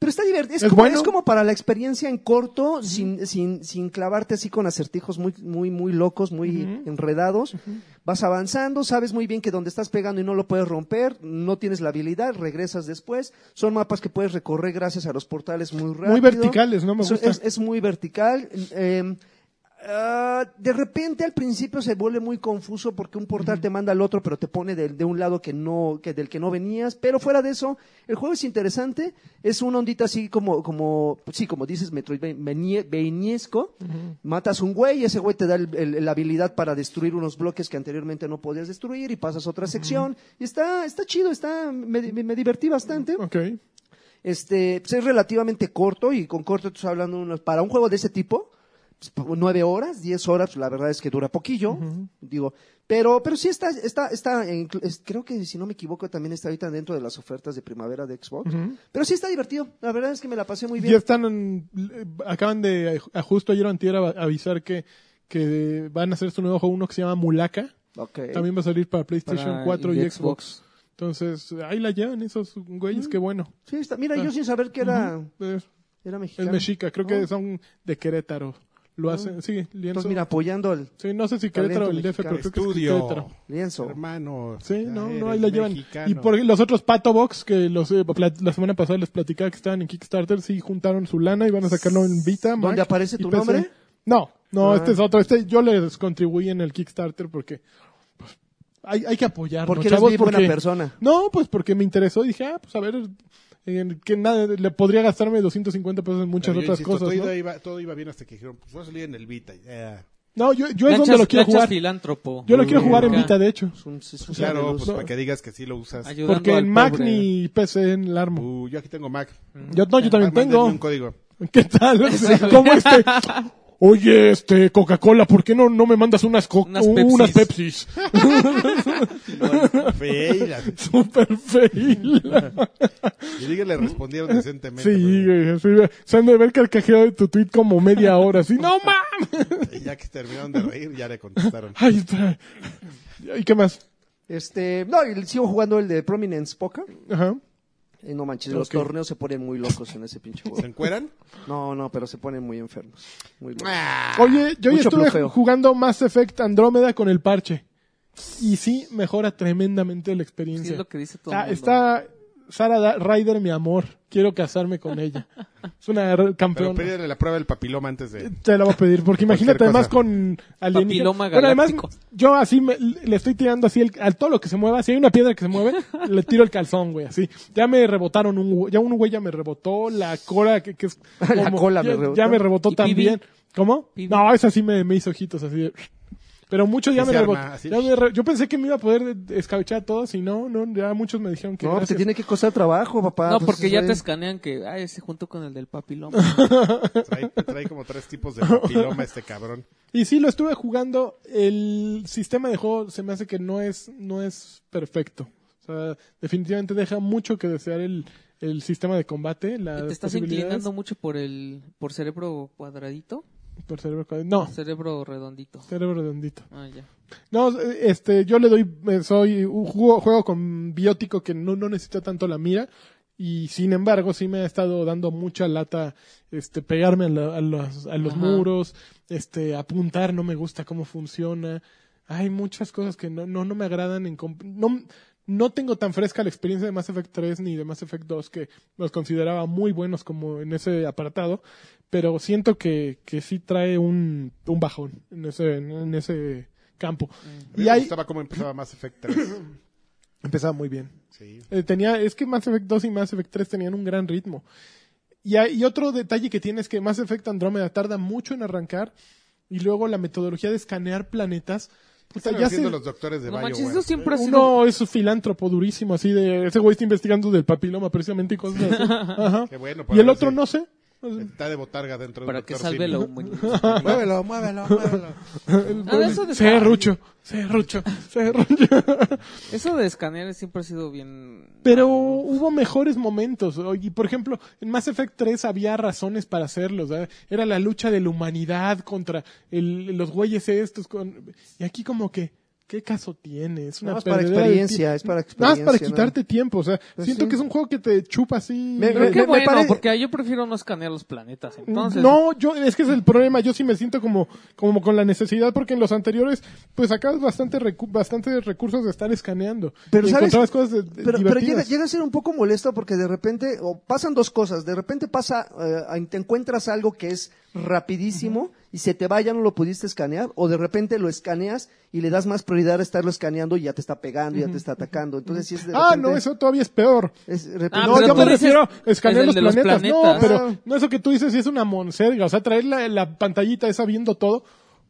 [SPEAKER 2] Pero está divertido, es,
[SPEAKER 4] ¿Es
[SPEAKER 2] como,
[SPEAKER 4] bueno?
[SPEAKER 2] es como para la experiencia en corto, sin, sin, sin clavarte así con acertijos muy, muy, muy locos, muy enredados. Vas avanzando, sabes muy bien que donde estás pegando y no lo puedes romper, no tienes la habilidad, regresas después. Son mapas que puedes recorrer gracias a los portales muy rápido.
[SPEAKER 4] verticales, ¿no? Me
[SPEAKER 2] Es-
[SPEAKER 4] gusta.
[SPEAKER 2] Es, es muy vertical. eh, Ah, de repente al principio se vuelve muy confuso porque un portal te manda al otro pero te pone del- de, un lado que no que del que no venías pero fuera de eso el juego es interesante es una ondita así como como pues sí como dices metroidvaniesco matas un güey y ese güey te da el- el- la habilidad para destruir unos bloques que anteriormente no podías destruir y pasas a otra sección y está está chido está me, me- me divertí bastante
[SPEAKER 4] Ok.
[SPEAKER 2] este, pues es relativamente corto y con corto estoy hablando de unos- para un juego de ese tipo, pues, por nueve horas, diez horas, pues, la verdad es que dura poquillo, digo, pero, pero sí está, está, está, en- es- creo que si no me equivoco también está ahorita dentro de las ofertas de primavera de Xbox, pero sí está divertido, la verdad es que me la pasé muy bien.
[SPEAKER 4] Ya están. en- eh, acaban de. eh, a- Justo ayer o antier a- avisar que, que van a hacer su nuevo juego, uno que se llama Mulaka.
[SPEAKER 2] Ok.
[SPEAKER 4] También va a salir para PlayStation
[SPEAKER 5] Para-
[SPEAKER 4] 4 y,
[SPEAKER 5] y
[SPEAKER 4] Xbox. Entonces, ahí la llevan esos güeyes,
[SPEAKER 2] Mm.
[SPEAKER 4] qué bueno.
[SPEAKER 2] Sí, está- mira, yo sin saber que era,
[SPEAKER 4] Es,
[SPEAKER 2] era
[SPEAKER 4] es
[SPEAKER 2] mexicano.
[SPEAKER 4] mexica, creo que
[SPEAKER 2] No.
[SPEAKER 4] son de Querétaro. Lo hacen, sí, lienzo.
[SPEAKER 2] Entonces, Oh. Pues mira, apoyando al
[SPEAKER 4] sí, no sé si Querétaro o el
[SPEAKER 2] talento
[SPEAKER 4] DF, pero creo que es
[SPEAKER 3] Estudio.
[SPEAKER 4] Querétaro.
[SPEAKER 2] lienzo.
[SPEAKER 3] Hermano.
[SPEAKER 4] Sí,
[SPEAKER 3] ya
[SPEAKER 4] no, no,
[SPEAKER 3] eres
[SPEAKER 4] ahí la llevan.
[SPEAKER 3] mexicano.
[SPEAKER 4] Y por los otros Pato Box, que los, eh, plat- la semana pasada les platicaba que estaban en Kickstarter, sí juntaron su lana y van a sacarlo en Vita.
[SPEAKER 2] ¿Dónde
[SPEAKER 4] Mac
[SPEAKER 2] aparece
[SPEAKER 4] y
[SPEAKER 2] tu
[SPEAKER 4] PC.
[SPEAKER 2] nombre?
[SPEAKER 4] No, no,
[SPEAKER 2] Ah.
[SPEAKER 4] este es otro. Este yo les contribuí en el Kickstarter porque pues, hay, hay que apoyar.
[SPEAKER 2] Porque eres muy buena persona.
[SPEAKER 4] No, pues porque me interesó y dije, ah, pues a ver, eh, que nada, le podría gastarme 250 pesos en muchas
[SPEAKER 3] Pero yo
[SPEAKER 4] otras
[SPEAKER 3] insisto,
[SPEAKER 4] cosas.
[SPEAKER 3] Todo,
[SPEAKER 4] ¿no?
[SPEAKER 3] iba, todo iba bien hasta que dijeron, pues va a salir en el Vita. y, eh,
[SPEAKER 4] No, yo, yo es
[SPEAKER 5] Lanchas-
[SPEAKER 4] donde lo quiero
[SPEAKER 5] Lanchas
[SPEAKER 4] jugar.
[SPEAKER 5] filántropo.
[SPEAKER 4] Yo lo quiero jugar en
[SPEAKER 5] Acá,
[SPEAKER 4] Vita, de hecho.
[SPEAKER 2] Es un- es un
[SPEAKER 3] claro,
[SPEAKER 2] sabeloso.
[SPEAKER 3] pues para que digas que sí lo usas.
[SPEAKER 5] ayudando
[SPEAKER 4] Porque
[SPEAKER 5] al
[SPEAKER 4] en Mac
[SPEAKER 5] pobre.
[SPEAKER 4] ni PC en la armo.
[SPEAKER 3] Uh, yo aquí tengo Mac.
[SPEAKER 4] Yo, no, yo también
[SPEAKER 3] Ah, mándenme
[SPEAKER 4] tengo.
[SPEAKER 3] un código.
[SPEAKER 4] ¿Qué tal? ¿Cómo este? Oye, este, Coca-Cola, ¿por qué no, no me mandas unas, co-
[SPEAKER 5] Unas
[SPEAKER 4] u-
[SPEAKER 5] Pepsis.
[SPEAKER 4] unas Pepsis?
[SPEAKER 3] Feila.
[SPEAKER 4] Súper fail.
[SPEAKER 3] Y diga, le respondieron decentemente. pues,
[SPEAKER 4] Sí,
[SPEAKER 3] pero-
[SPEAKER 4] güey, sí, güey. Se han de ver carcajeado de tu tweet como media hora. Así, no mames.
[SPEAKER 3] y ya que terminaron de reír, ya le contestaron.
[SPEAKER 4] Ay, espera. ¿Y qué más?
[SPEAKER 2] Este, no, y sigo jugando el de Prominence Poker.
[SPEAKER 4] Ajá.
[SPEAKER 2] Eh, No manches, los
[SPEAKER 4] Ok.
[SPEAKER 2] torneos se ponen muy locos en ese pinche
[SPEAKER 3] ¿Se
[SPEAKER 2] juego.
[SPEAKER 3] encueran?
[SPEAKER 2] No, no, pero se ponen muy enfermos. Muy locos.
[SPEAKER 4] Ah,
[SPEAKER 5] Ah,
[SPEAKER 4] Oye, yo ya
[SPEAKER 2] Mucho
[SPEAKER 4] estuve
[SPEAKER 2] blofeo.
[SPEAKER 4] jugando Mass Effect Andrómeda con el parche. Y sí, mejora tremendamente la
[SPEAKER 5] Sí,
[SPEAKER 4] experiencia.
[SPEAKER 5] es lo que dice todo
[SPEAKER 4] Ah,
[SPEAKER 5] el mundo.
[SPEAKER 4] está Sara Da- Ryder, mi amor. Quiero casarme con ella. Es una r-
[SPEAKER 3] Pero
[SPEAKER 4] campeona.
[SPEAKER 3] pídele la prueba del papiloma antes de...
[SPEAKER 4] Te la voy a pedir, porque imagínate
[SPEAKER 3] Cualquier
[SPEAKER 4] además
[SPEAKER 3] cosa.
[SPEAKER 4] con alienígenas.
[SPEAKER 5] Papiloma
[SPEAKER 4] Bueno, además,
[SPEAKER 5] galáctico.
[SPEAKER 4] yo así me- le estoy tirando así el- a todo lo que se mueva. Si hay una piedra que se mueve, le tiro el calzón, güey, así. Ya me rebotaron un güey, ya un güey ya me rebotó, la cola que, que es...
[SPEAKER 2] La cola me
[SPEAKER 4] ya,
[SPEAKER 2] rebotó.
[SPEAKER 4] Ya me rebotó
[SPEAKER 5] ¿Y Pibi?
[SPEAKER 4] también. ¿Cómo?
[SPEAKER 5] Pibi.
[SPEAKER 4] No, esa sí me, me hizo ojitos así de... Pero muchos ya
[SPEAKER 3] Sí
[SPEAKER 4] me
[SPEAKER 3] se arma,
[SPEAKER 4] rebotó.
[SPEAKER 3] así.
[SPEAKER 4] ya me re- Yo pensé que me iba a poder escabechar a todos y no, no, ya muchos me dijeron que
[SPEAKER 2] No, pues te
[SPEAKER 4] gracias.
[SPEAKER 2] tiene que costar trabajo, papá.
[SPEAKER 5] No,
[SPEAKER 2] Pues,
[SPEAKER 5] porque ya
[SPEAKER 2] güey.
[SPEAKER 5] te escanean que, ay, se junto con el del papiloma.
[SPEAKER 3] Trae, trae como tres tipos de papiloma este cabrón.
[SPEAKER 4] Y sí, lo estuve jugando. El sistema de juego se me hace que no es, no es perfecto. O sea, definitivamente deja mucho que desear el, el sistema de combate. Las
[SPEAKER 5] ¿Te estás
[SPEAKER 4] posibilidades
[SPEAKER 5] inclinando mucho por el por cerebro cuadradito?
[SPEAKER 4] por cerebro cuadrado. No,
[SPEAKER 5] Cerebro redondito.
[SPEAKER 4] cerebro redondito.
[SPEAKER 5] Ah, ya.
[SPEAKER 4] No, este, yo le doy, eh, soy un juego, juego con biótico que no, no necesita tanto la mira. Y sin embargo, sí me ha estado dando mucha lata, este, pegarme a, la- a los, a los
[SPEAKER 5] Ajá.
[SPEAKER 4] muros, este, apuntar, no me gusta cómo funciona. Hay muchas cosas que no, no, no me agradan en, comp- no, no tengo tan fresca la experiencia de Mass Effect 3 ni de Mass Effect 2 que los consideraba muy buenos como en ese apartado, pero siento que, que sí trae un, un bajón en ese, en ese campo.
[SPEAKER 3] mí
[SPEAKER 4] Y
[SPEAKER 3] me
[SPEAKER 4] hay,
[SPEAKER 3] gustaba cómo empezaba Mass Effect 3.
[SPEAKER 4] empezaba muy bien.
[SPEAKER 3] Sí.
[SPEAKER 4] Eh, tenía, es que Mass Effect 2 y Mass Effect 3 tenían un gran ritmo. Y, hay- y otro detalle que tiene es que Mass Effect Andrómeda tarda mucho en arrancar y luego la metodología de escanear planetas. Puta,
[SPEAKER 3] Están
[SPEAKER 4] ya
[SPEAKER 3] haciendo
[SPEAKER 4] se-
[SPEAKER 3] los doctores de
[SPEAKER 5] No
[SPEAKER 3] Bioware.
[SPEAKER 5] manches, eso siempre ha sido...
[SPEAKER 4] uno es un filántropo durísimo, así de ese güey está investigando del papiloma precisamente y cosas así. Ajá.
[SPEAKER 3] Qué bueno,
[SPEAKER 4] y
[SPEAKER 3] para
[SPEAKER 4] el
[SPEAKER 5] pues,
[SPEAKER 3] ver
[SPEAKER 4] otro
[SPEAKER 3] si
[SPEAKER 4] no sé. O sea,
[SPEAKER 3] Está de botarga dentro de
[SPEAKER 5] Para
[SPEAKER 3] un
[SPEAKER 5] que
[SPEAKER 3] doctor
[SPEAKER 5] salve
[SPEAKER 3] Simi.
[SPEAKER 5] la humanidad.
[SPEAKER 3] Muévelo, muévelo, muévelo.
[SPEAKER 5] Ah, eso, de
[SPEAKER 4] Serrucho, serrucho, serrucho.
[SPEAKER 5] eso de escanear siempre ha sido bien...
[SPEAKER 4] Pero hubo mejores momentos. o- Y por ejemplo, en Mass Effect 3 había razones para hacerlos. ¿verdad? Era la lucha de la humanidad contra el- los güeyes estos. Con... Y aquí como que, ¿qué caso tiene? Es una
[SPEAKER 2] Nada más para
[SPEAKER 4] perdedera de
[SPEAKER 2] experiencia,
[SPEAKER 4] tie-
[SPEAKER 2] es para
[SPEAKER 4] Nada más para
[SPEAKER 2] experiencia, ¿no?
[SPEAKER 4] quitarte tiempo. O sea,
[SPEAKER 2] Pues
[SPEAKER 4] siento
[SPEAKER 2] sí.
[SPEAKER 4] que es un juego que te chupa así.
[SPEAKER 2] Me-
[SPEAKER 5] Pero
[SPEAKER 2] me-
[SPEAKER 5] qué bueno,
[SPEAKER 2] parece-
[SPEAKER 5] porque yo prefiero no escanear los planetas. Entonces,
[SPEAKER 4] no, yo es que es el problema. Yo sí me siento como, como con la necesidad porque en los anteriores, pues sacabas bastante recu- bastantes recursos de estar escaneando.
[SPEAKER 2] Pero,
[SPEAKER 4] y
[SPEAKER 2] ¿sabes?
[SPEAKER 4] encontrabas cosas de-
[SPEAKER 2] pero, pero
[SPEAKER 4] divertidas.
[SPEAKER 2] llega, llega a ser un poco molesto porque de repente o pasan dos cosas. De repente pasa, eh, ahí te encuentras algo que es rapidísimo y se te va, ya no lo pudiste escanear. O de repente lo escaneas y le das más prioridad a estarlo escaneando y ya te está pegando, ya te está atacando. Entonces, si es de
[SPEAKER 4] Ah,
[SPEAKER 2] repente-
[SPEAKER 4] no, eso todavía es peor.
[SPEAKER 2] es de repente-
[SPEAKER 5] Ah,
[SPEAKER 4] no,
[SPEAKER 5] pero
[SPEAKER 4] yo
[SPEAKER 5] tú
[SPEAKER 4] me
[SPEAKER 5] dices
[SPEAKER 4] refiero a
[SPEAKER 5] en
[SPEAKER 4] escanear
[SPEAKER 5] el
[SPEAKER 4] los
[SPEAKER 5] de los
[SPEAKER 4] planetas. No,
[SPEAKER 5] planetas.
[SPEAKER 4] pero no eso que tú dices sí es una monserga. O sea, traer la, la pantallita esa viendo todo.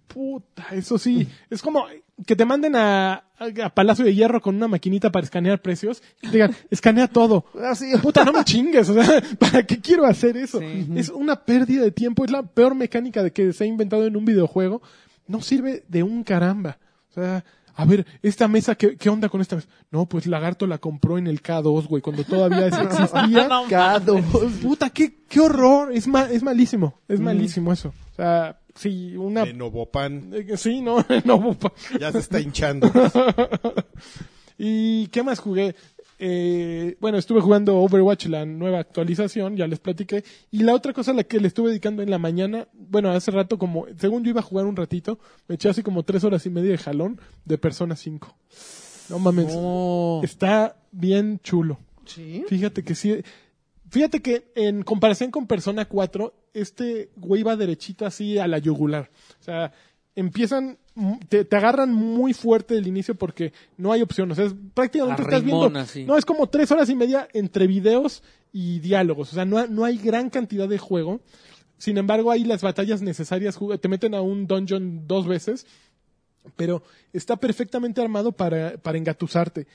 [SPEAKER 4] Puta, eso sí. Es como que te manden a, a- a Palacio de Hierro con una maquinita para escanear precios. Y te digan, escanea todo.
[SPEAKER 2] Ah, sí.
[SPEAKER 4] Puta, no me chingues. O sea, ¿para qué quiero hacer eso?
[SPEAKER 5] Sí.
[SPEAKER 4] Es una pérdida de tiempo. Es la peor mecánica de que se ha inventado en un videojuego. No sirve de un caramba. O sea, a ver, esta mesa, ¿qué, qué onda con esta mesa? No, pues Lagarto la compró en el K2, güey, cuando todavía eso
[SPEAKER 2] "Ah,
[SPEAKER 4] existía.
[SPEAKER 2] Cado.
[SPEAKER 4] Puta, qué, qué horror. Es, ma- es malísimo. Es malísimo eso. O sea, sí, una...
[SPEAKER 3] De Novopan.
[SPEAKER 4] eh, Sí, no, no, pupa.
[SPEAKER 3] Ya se está hinchando.
[SPEAKER 4] ¿Y qué más jugué? Eh, bueno, estuve jugando Overwatch, la nueva actualización, ya les platiqué. Y la otra cosa a la que le estuve dedicando en la mañana, bueno, hace rato, como según yo iba a jugar un ratito, me eché así como tres horas y media de jalón de Persona 5. No mames.
[SPEAKER 5] No.
[SPEAKER 4] Está bien chulo. Fíjate que sí. Fíjate que en comparación con Persona 4, este güey va derechito así a la yugular. O sea, empiezan, m- te, te agarran muy fuerte del inicio porque no hay opción. O sea, es- prácticamente estás viendo.
[SPEAKER 5] Arrimona, sí.
[SPEAKER 4] No, es como tres horas y media entre videos y diálogos. O sea, no, ha- no hay gran cantidad de juego. Sin embargo, hay las batallas necesarias. ju- Te meten a un dungeon dos veces pero está perfectamente armado para, para engatusarte.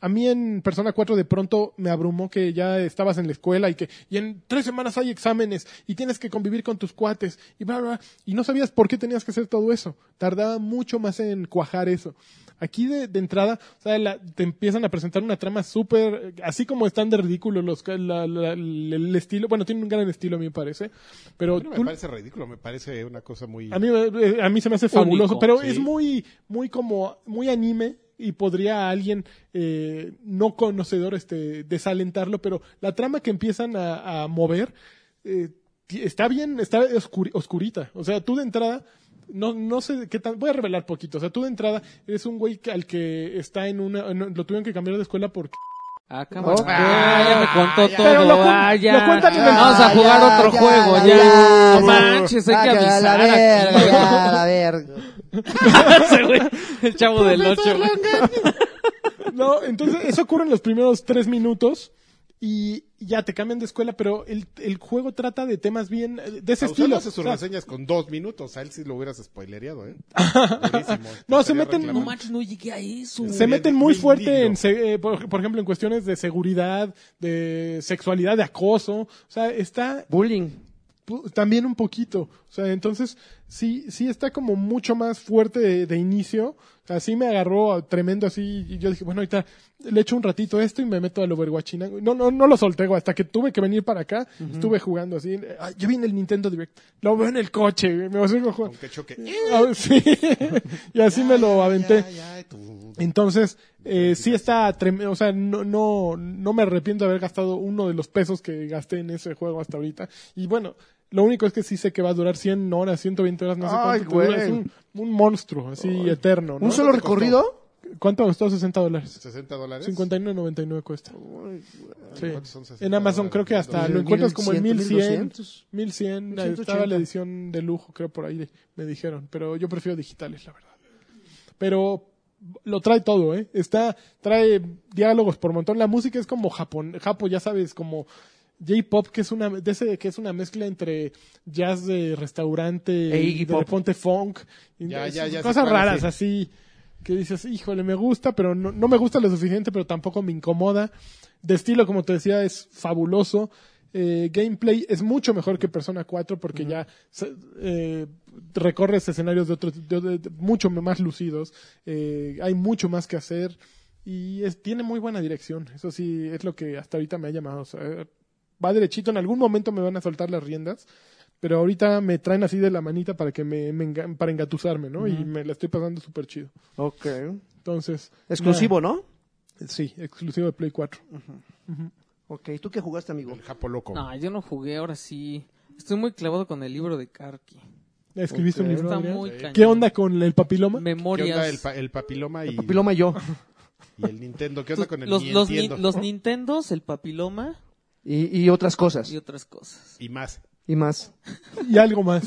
[SPEAKER 4] A mí en Persona 4 de pronto me abrumó que ya estabas en la escuela y que y en tres semanas hay exámenes y tienes que convivir con tus cuates y bla, bla, bla, y no sabías por qué tenías que hacer todo eso. Tardaba mucho más en cuajar eso. Aquí de, de entrada, o sea, la- te empiezan a presentar una trama súper, eh, así como están de ridículo los, ca- la- la- la- el estilo, bueno, tiene un gran estilo a mí me parece, pero
[SPEAKER 3] No me
[SPEAKER 4] tú-
[SPEAKER 3] parece ridículo, me parece una cosa muy...
[SPEAKER 4] a mí, eh, a mí se me hace fabuloso,
[SPEAKER 5] Único,
[SPEAKER 4] pero
[SPEAKER 3] sí.
[SPEAKER 4] es muy, muy como, muy anime y podría a alguien eh, no conocedor este, desalentarlo, pero la trama que empiezan a, a mover eh, ti- está bien, está oscuri- oscurita. O sea, tú de entrada, no, no sé qué tan, voy a revelar poquito. O sea, tú de entrada eres un güey que- al que está en una, en- lo tuvieron que cambiar de escuela porque
[SPEAKER 5] Ah, cámara.
[SPEAKER 2] Ok.
[SPEAKER 5] Ah, ya me contó todo.
[SPEAKER 4] Pero lo cu-
[SPEAKER 5] ah, ya.
[SPEAKER 4] lo cuentan en el-
[SPEAKER 5] Vamos a
[SPEAKER 2] Ah,
[SPEAKER 5] jugar
[SPEAKER 2] ya,
[SPEAKER 5] otro
[SPEAKER 2] ya,
[SPEAKER 5] juego, ya.
[SPEAKER 2] ya, ya.
[SPEAKER 5] no manches, hay que
[SPEAKER 2] Ah, A
[SPEAKER 5] avisar.
[SPEAKER 2] la
[SPEAKER 5] aquí.
[SPEAKER 2] verga, ya, a la verga.
[SPEAKER 5] Ese güey, el chavo del 8.
[SPEAKER 4] No, entonces eso ocurre en los primeros tres minutos y ya te cambian de escuela, pero el, el juego trata de temas bien eh, de ese
[SPEAKER 3] Pausando
[SPEAKER 4] estilo.
[SPEAKER 3] Ah, hace sus
[SPEAKER 4] O sea,
[SPEAKER 3] reseñas con dos minutos. A él sí lo hubieras spoilereado, ¿eh? Durísimo.
[SPEAKER 4] No,
[SPEAKER 3] Te estaría
[SPEAKER 4] se meten-
[SPEAKER 5] No
[SPEAKER 3] reclamando.
[SPEAKER 5] manches, no llegué a eso.
[SPEAKER 4] se
[SPEAKER 3] bien
[SPEAKER 4] meten muy
[SPEAKER 3] indigno.
[SPEAKER 4] fuerte en, se- eh, por, por ejemplo, en cuestiones de seguridad, de sexualidad, de acoso. O sea, está
[SPEAKER 2] Bullying.
[SPEAKER 4] pu- también un poquito. O sea, entonces sí, sí está como mucho más fuerte de, de inicio. Así me agarró a- tremendo así y yo dije, bueno, ahorita le echo un ratito esto y me meto al Overwatchinango. No, no, no lo solté, güey, hasta que tuve que venir para acá. Estuve jugando así. Ah, yo vi en el Nintendo Direct. Lo veo en el coche, güey, me voy a hacer jugando.
[SPEAKER 3] Aunque choque.
[SPEAKER 4] Ah, sí. y así me lo aventé.
[SPEAKER 3] Ya, ya, tú.
[SPEAKER 4] Entonces, eh, sí está tremendo, o sea, no, no, no me arrepiento de haber gastado uno de los pesos que gasté en ese juego hasta ahorita. Y bueno, lo único es que sí sé que va a durar 100 horas, 120 horas, no sé
[SPEAKER 2] Ay,
[SPEAKER 4] cuánto. te
[SPEAKER 2] güey.
[SPEAKER 4] dura. Es un, un monstruo, así eterno. ¿no?
[SPEAKER 2] ¿Un solo
[SPEAKER 3] te costó?
[SPEAKER 2] recorrido?
[SPEAKER 4] ¿Cuánto costó? 60 dólares.
[SPEAKER 3] 60 dólares.
[SPEAKER 4] 59.99 cuesta. Sí.
[SPEAKER 3] ¿Cuántos son 60
[SPEAKER 4] En Amazon
[SPEAKER 3] dólares?
[SPEAKER 4] creo que hasta
[SPEAKER 2] Pues,
[SPEAKER 4] lo encuentras como en
[SPEAKER 2] 1100,
[SPEAKER 4] 1100, 1100, ahí
[SPEAKER 2] 1180.
[SPEAKER 4] estaba la edición de lujo, creo por ahí de- me dijeron, pero yo prefiero digitales, la verdad. Pero lo trae todo, ¿eh? Está trae diálogos por montón, la música es como Japón, Japo, ya sabes, como J-pop que es una de ese que es una mezcla entre jazz de restaurante
[SPEAKER 5] E
[SPEAKER 4] y
[SPEAKER 5] Iggy
[SPEAKER 4] de
[SPEAKER 5] Pop.
[SPEAKER 4] repente funk, y
[SPEAKER 3] Ya, ya, ya sé
[SPEAKER 4] cosas
[SPEAKER 3] cuál es,
[SPEAKER 4] raras
[SPEAKER 3] sí.
[SPEAKER 4] así que dices, híjole, me gusta, pero no, no me gusta lo suficiente, pero tampoco me incomoda. De estilo, como te decía, es fabuloso. Eh, gameplay es mucho mejor que Persona 4 porque ya se- eh, recorres escenarios de otros, de- de- de- mucho más lucidos. Eh, hay mucho más que hacer y es- tiene muy buena dirección. Eso sí, es lo que hasta ahorita me ha llamado. O sea, eh, va derechito, en algún momento me van a soltar las riendas, pero ahorita me traen así de la manita para que me, me enga- para engatusarme, ¿no? Y me la estoy pasando súper chido.
[SPEAKER 2] Ok.
[SPEAKER 4] Entonces.
[SPEAKER 2] Exclusivo, ¿no?
[SPEAKER 4] nada. Sí, exclusivo de Play 4.
[SPEAKER 2] Ok, ¿tú qué jugaste, amigo?
[SPEAKER 3] El Japo loco.
[SPEAKER 5] No, yo no jugué, ahora sí. Estoy muy clavado con el libro de Karki.
[SPEAKER 4] Escribiste
[SPEAKER 2] Ok.
[SPEAKER 4] un libro.
[SPEAKER 5] Está
[SPEAKER 4] Adrián?
[SPEAKER 5] muy cañón.
[SPEAKER 4] ¿Qué onda con el papiloma?
[SPEAKER 3] ¿Qué onda el,
[SPEAKER 5] Memorias.
[SPEAKER 3] pa- el papiloma y
[SPEAKER 2] El
[SPEAKER 3] y el,
[SPEAKER 2] papiloma y yo.
[SPEAKER 3] Nintendo? ¿Qué onda con el
[SPEAKER 5] los, los, nin-
[SPEAKER 3] Nintendo?
[SPEAKER 5] los Nintendos, el papiloma
[SPEAKER 2] Y, y otras cosas.
[SPEAKER 5] y otras cosas.
[SPEAKER 3] Y más.
[SPEAKER 2] Y más.
[SPEAKER 4] Y algo más.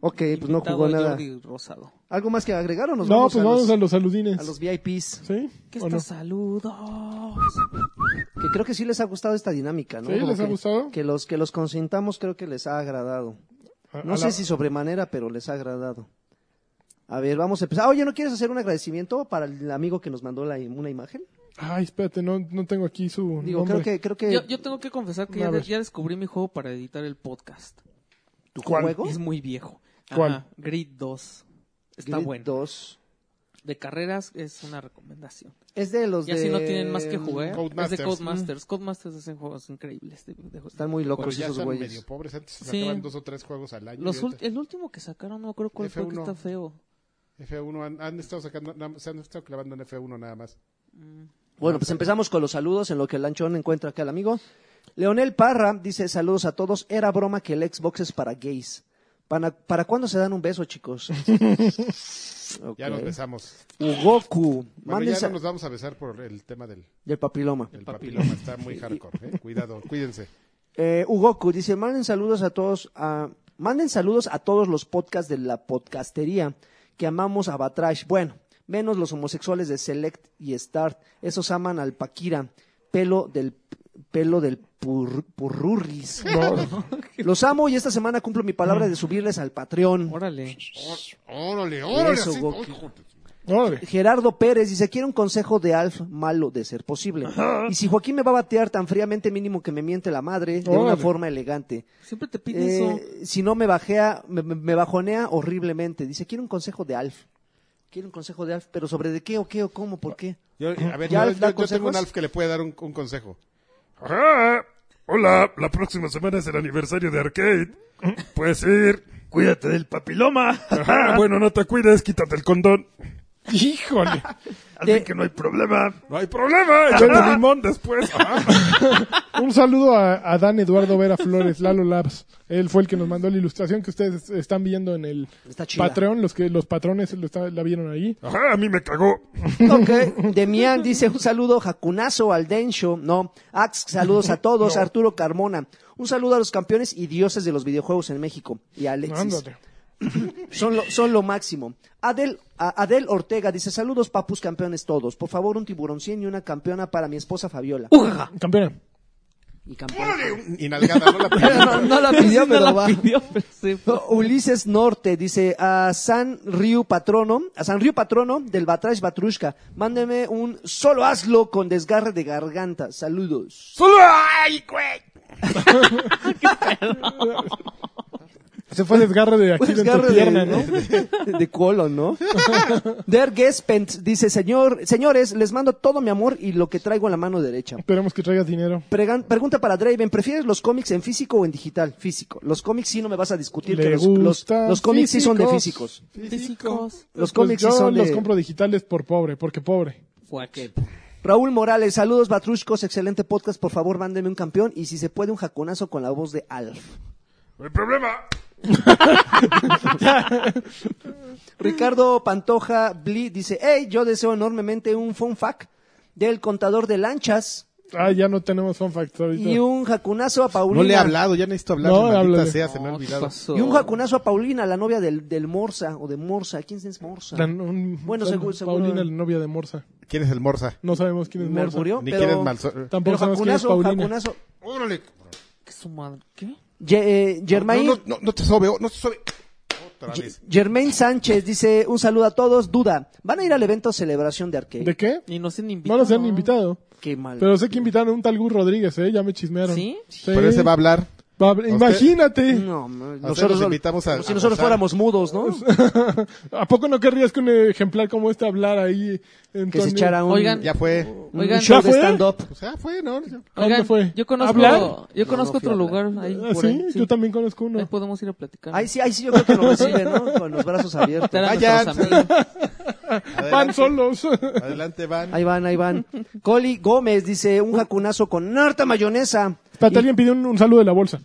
[SPEAKER 2] Ok, pues no
[SPEAKER 5] Invitado
[SPEAKER 2] jugó nada.
[SPEAKER 5] Jordi Rosado.
[SPEAKER 2] ¿Algo más que agregar o nos
[SPEAKER 4] no,
[SPEAKER 2] vamos,
[SPEAKER 4] pues
[SPEAKER 2] a,
[SPEAKER 4] vamos
[SPEAKER 2] los,
[SPEAKER 4] a los saludines.
[SPEAKER 2] a los VIPs?
[SPEAKER 4] ¿Sí?
[SPEAKER 5] ¿Qué
[SPEAKER 4] ¿O
[SPEAKER 5] está?
[SPEAKER 4] no?
[SPEAKER 5] Saludos.
[SPEAKER 2] Que creo que sí les ha gustado esta dinámica, ¿no?
[SPEAKER 4] ¿Sí?
[SPEAKER 2] Como
[SPEAKER 4] ¿Les ha
[SPEAKER 2] que-
[SPEAKER 4] gustado?
[SPEAKER 2] Que los que los consentamos creo que les ha agradado.
[SPEAKER 4] A-
[SPEAKER 2] No
[SPEAKER 4] a
[SPEAKER 2] sé
[SPEAKER 4] la-
[SPEAKER 2] si sobremanera, pero les ha agradado. A ver, vamos a empezar. Oye, ¿no quieres hacer un agradecimiento para el amigo que nos mandó la, una imagen?
[SPEAKER 4] Ay, espérate, no, no tengo aquí su
[SPEAKER 2] Digo,
[SPEAKER 4] nombre.
[SPEAKER 2] creo que, creo que
[SPEAKER 5] Yo, yo tengo que confesar que
[SPEAKER 4] A
[SPEAKER 5] ya, de-
[SPEAKER 4] ver.
[SPEAKER 5] ya descubrí mi juego para editar el podcast.
[SPEAKER 2] tu
[SPEAKER 4] ¿Cuál?
[SPEAKER 2] juego
[SPEAKER 5] Es muy viejo.
[SPEAKER 4] ¿Cuál?
[SPEAKER 5] Ajá, Grid 2. Está
[SPEAKER 2] Grid
[SPEAKER 5] bueno.
[SPEAKER 2] 2.
[SPEAKER 5] De carreras es una recomendación.
[SPEAKER 2] Es de los
[SPEAKER 5] Ya si
[SPEAKER 2] de-
[SPEAKER 5] no tienen más que jugar, es
[SPEAKER 3] Codemasters.
[SPEAKER 5] de Codemasters. Codemasters hacen juegos increíbles. de- de-
[SPEAKER 2] Están muy locos
[SPEAKER 3] Pero Pues ya
[SPEAKER 2] esos
[SPEAKER 3] están
[SPEAKER 2] güeyes.
[SPEAKER 3] medio pobres. Antes
[SPEAKER 5] Sí.
[SPEAKER 3] sacaban dos o tres juegos al año.
[SPEAKER 5] Los
[SPEAKER 3] y
[SPEAKER 5] ul-
[SPEAKER 3] ahorita
[SPEAKER 5] el último que sacaron, no me acuerdo cuál fue que
[SPEAKER 3] F1.
[SPEAKER 5] está feo.
[SPEAKER 3] F1 han, han estado sacando, na- se han estado clavando en F1 nada más.
[SPEAKER 2] Bueno, pues empezamos con los saludos en lo que el lanchón encuentra acá al amigo. Leonel Parra dice saludos a todos. Era broma que el Xbox es para gays. ¿Para, para cuándo se dan un beso, chicos? Ok.
[SPEAKER 3] Ya nos besamos.
[SPEAKER 2] Ugoku.
[SPEAKER 3] Bueno,
[SPEAKER 2] mándense-
[SPEAKER 3] ya no nos vamos a besar por el tema del,
[SPEAKER 2] Del papiloma.
[SPEAKER 3] del papiloma. Está muy hardcore. ¿eh? Cuidado, cuídense.
[SPEAKER 2] Eh, Ugoku dice, manden saludos a todos, a- manden saludos a todos los podcasts de la podcastería que amamos a Batrash. Bueno, menos los homosexuales de Select y Start. Esos aman al Paquira, pelo del pelo del pur- purrurris. Los amo y esta semana cumplo mi palabra de subirles al Patreon.
[SPEAKER 5] Órale.
[SPEAKER 3] Órale, órale.
[SPEAKER 2] Eso,
[SPEAKER 3] así-
[SPEAKER 2] Goku.
[SPEAKER 3] Ay, joder.
[SPEAKER 4] Órale.
[SPEAKER 2] Gerardo Pérez dice, quiero un consejo de Alf malo de ser posible. Y si Joaquín me va a batear tan fríamente mínimo que me miente la madre de una
[SPEAKER 4] Órale.
[SPEAKER 2] forma elegante.
[SPEAKER 5] Siempre te piden eso.
[SPEAKER 2] Eh, si no me bajea, me, me- me bajonea horriblemente. Dice, quiero un consejo de Alf. Quiero un consejo de Alf, pero sobre de qué o qué o cómo, por qué.
[SPEAKER 3] Yo, a ver,
[SPEAKER 2] ¿Ya
[SPEAKER 3] yo,
[SPEAKER 2] Alf da
[SPEAKER 3] yo- yo tengo
[SPEAKER 2] consejos?
[SPEAKER 3] un Alf que le puede dar un, un consejo.
[SPEAKER 7] Ajá. Hola, la próxima semana es el aniversario de Arcade. Puedes ir. Cuídate del papiloma. Ajá. Bueno, no te cuides, quítate el condón.
[SPEAKER 4] Híjole.
[SPEAKER 7] Así
[SPEAKER 2] De-
[SPEAKER 7] que no hay problema.
[SPEAKER 3] No hay problema.
[SPEAKER 7] Échate limón después. Ajá.
[SPEAKER 4] Un saludo a, a Dan Eduardo Vera Flores, Lalo Labs. Él fue el que nos mandó la ilustración que ustedes están viendo en el
[SPEAKER 2] Está chida.
[SPEAKER 4] Patreon. Los que los patrones lo está- la vieron ahí.
[SPEAKER 7] Ajá, a mí me cagó.
[SPEAKER 2] Ok. Demián dice, un saludo jacunazo al Densho. No. Ax, saludos a todos. Arturo Carmona. Un saludo a los campeones y dioses de los videojuegos en México. Y a Alexis.
[SPEAKER 4] Ándate.
[SPEAKER 2] Son lo, son lo máximo. Adel, a- Adel Ortega dice, saludos papus campeones todos. Por favor, un tiburón 100 y una campeona para mi esposa Fabiola.
[SPEAKER 4] Campeona.
[SPEAKER 2] Y campeona.
[SPEAKER 3] Y nalgada, no la pidió.
[SPEAKER 2] No, no la pidió,
[SPEAKER 5] No
[SPEAKER 2] pero
[SPEAKER 5] la
[SPEAKER 2] va.
[SPEAKER 5] pidió, pero sí fue.
[SPEAKER 2] Ulises Norte dice a San Río Patrono, a San Río Patrono del Batrash Batrushka, mándeme un solo hazlo con desgarre de garganta. Saludos.
[SPEAKER 7] Solo, ay, güey.
[SPEAKER 4] Se fue desgarre de aquí de tu
[SPEAKER 2] Desgarre
[SPEAKER 4] pierna,
[SPEAKER 2] de-
[SPEAKER 4] ¿no?
[SPEAKER 2] de- de colon, ¿no? Der Gespent dice, señor, señores, les mando todo mi amor y lo que traigo en la mano derecha.
[SPEAKER 4] Esperemos que traigas dinero.
[SPEAKER 2] Pregan- pregunta para Draven, ¿prefieres los cómics en físico o en digital? Físico. Los cómics sí no me vas a discutir que
[SPEAKER 4] Le
[SPEAKER 2] los, los,
[SPEAKER 4] gustan
[SPEAKER 2] los cómics sí son de
[SPEAKER 4] físicos.
[SPEAKER 2] físicos.
[SPEAKER 5] Físicos.
[SPEAKER 2] Los
[SPEAKER 4] Pues
[SPEAKER 2] cómics sí
[SPEAKER 4] yo
[SPEAKER 2] son de...
[SPEAKER 4] los compro digitales por pobre, porque pobre.
[SPEAKER 5] Fuaque.
[SPEAKER 2] Raúl Morales, saludos Batrushcos, excelente podcast, por favor mándeme un campeón y si se puede un jaconazo con la voz de Alf.
[SPEAKER 7] El problema.
[SPEAKER 2] Ricardo Pantoja Bli dice, hey, yo deseo enormemente un fun fact del contador de lanchas
[SPEAKER 4] Ah, ya no tenemos fun facts ahorita.
[SPEAKER 2] y un jacunazo a Paulina.
[SPEAKER 3] No le he hablado, ya necesito hablar.
[SPEAKER 4] No,
[SPEAKER 3] maldita
[SPEAKER 4] háblale.
[SPEAKER 3] sea, se me ha
[SPEAKER 5] No, ¿qué
[SPEAKER 3] olvidado.
[SPEAKER 5] pasó?
[SPEAKER 2] Y un jacunazo a Paulina, la novia del, del Morsa o de Morsa. ¿Quién es Morsa?
[SPEAKER 4] La- un-
[SPEAKER 2] Bueno,
[SPEAKER 4] la-
[SPEAKER 2] seguro- seguro-
[SPEAKER 4] Paulina, la novia de Morsa.
[SPEAKER 3] ¿Quién es el Morsa?
[SPEAKER 4] No sabemos quién es
[SPEAKER 2] Me
[SPEAKER 4] Morsa.
[SPEAKER 2] murió,
[SPEAKER 3] Ni
[SPEAKER 2] pero,
[SPEAKER 3] quién es Malso-
[SPEAKER 4] Tampoco
[SPEAKER 2] pero
[SPEAKER 4] sabemos quién es
[SPEAKER 2] jacunazo,
[SPEAKER 4] Paulina.
[SPEAKER 2] jacunazo.
[SPEAKER 3] Órale.
[SPEAKER 5] ¿Qué su madre? ¿Qué?
[SPEAKER 2] Ye- eh, Germain,
[SPEAKER 3] No, no, no, no te sobe, oh, no te sobe. Otra vez.
[SPEAKER 2] Germain Sánchez dice, un saludo a todos. Duda, ¿van a ir al evento celebración de Arcade?
[SPEAKER 4] ¿De qué?
[SPEAKER 5] Y no se han
[SPEAKER 4] No
[SPEAKER 5] invitado.
[SPEAKER 4] nos han invitado.
[SPEAKER 2] Qué mal.
[SPEAKER 4] Pero sé que invitaron a un tal Gus Rodríguez, ¿eh? Ya me chismearon.
[SPEAKER 5] ¿Sí?
[SPEAKER 3] Pero ese va a hablar.
[SPEAKER 4] Va a- Imagínate.
[SPEAKER 2] No, no,
[SPEAKER 3] los
[SPEAKER 2] nosotros
[SPEAKER 3] invitamos a-
[SPEAKER 2] como si
[SPEAKER 3] a
[SPEAKER 2] nosotros
[SPEAKER 3] gozar.
[SPEAKER 2] fuéramos mudos, ¿no?
[SPEAKER 4] ¿A poco no querrías que un ejemplar como este hablar ahí? en
[SPEAKER 2] Que se
[SPEAKER 4] Tony?
[SPEAKER 2] echara un,
[SPEAKER 5] Oigan,
[SPEAKER 3] Ya fue.
[SPEAKER 2] un
[SPEAKER 5] Oigan,
[SPEAKER 2] show
[SPEAKER 4] ¿ya
[SPEAKER 2] de
[SPEAKER 4] fue?
[SPEAKER 2] stand-up.
[SPEAKER 3] O sea, Pues, ah, fue, ¿no?
[SPEAKER 4] ¿A dónde
[SPEAKER 5] Oigan,
[SPEAKER 4] fue?
[SPEAKER 5] Yo conozco,
[SPEAKER 4] ¿Hablar?
[SPEAKER 5] yo
[SPEAKER 2] No, no
[SPEAKER 5] conozco
[SPEAKER 2] fui a
[SPEAKER 5] otro
[SPEAKER 2] hablar.
[SPEAKER 5] lugar ahí.
[SPEAKER 4] Ah,
[SPEAKER 5] por
[SPEAKER 4] ¿sí?
[SPEAKER 5] ahí,
[SPEAKER 4] yo también conozco
[SPEAKER 5] Ahí
[SPEAKER 4] uno.
[SPEAKER 5] podemos ir a platicar.
[SPEAKER 2] Ahí sí, ahí sí yo creo que lo reciben, ¿no? Con los brazos abiertos.
[SPEAKER 5] Estar a
[SPEAKER 3] Vayan.
[SPEAKER 5] nuestros amigos.
[SPEAKER 4] Van solos.
[SPEAKER 3] Adelante, van.
[SPEAKER 2] Ahí van, ahí van. Coli Gómez dice, un jacunazo con harta mayonesa.
[SPEAKER 4] Espérate, alguien pidió un, un saludo de la bolsa.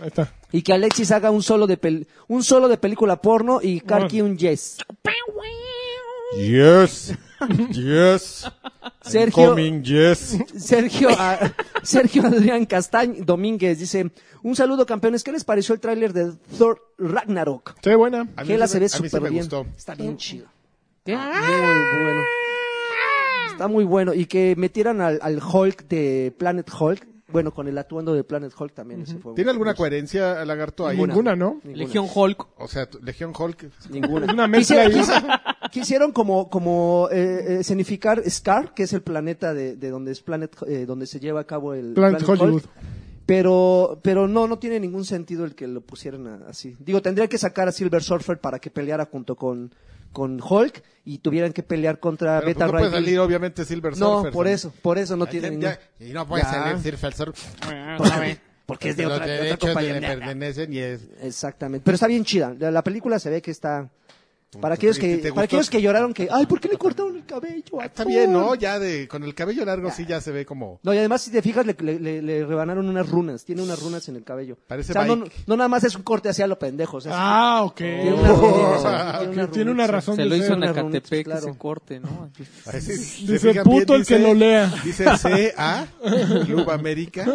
[SPEAKER 4] Ahí está.
[SPEAKER 2] Y, y que Alexis haga un solo de pel- un solo de película porno y
[SPEAKER 3] Ah.
[SPEAKER 2] Karki un yes.
[SPEAKER 3] Yes. Yes.
[SPEAKER 2] Sergio,
[SPEAKER 3] Coming, yes.
[SPEAKER 2] Sergio, a- Sergio Adrián Castañ Domínguez dice, un saludo campeones, ¿qué les pareció el tráiler de Thor Ragnarok?
[SPEAKER 4] Se ve buena.
[SPEAKER 3] A mí
[SPEAKER 2] Que la
[SPEAKER 3] sí
[SPEAKER 2] se ve
[SPEAKER 3] me- a mí sí
[SPEAKER 2] súper
[SPEAKER 3] me
[SPEAKER 2] bien.
[SPEAKER 3] gustó.
[SPEAKER 2] Está bien chido.
[SPEAKER 5] ¿Qué?
[SPEAKER 2] Muy bueno. Está muy bueno. Y que metieran al, al Hulk de Planet Hulk. Bueno, con el atuendo de Planet Hulk también. ese fue
[SPEAKER 3] ¿Tiene alguna coherencia, Lagarto, ahí?
[SPEAKER 4] Ninguna, ¿no?
[SPEAKER 5] Legión Hulk.
[SPEAKER 3] O sea, tu- Legión Hulk.
[SPEAKER 2] Ninguna.
[SPEAKER 4] Una mezcla ahí.
[SPEAKER 2] Quisieron como, como eh, eh, escenificar Scar, que es el planeta de, de donde es Planet, eh, donde se lleva a cabo el
[SPEAKER 4] Planet Hollywood.
[SPEAKER 2] Pero, pero no, no tiene ningún sentido el que lo pusieran a- así. Digo, tendría que sacar a Silver Surfer para que peleara junto con, con Hulk y tuvieran que pelear contra
[SPEAKER 3] Pero, pues,
[SPEAKER 2] Beta
[SPEAKER 3] no
[SPEAKER 2] Ray
[SPEAKER 3] puede
[SPEAKER 2] Bill.
[SPEAKER 3] salir, obviamente, Silver
[SPEAKER 2] No,
[SPEAKER 3] Surfer.
[SPEAKER 2] por eso, por eso no
[SPEAKER 3] Ya-
[SPEAKER 2] tiene
[SPEAKER 3] ya-
[SPEAKER 2] ningún...
[SPEAKER 3] y no puede
[SPEAKER 2] Ya.
[SPEAKER 3] salir Silver Surfer.
[SPEAKER 2] Ah, Porque es de
[SPEAKER 3] los
[SPEAKER 2] otra, de otra
[SPEAKER 3] derechos
[SPEAKER 2] compañía.
[SPEAKER 3] le pertenecen y es...
[SPEAKER 2] Exactamente. Pero está bien chida. La, la película se ve que está. Para
[SPEAKER 3] ¿Te-
[SPEAKER 2] aquellos
[SPEAKER 3] te
[SPEAKER 2] que,
[SPEAKER 3] gustó? Ah,
[SPEAKER 2] para aquellos que lloraron que, ay, ¿por qué le cortaron el cabello? a
[SPEAKER 3] Está
[SPEAKER 2] Thor?"
[SPEAKER 3] bien, ¿no? Ya de, con el cabello largo sí ya se ve como...
[SPEAKER 2] No, y además, si te fijas, le, le- le- le rebanaron unas runas. Tiene unas runas en el cabello. o
[SPEAKER 3] Parece
[SPEAKER 2] sea, no,
[SPEAKER 3] Bike.
[SPEAKER 2] no nada más es un corte hacia lo pendejo. O sea,
[SPEAKER 4] Ah, ok.
[SPEAKER 2] tiene, una runita, o sea,
[SPEAKER 4] Ah, ok,
[SPEAKER 2] tiene una
[SPEAKER 4] Tiene una
[SPEAKER 2] runita.
[SPEAKER 4] razón
[SPEAKER 5] Se
[SPEAKER 4] de
[SPEAKER 5] lo hizo
[SPEAKER 4] ser.
[SPEAKER 5] en
[SPEAKER 2] una reunión,
[SPEAKER 5] Acatepec
[SPEAKER 2] claro.
[SPEAKER 5] ese corte, ¿no?
[SPEAKER 3] Ay, sí, sí,
[SPEAKER 4] Dice,
[SPEAKER 3] se fijan
[SPEAKER 4] "Puto el que lo lea".
[SPEAKER 3] Dice C.A. Club América.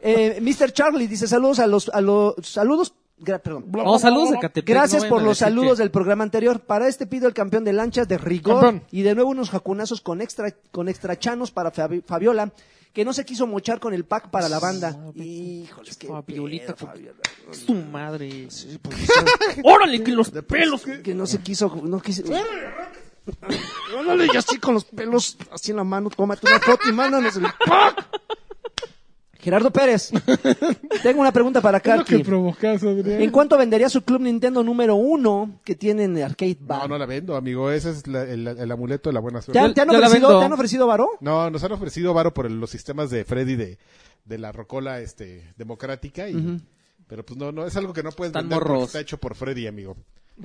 [SPEAKER 2] Eh, Mr. Charlie dice saludos a los, a los saludos. gra- perdón.
[SPEAKER 5] No, saludos de Acatepec.
[SPEAKER 2] Gracias
[SPEAKER 5] no
[SPEAKER 2] por
[SPEAKER 5] vayan a
[SPEAKER 2] los
[SPEAKER 5] decir
[SPEAKER 2] saludos
[SPEAKER 5] que-
[SPEAKER 2] del programa anterior. Para este pido el campeón de lanchas de rigor
[SPEAKER 4] Campeón.
[SPEAKER 2] y de nuevo unos jacunazos con extra con extra chanos para Fabi- Fabiola que no se quiso mochar con el pack para la banda. Híjoles, qué
[SPEAKER 5] pues, Fabiolita,
[SPEAKER 2] pedo,
[SPEAKER 5] ¿por qué? pues,
[SPEAKER 2] Fabiola.
[SPEAKER 5] Su madre. Órale, que los pelos.
[SPEAKER 2] que no se quiso no quiso Ándale, y así con los pelos así en la mano, tómate una foto y mándanos el pack. Gerardo Pérez. Tengo una pregunta para
[SPEAKER 4] Es lo que
[SPEAKER 2] Karki.
[SPEAKER 4] provocas,
[SPEAKER 2] ¿En
[SPEAKER 4] Adrián.
[SPEAKER 2] cuánto vendería su club Nintendo número uno que tiene en Arcade
[SPEAKER 3] No,
[SPEAKER 2] Bar?
[SPEAKER 3] no la vendo, amigo. Ese es la- el, el amuleto de la buena
[SPEAKER 2] ¿Te,
[SPEAKER 3] suerte.
[SPEAKER 2] han, te han
[SPEAKER 5] Yo la
[SPEAKER 2] ofrecido,
[SPEAKER 5] vendo.
[SPEAKER 2] ¿Te han ofrecido varón?
[SPEAKER 3] No, nos han ofrecido varo por el- los sistemas de Freddy de, de la rocola este, democrática. Y, Pero pues no, no, es algo que no puedes
[SPEAKER 5] Están
[SPEAKER 3] vender porque
[SPEAKER 5] morros.
[SPEAKER 3] está hecho por Freddy, amigo.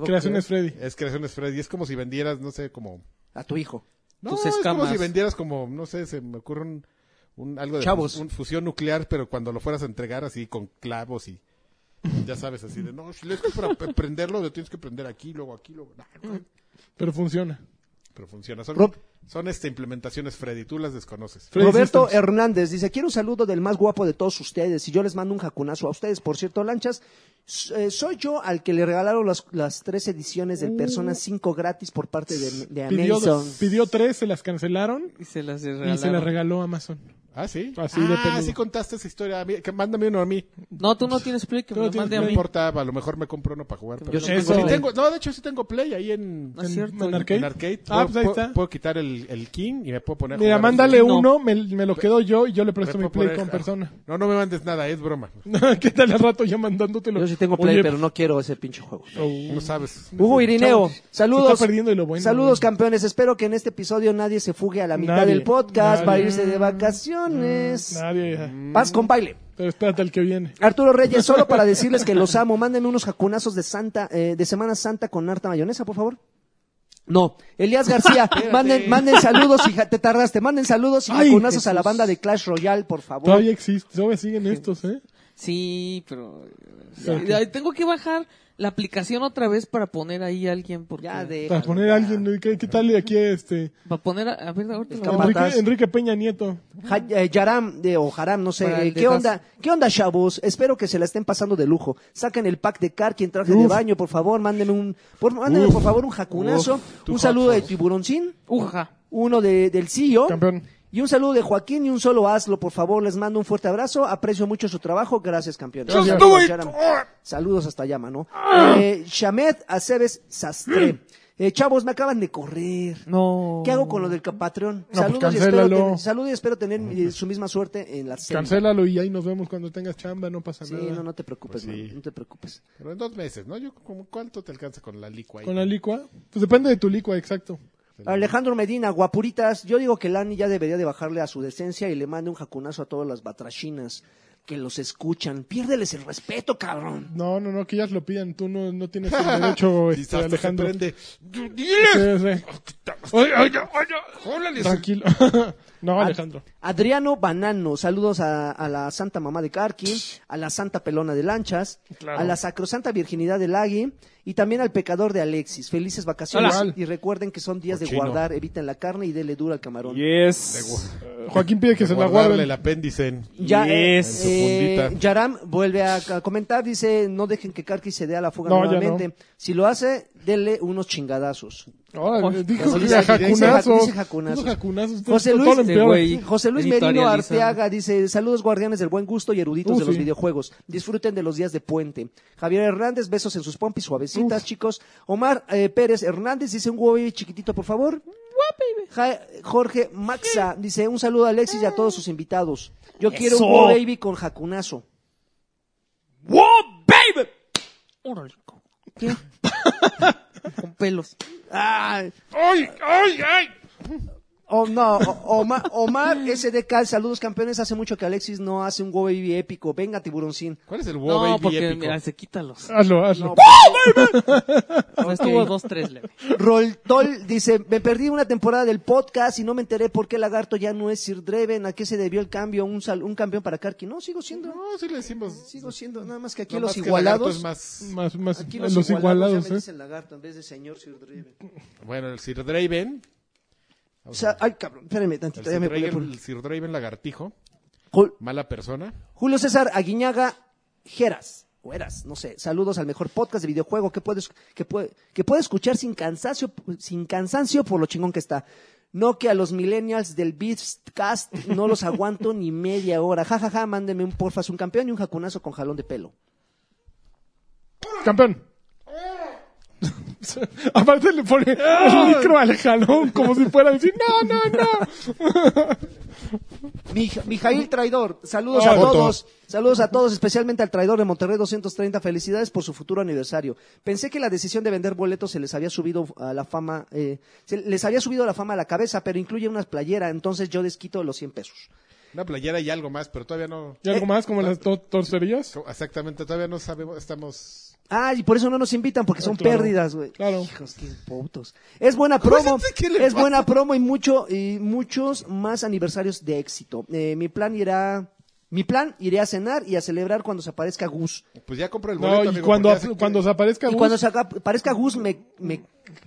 [SPEAKER 4] Creaciones Freddy.
[SPEAKER 3] Es creaciones Freddy. Es como si vendieras, no sé, como...
[SPEAKER 2] A tu hijo.
[SPEAKER 3] No,
[SPEAKER 5] Tus
[SPEAKER 3] es como
[SPEAKER 5] escamas.
[SPEAKER 3] si vendieras como, no sé, se me ocurre un, un- algo de
[SPEAKER 2] Chavos.
[SPEAKER 3] fus- un fusión nuclear, pero cuando lo fueras a entregar así con clavos y ya sabes así de, no, si es que para pe- prenderlo lo tienes que prender aquí, luego aquí, luego. no, no,
[SPEAKER 4] Pero funciona.
[SPEAKER 3] pero funciona. Son,
[SPEAKER 2] Rob-
[SPEAKER 3] son este implementaciones Freddy, tú las desconoces.
[SPEAKER 4] Freddy
[SPEAKER 2] Roberto
[SPEAKER 4] Systems.
[SPEAKER 2] Hernández dice, quiero un saludo del más guapo de todos ustedes y yo les mando un jacunazo a ustedes. Por cierto, Lanchas, s- eh, soy yo al que le regalaron las, las tres ediciones del Persona 5 gratis por parte de, de
[SPEAKER 4] Pidió,
[SPEAKER 2] Amazon.
[SPEAKER 4] pidió tres, se las cancelaron
[SPEAKER 5] Y se las
[SPEAKER 4] y se las
[SPEAKER 5] regalaron.
[SPEAKER 4] regaló Amazon.
[SPEAKER 3] Ah, sí.
[SPEAKER 4] Así
[SPEAKER 3] ah,
[SPEAKER 4] de peludo.
[SPEAKER 3] sí contaste esa historia. A mí, que mándame uno a mí.
[SPEAKER 5] No, tú no tienes play que
[SPEAKER 4] Tú
[SPEAKER 5] me
[SPEAKER 4] no
[SPEAKER 5] lo
[SPEAKER 4] tienes
[SPEAKER 5] mande a
[SPEAKER 3] no
[SPEAKER 5] mí.
[SPEAKER 3] importa, a lo mejor me compro uno para jugar. Pero...
[SPEAKER 5] Yo no tengo
[SPEAKER 4] Eso.
[SPEAKER 3] Sí
[SPEAKER 5] Play.
[SPEAKER 3] tengo, no, de hecho sí tengo Play ahí en,
[SPEAKER 5] No es cierto.
[SPEAKER 4] en arcade.
[SPEAKER 3] en arcade. Puedo-
[SPEAKER 4] Ah, pues ahí
[SPEAKER 3] puedo-
[SPEAKER 4] está.
[SPEAKER 3] Puedo quitar el, el King y me puedo poner. a
[SPEAKER 4] Mira,
[SPEAKER 3] jugar.
[SPEAKER 4] mándale
[SPEAKER 5] No.
[SPEAKER 4] uno, me, me lo quedo yo y yo le presto
[SPEAKER 3] Me
[SPEAKER 4] mi
[SPEAKER 3] puedo
[SPEAKER 4] play con
[SPEAKER 3] poner-
[SPEAKER 4] persona. Ah,
[SPEAKER 3] No, no me mandes nada, es broma.
[SPEAKER 4] ¿Qué tal al rato yo mandándotelo?
[SPEAKER 8] Yo sí tengo play,
[SPEAKER 4] Oye,
[SPEAKER 8] pero no quiero ese pinche juego.
[SPEAKER 3] No sabes.
[SPEAKER 2] Hugo Irineo,
[SPEAKER 4] Chavos, Se
[SPEAKER 2] saludos.
[SPEAKER 4] está perdiendo y lo bueno.
[SPEAKER 2] Saludos campeones, espero que en este episodio nadie se fugue a la mitad
[SPEAKER 4] Nadie.
[SPEAKER 2] del podcast
[SPEAKER 4] Nadie. Mm,
[SPEAKER 2] para irse de vacaciones.
[SPEAKER 4] Nadie, ajá.
[SPEAKER 2] Paz con baile.
[SPEAKER 4] pero espérate el que viene.
[SPEAKER 2] Arturo Reyes, solo para decirles que los amo, mándenme unos jacunazos de Santa, eh, de Semana Santa con harta mayonesa, por favor. No, Elías García, manden, manden saludos y ja- te tardaste, manden saludos y
[SPEAKER 4] Ay,
[SPEAKER 2] jacunazos a la
[SPEAKER 4] Jesús.
[SPEAKER 2] banda de Clash Royale, por favor.
[SPEAKER 4] Todavía existe, todavía siguen estos, ¿eh?
[SPEAKER 5] Sí, pero...
[SPEAKER 4] Sí.
[SPEAKER 5] Ay, Tengo que bajar la aplicación otra vez para poner ahí a alguien. Porque...
[SPEAKER 2] Ya de
[SPEAKER 4] Para poner a alguien, ¿qué, qué tal de aquí este?
[SPEAKER 5] Para poner a... a ver, ahorita
[SPEAKER 2] El
[SPEAKER 5] lo-
[SPEAKER 2] Capataz.
[SPEAKER 4] Enrique, Enrique Peña Nieto.
[SPEAKER 2] Ja- eh, Yaram de, o Haram, no sé.
[SPEAKER 5] Para el
[SPEAKER 2] eh,
[SPEAKER 5] de
[SPEAKER 2] ¿Qué
[SPEAKER 5] Taz.
[SPEAKER 2] onda? ¿Qué onda, chavos? Espero que se la estén pasando de lujo. Saquen el pack de car, quien traje de
[SPEAKER 4] Uf.
[SPEAKER 2] baño, por favor. Mándenme un, por, mándenme,
[SPEAKER 3] Uf.
[SPEAKER 2] por favor, un jacunazo.
[SPEAKER 3] Uf, tu
[SPEAKER 2] un saludo
[SPEAKER 3] hot
[SPEAKER 2] de
[SPEAKER 3] sauce.
[SPEAKER 2] Tiburoncín.
[SPEAKER 5] Ujaja.
[SPEAKER 2] Uno de, del CEO.
[SPEAKER 4] Campeón.
[SPEAKER 2] Y un saludo de Joaquín y un solo hazlo, por favor. Les mando un fuerte abrazo. Aprecio mucho su trabajo. Gracias, campeón.
[SPEAKER 4] Just
[SPEAKER 2] do it. Saludos hasta llama, ¿no?
[SPEAKER 4] Ah.
[SPEAKER 2] Eh, Shamed Aceves
[SPEAKER 4] Mm.
[SPEAKER 2] Sastre. Eh, chavos, me acaban de correr.
[SPEAKER 5] No.
[SPEAKER 2] ¿Qué hago con lo del ca- Patreon?
[SPEAKER 4] No,
[SPEAKER 2] saludos,
[SPEAKER 4] pues,
[SPEAKER 2] y espero
[SPEAKER 4] cancélalo. pues
[SPEAKER 2] tener, saludos y espero tener eh, su misma suerte en la serie.
[SPEAKER 4] Cancélalo y ahí nos vemos cuando tengas chamba, no pasa
[SPEAKER 2] Sí,
[SPEAKER 4] nada.
[SPEAKER 2] no, no te preocupes,
[SPEAKER 3] Pues sí.
[SPEAKER 2] mano, no te preocupes.
[SPEAKER 3] Pero en dos meses, ¿no? Yo, como, ¿Cuánto te alcanza con la licua ahí?
[SPEAKER 4] ¿Con la licua? Pues depende de tu licua, exacto.
[SPEAKER 2] Alejandro Medina, guapuritas, yo digo que Lani ya debería de bajarle a su decencia y le mande un jacunazo a todas las batrashinas que los escuchan. Piérdeles el respeto, cabrón.
[SPEAKER 4] No, no, no, que ellas lo pidan, tú no, no tienes el derecho, este,
[SPEAKER 3] Quizás te
[SPEAKER 4] Alejandro.
[SPEAKER 3] sorprende. ¡Tú
[SPEAKER 4] Sí,
[SPEAKER 3] diles!
[SPEAKER 4] sí,
[SPEAKER 7] Oye, oye, oye,
[SPEAKER 4] Este,
[SPEAKER 7] órale,
[SPEAKER 4] tranquilo.
[SPEAKER 2] Ah,
[SPEAKER 4] no, Alejandro.
[SPEAKER 2] Adriano Banano, saludos a, a la Santa Mamá de Karkin, a la Santa Pelona de Lanchas,
[SPEAKER 7] Claro.
[SPEAKER 2] a la Sacrosanta Virginidad del Agui y también al pecador de Alexis. Felices vacaciones
[SPEAKER 4] Hola.
[SPEAKER 2] y recuerden que son días de
[SPEAKER 3] Cochino.
[SPEAKER 2] guardar, eviten la carne y dele duro al camarón.
[SPEAKER 8] Yes.
[SPEAKER 4] Joaquín pide que se la
[SPEAKER 3] Guardarle
[SPEAKER 4] guarden.
[SPEAKER 3] el apéndice. en-
[SPEAKER 2] Ya, eh,
[SPEAKER 8] Yes.
[SPEAKER 2] eh,
[SPEAKER 3] En su fundita.
[SPEAKER 2] Yaram vuelve a ca- comentar, dice, no dejen que Karki se dé a la fuga
[SPEAKER 4] No, ya
[SPEAKER 2] nuevamente. Si lo hace, denle unos chingadazos.
[SPEAKER 4] Órale, dijo
[SPEAKER 2] Dice-
[SPEAKER 4] que
[SPEAKER 2] dice-
[SPEAKER 4] era
[SPEAKER 2] dice
[SPEAKER 4] jacunazos.
[SPEAKER 2] jacunazos.
[SPEAKER 4] Dijo jacunazos,
[SPEAKER 2] José Luis,
[SPEAKER 4] todo- todo lo
[SPEAKER 5] este
[SPEAKER 4] empeora.
[SPEAKER 5] güey. Sí,
[SPEAKER 2] José Luis Merino
[SPEAKER 5] editorializa.
[SPEAKER 2] Arteaga dice, saludos guardianes del buen gusto y eruditos
[SPEAKER 4] Uh,
[SPEAKER 2] de los
[SPEAKER 4] sí.
[SPEAKER 2] videojuegos. Disfruten de los días de puente. Javier Hernández, besos en sus pompis suavecitas, chicos. Omar eh, Pérez Hernández dice un huevo chiquitito, por favor. Ja- Jorge Maxa dice un saludo a Alexis y a todos sus invitados. Yo quiero un
[SPEAKER 8] Eso.
[SPEAKER 2] Wo baby con jacunazo.
[SPEAKER 8] Wow, baby.
[SPEAKER 5] Órale, co- ¿Qué? con pelos.
[SPEAKER 2] Ay,
[SPEAKER 7] ¡Ay, ay, ay!
[SPEAKER 2] Oh, no, o- Oma- Omar, SDK, saludos campeones. Hace mucho que Alexis no hace un Wo Baby épico. Venga, tiburoncín.
[SPEAKER 3] ¿Cuál es el
[SPEAKER 5] No,
[SPEAKER 3] WoW Baby
[SPEAKER 5] porque
[SPEAKER 3] épico?
[SPEAKER 5] mira, se quítalos.
[SPEAKER 4] Hazlo, hazlo.
[SPEAKER 2] pues,
[SPEAKER 5] No estuvo dos, tres leve.
[SPEAKER 2] Roltol dice, me perdí una temporada del podcast y no me enteré por qué Lagarto ya no es Sir Dreven. ¿A qué se debió el cambio? Un, sal- un campeón para Karki. No, sigo siendo.
[SPEAKER 3] No, sí le decimos.
[SPEAKER 2] Sigo siendo. Nada más que aquí
[SPEAKER 3] Nada más
[SPEAKER 2] los
[SPEAKER 3] que Lagarto
[SPEAKER 2] igualados.
[SPEAKER 3] es más-
[SPEAKER 4] Más, más,
[SPEAKER 2] Aquí
[SPEAKER 4] los,
[SPEAKER 2] los,
[SPEAKER 4] igualados,
[SPEAKER 2] ya me dice
[SPEAKER 4] ¿eh?
[SPEAKER 2] Lagarto en vez de señor Sir Dreven.
[SPEAKER 3] Bueno, el Sir Draven.
[SPEAKER 2] O sea, ay, cabrón, espérame
[SPEAKER 3] El
[SPEAKER 2] tantito. Ya
[SPEAKER 3] Sir,
[SPEAKER 2] me colé
[SPEAKER 3] Draven,
[SPEAKER 2] por...
[SPEAKER 3] el Sir Draven lagartijo.
[SPEAKER 2] Jul-
[SPEAKER 3] Mala persona.
[SPEAKER 2] Julio César Aguiñaga Geras. O Eras, no sé. Saludos al mejor podcast de videojuego que puedes que puede, que puede escuchar sin cansancio sin cansancio por lo chingón que está. No que a los millennials del Beastcast no los aguanto ni media hora. Ja, ja, ja, mándenme un porfas, un campeón y un jacunazo con jalón de pelo.
[SPEAKER 4] Campeón. Aparte le pone el micro al jalón como si fuera a decir, no, no, no.
[SPEAKER 2] Mij- Mijail Traidor, saludos
[SPEAKER 4] Ah,
[SPEAKER 2] a
[SPEAKER 3] voto.
[SPEAKER 2] todos, saludos a todos, especialmente al traidor de Monterrey 230, felicidades por su futuro aniversario. Pensé que la decisión de vender boletos se les había subido a la fama, eh, se les había subido la fama a la cabeza, pero incluye una playera, entonces yo desquito los 100 pesos.
[SPEAKER 3] Una playera y algo más, pero todavía no.
[SPEAKER 4] ¿Y algo más como las to- torcerías?
[SPEAKER 3] Exactamente, todavía no sabemos. Estamos.
[SPEAKER 2] Ah, y por eso no nos invitan, porque son
[SPEAKER 4] Ah, Claro,
[SPEAKER 2] pérdidas, güey.
[SPEAKER 4] claro.
[SPEAKER 2] Hijos, qué putos. Es buena promo,
[SPEAKER 3] ¿Qué le
[SPEAKER 2] es buena promo y mucho, y muchos más aniversarios de éxito. Eh, mi plan irá, mi plan iré a cenar y a celebrar cuando se aparezca Gus.
[SPEAKER 3] Pues ya compro el boleto,
[SPEAKER 4] No, y
[SPEAKER 3] amigo,
[SPEAKER 4] cuando,
[SPEAKER 3] porque ya
[SPEAKER 4] ap-
[SPEAKER 3] se-
[SPEAKER 4] cuando se aparezca
[SPEAKER 2] Y
[SPEAKER 4] Gus,
[SPEAKER 2] cuando se haga- parezca Gus, me, me,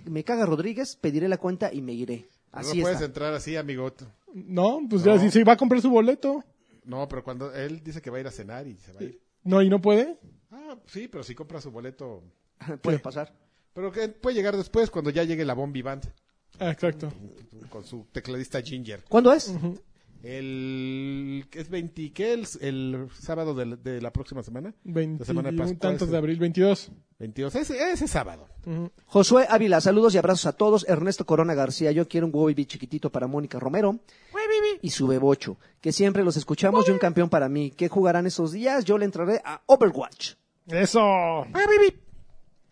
[SPEAKER 2] me caga Rodríguez, pediré la cuenta y me iré. Así
[SPEAKER 3] no
[SPEAKER 2] es.
[SPEAKER 3] puedes entrar así, amigo.
[SPEAKER 4] no, pues ya, si se va a comprar su boleto.
[SPEAKER 3] No, pero cuando él dice que va a ir a cenar y se va a ir.
[SPEAKER 4] No, y no puede.
[SPEAKER 3] Ah, sí, pero si compra su boleto.
[SPEAKER 2] Puede pasar.
[SPEAKER 3] Pero que puede llegar después cuando ya llegue la Bombi Band
[SPEAKER 4] Ah, exacto.
[SPEAKER 3] con su tecladista Ginger.
[SPEAKER 2] ¿Cuándo es?
[SPEAKER 3] El. ¿Es 20 qué? El, el sábado de la, de la próxima semana. La semana
[SPEAKER 4] 21
[SPEAKER 3] pascual,
[SPEAKER 4] tantos
[SPEAKER 3] sí.
[SPEAKER 4] de abril, 22.
[SPEAKER 3] 22. Ese, ese sábado.
[SPEAKER 2] Josué Ávila, saludos y abrazos a todos. Ernesto Corona García, yo quiero un Wobby chiquitito para Mónica Romero. Y su bebocho, que siempre los escuchamos y un campeón para mí. ¿Qué jugarán esos días? Yo le entraré a Overwatch.
[SPEAKER 4] ¡Eso!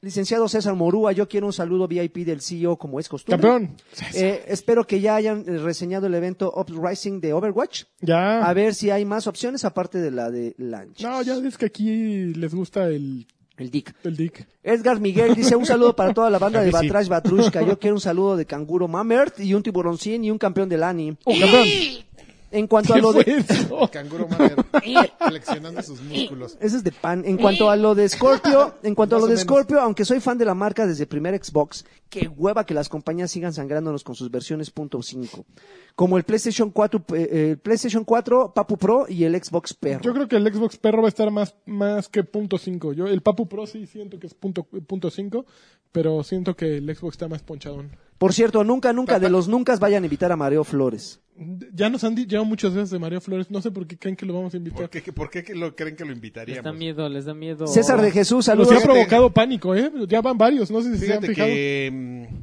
[SPEAKER 2] Licenciado César Morúa, yo quiero un saludo VIP del CEO como es costumbre.
[SPEAKER 4] ¡Campeón!
[SPEAKER 2] Eh, espero que ya hayan eh, reseñado el evento Uprising de Overwatch.
[SPEAKER 4] Ya.
[SPEAKER 2] A ver si hay más opciones aparte de la de Lunch.
[SPEAKER 4] No, ya es que aquí les gusta el,
[SPEAKER 2] El Dick.
[SPEAKER 4] el Dick.
[SPEAKER 2] Edgar Miguel dice un saludo para toda la banda
[SPEAKER 3] A
[SPEAKER 2] de
[SPEAKER 3] mí sí.
[SPEAKER 2] Batrash Batrushka. Yo quiero un saludo de Canguro Mamert y un tiburoncín y un campeón del Lani. En cuanto a
[SPEAKER 4] ¿Qué
[SPEAKER 2] lo
[SPEAKER 4] fue
[SPEAKER 2] de...
[SPEAKER 4] eso?
[SPEAKER 3] Canguro Mater. flexionando sus músculos.
[SPEAKER 2] Ese es de pan. En cuanto a lo de Scorpio, en cuanto a
[SPEAKER 3] Más
[SPEAKER 2] lo
[SPEAKER 3] o
[SPEAKER 2] de
[SPEAKER 3] menos.
[SPEAKER 2] Scorpio, aunque soy fan de la marca desde primer Xbox, qué hueva que las compañías sigan sangrándonos con sus versiones punto .5. Como el PlayStation 4, eh, el PlayStation 4, Papu Pro y el Xbox Perro.
[SPEAKER 4] Yo creo que el Xbox perro va a estar más, más que punto cinco. Yo, el Papu Pro sí siento que es punto, punto cinco, pero siento que el Xbox está más ponchadón.
[SPEAKER 2] Por cierto, nunca, nunca, de los nunca vayan a invitar a Mareo Flores.
[SPEAKER 4] Ya nos han dicho muchas veces de Mario Flores, no sé por qué creen que lo vamos a
[SPEAKER 3] ¿Por
[SPEAKER 4] invitar.
[SPEAKER 3] qué, por qué que lo, creen que lo
[SPEAKER 5] Les da
[SPEAKER 3] invitaríamos?
[SPEAKER 5] miedo, les da miedo.
[SPEAKER 2] César de Jesús,
[SPEAKER 4] Nos
[SPEAKER 2] saludos.
[SPEAKER 4] ha
[SPEAKER 3] Fíjate.
[SPEAKER 4] provocado pánico, ¿eh? Ya van varios, no sé si se
[SPEAKER 3] Fíjate
[SPEAKER 4] han fijado.
[SPEAKER 3] que. mm,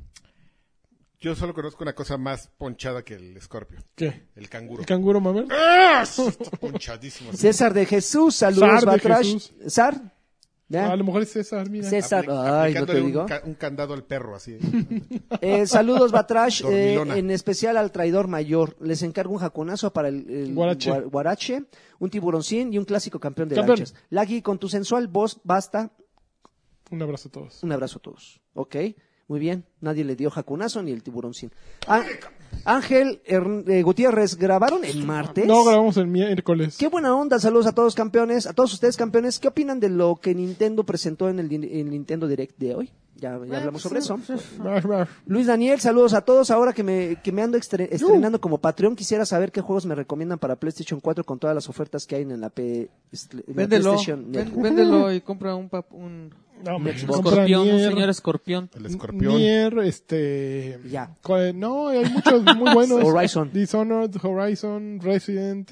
[SPEAKER 3] Yo solo conozco una cosa más ponchada que el escorpio.
[SPEAKER 4] ¿Qué?
[SPEAKER 3] El canguro.
[SPEAKER 4] ¿El canguro mamer?
[SPEAKER 3] ¡Ah! Está ponchadísimo. así.
[SPEAKER 2] César de Jesús, saludos,
[SPEAKER 4] Sar de
[SPEAKER 2] Batrash.
[SPEAKER 4] Jesús.
[SPEAKER 2] ¿Sar? ¿Ya?
[SPEAKER 4] A lo mejor es César, mira.
[SPEAKER 2] César, ay,
[SPEAKER 3] Apli-
[SPEAKER 2] no te
[SPEAKER 3] aplicándole un
[SPEAKER 2] digo.
[SPEAKER 3] ca- Un, candado al perro, así.
[SPEAKER 2] Eh, saludos, Batrash, eh,
[SPEAKER 3] Dormilona.
[SPEAKER 2] en especial al traidor mayor. Les encargo un jaconazo para el, el
[SPEAKER 4] Guarache.
[SPEAKER 2] gua- guarache, un tiburoncín y un clásico campeón de
[SPEAKER 4] Campeón.
[SPEAKER 2] lanchas. Lagui, con tu sensual voz, basta.
[SPEAKER 4] Un abrazo a todos.
[SPEAKER 2] Un abrazo a todos. ¿Ok? Muy bien. Nadie le dio jaconazo ni el tiburoncín. Á- Ángel Hern- eh, Gutiérrez, ¿grabaron el martes?
[SPEAKER 4] No, grabamos el miércoles.
[SPEAKER 2] Qué buena onda, saludos a todos campeones, a todos ustedes campeones. ¿Qué opinan de lo que Nintendo presentó en el, din- en Nintendo Direct de hoy? Ya, ya hablamos sobre eso.
[SPEAKER 4] Brr, brr.
[SPEAKER 2] Luis Daniel, saludos a todos. Ahora que me, que me ando estre- estrenando como Patreon, quisiera saber qué juegos me recomiendan para PlayStation 4 con todas las ofertas que hay en la, P- este, en la
[SPEAKER 5] Véndelo.
[SPEAKER 2] PlayStation
[SPEAKER 5] ven-
[SPEAKER 2] Network.
[SPEAKER 5] véndelo y compra un, pap- un
[SPEAKER 4] No, me compra
[SPEAKER 5] escorpión, un
[SPEAKER 4] Nier,
[SPEAKER 5] señor escorpión.
[SPEAKER 3] El escorpión.
[SPEAKER 4] Nier, este...
[SPEAKER 2] Ya.
[SPEAKER 4] cuál- No, hay muchos muy buenos.
[SPEAKER 2] Horizon.
[SPEAKER 4] Dishonored, Horizon, Resident,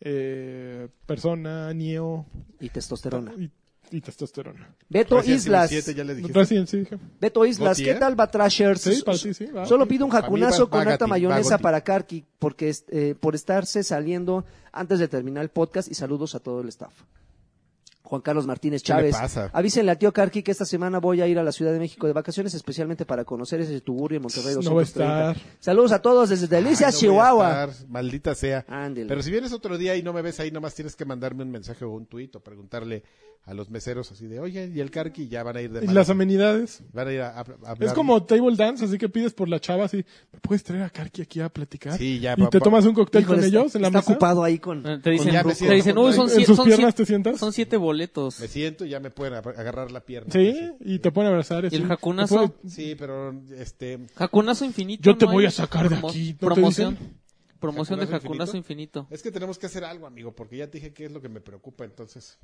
[SPEAKER 4] eh, Persona, Neo
[SPEAKER 2] Y testosterona.
[SPEAKER 4] y, y testosterona.
[SPEAKER 2] Beto
[SPEAKER 3] Resident Evil
[SPEAKER 2] Islas.
[SPEAKER 3] 7, ya le dijiste.
[SPEAKER 4] Resident, sí, dije.
[SPEAKER 2] Beto Islas,
[SPEAKER 3] Gautier.
[SPEAKER 2] ¿qué tal Batrashers?
[SPEAKER 4] Sí, para ti, sí, va.
[SPEAKER 2] Solo pido un
[SPEAKER 3] Para mí
[SPEAKER 2] jacunazo
[SPEAKER 3] va-
[SPEAKER 2] con
[SPEAKER 3] va
[SPEAKER 2] alta
[SPEAKER 3] Gauti, va
[SPEAKER 2] mayonesa
[SPEAKER 3] Gauti.
[SPEAKER 2] para Karki, porque es- eh, por estarse saliendo antes de terminar el podcast y saludos a todo el staff. Juan Carlos Martínez
[SPEAKER 3] ¿Qué le
[SPEAKER 2] Chávez.
[SPEAKER 3] pasa?
[SPEAKER 2] Avísenle a tío Karki que esta semana voy a ir a la Ciudad de México de vacaciones, especialmente para conocer ese tuburio en Monterrey.
[SPEAKER 4] No va a
[SPEAKER 2] 230.
[SPEAKER 4] estar.
[SPEAKER 2] Saludos a todos desde Delicia,
[SPEAKER 3] Ay, no voy a
[SPEAKER 2] Chihuahua.
[SPEAKER 3] estar, maldita sea.
[SPEAKER 2] Ándele.
[SPEAKER 3] Pero si vienes otro día y no me ves ahí, nomás tienes que mandarme un mensaje o un tuit o preguntarle a los meseros así de, oye, y el carqui ya van a ir de
[SPEAKER 4] Y
[SPEAKER 3] malas.
[SPEAKER 4] las amenidades.
[SPEAKER 3] Van a ir a, a- a hablar.
[SPEAKER 4] Es como table dance, así que pides por la chava así, ¿me puedes traer a Karki aquí a platicar?
[SPEAKER 3] Sí, ya,
[SPEAKER 4] Y
[SPEAKER 3] pa-
[SPEAKER 4] te
[SPEAKER 3] pa-
[SPEAKER 4] tomas un cóctel
[SPEAKER 2] Híjole,
[SPEAKER 4] con
[SPEAKER 2] está-
[SPEAKER 4] ellos en la
[SPEAKER 2] está
[SPEAKER 4] mesa.
[SPEAKER 2] ocupado ahí con...
[SPEAKER 5] Eh, Te dicen,
[SPEAKER 3] Ya me
[SPEAKER 5] te
[SPEAKER 3] siento
[SPEAKER 5] dicen,
[SPEAKER 3] como
[SPEAKER 5] "Uy, son,
[SPEAKER 4] en
[SPEAKER 5] siete-
[SPEAKER 4] sus
[SPEAKER 5] son
[SPEAKER 4] piernas
[SPEAKER 5] siete-
[SPEAKER 4] te sientas.
[SPEAKER 5] son siete boletos.
[SPEAKER 3] Me siento y ya me pueden ab- agarrar la pierna.
[SPEAKER 4] Sí,
[SPEAKER 3] Así.
[SPEAKER 4] y te pueden abrazar. así.
[SPEAKER 5] el
[SPEAKER 4] Te
[SPEAKER 5] jacunazo?
[SPEAKER 4] pueden-
[SPEAKER 3] Sí, pero este...
[SPEAKER 5] Jacunazo infinito.
[SPEAKER 4] Yo te
[SPEAKER 5] ¿no?
[SPEAKER 4] voy
[SPEAKER 5] Hay
[SPEAKER 4] a sacar de aquí, ¿no te
[SPEAKER 5] promoción.
[SPEAKER 4] dicen?
[SPEAKER 5] Promoción de
[SPEAKER 3] ¿Jacunazo
[SPEAKER 5] Jacunazo infinito.
[SPEAKER 3] Es que tenemos que hacer algo, amigo, porque ya te dije qué es lo que me preocupa, entonces...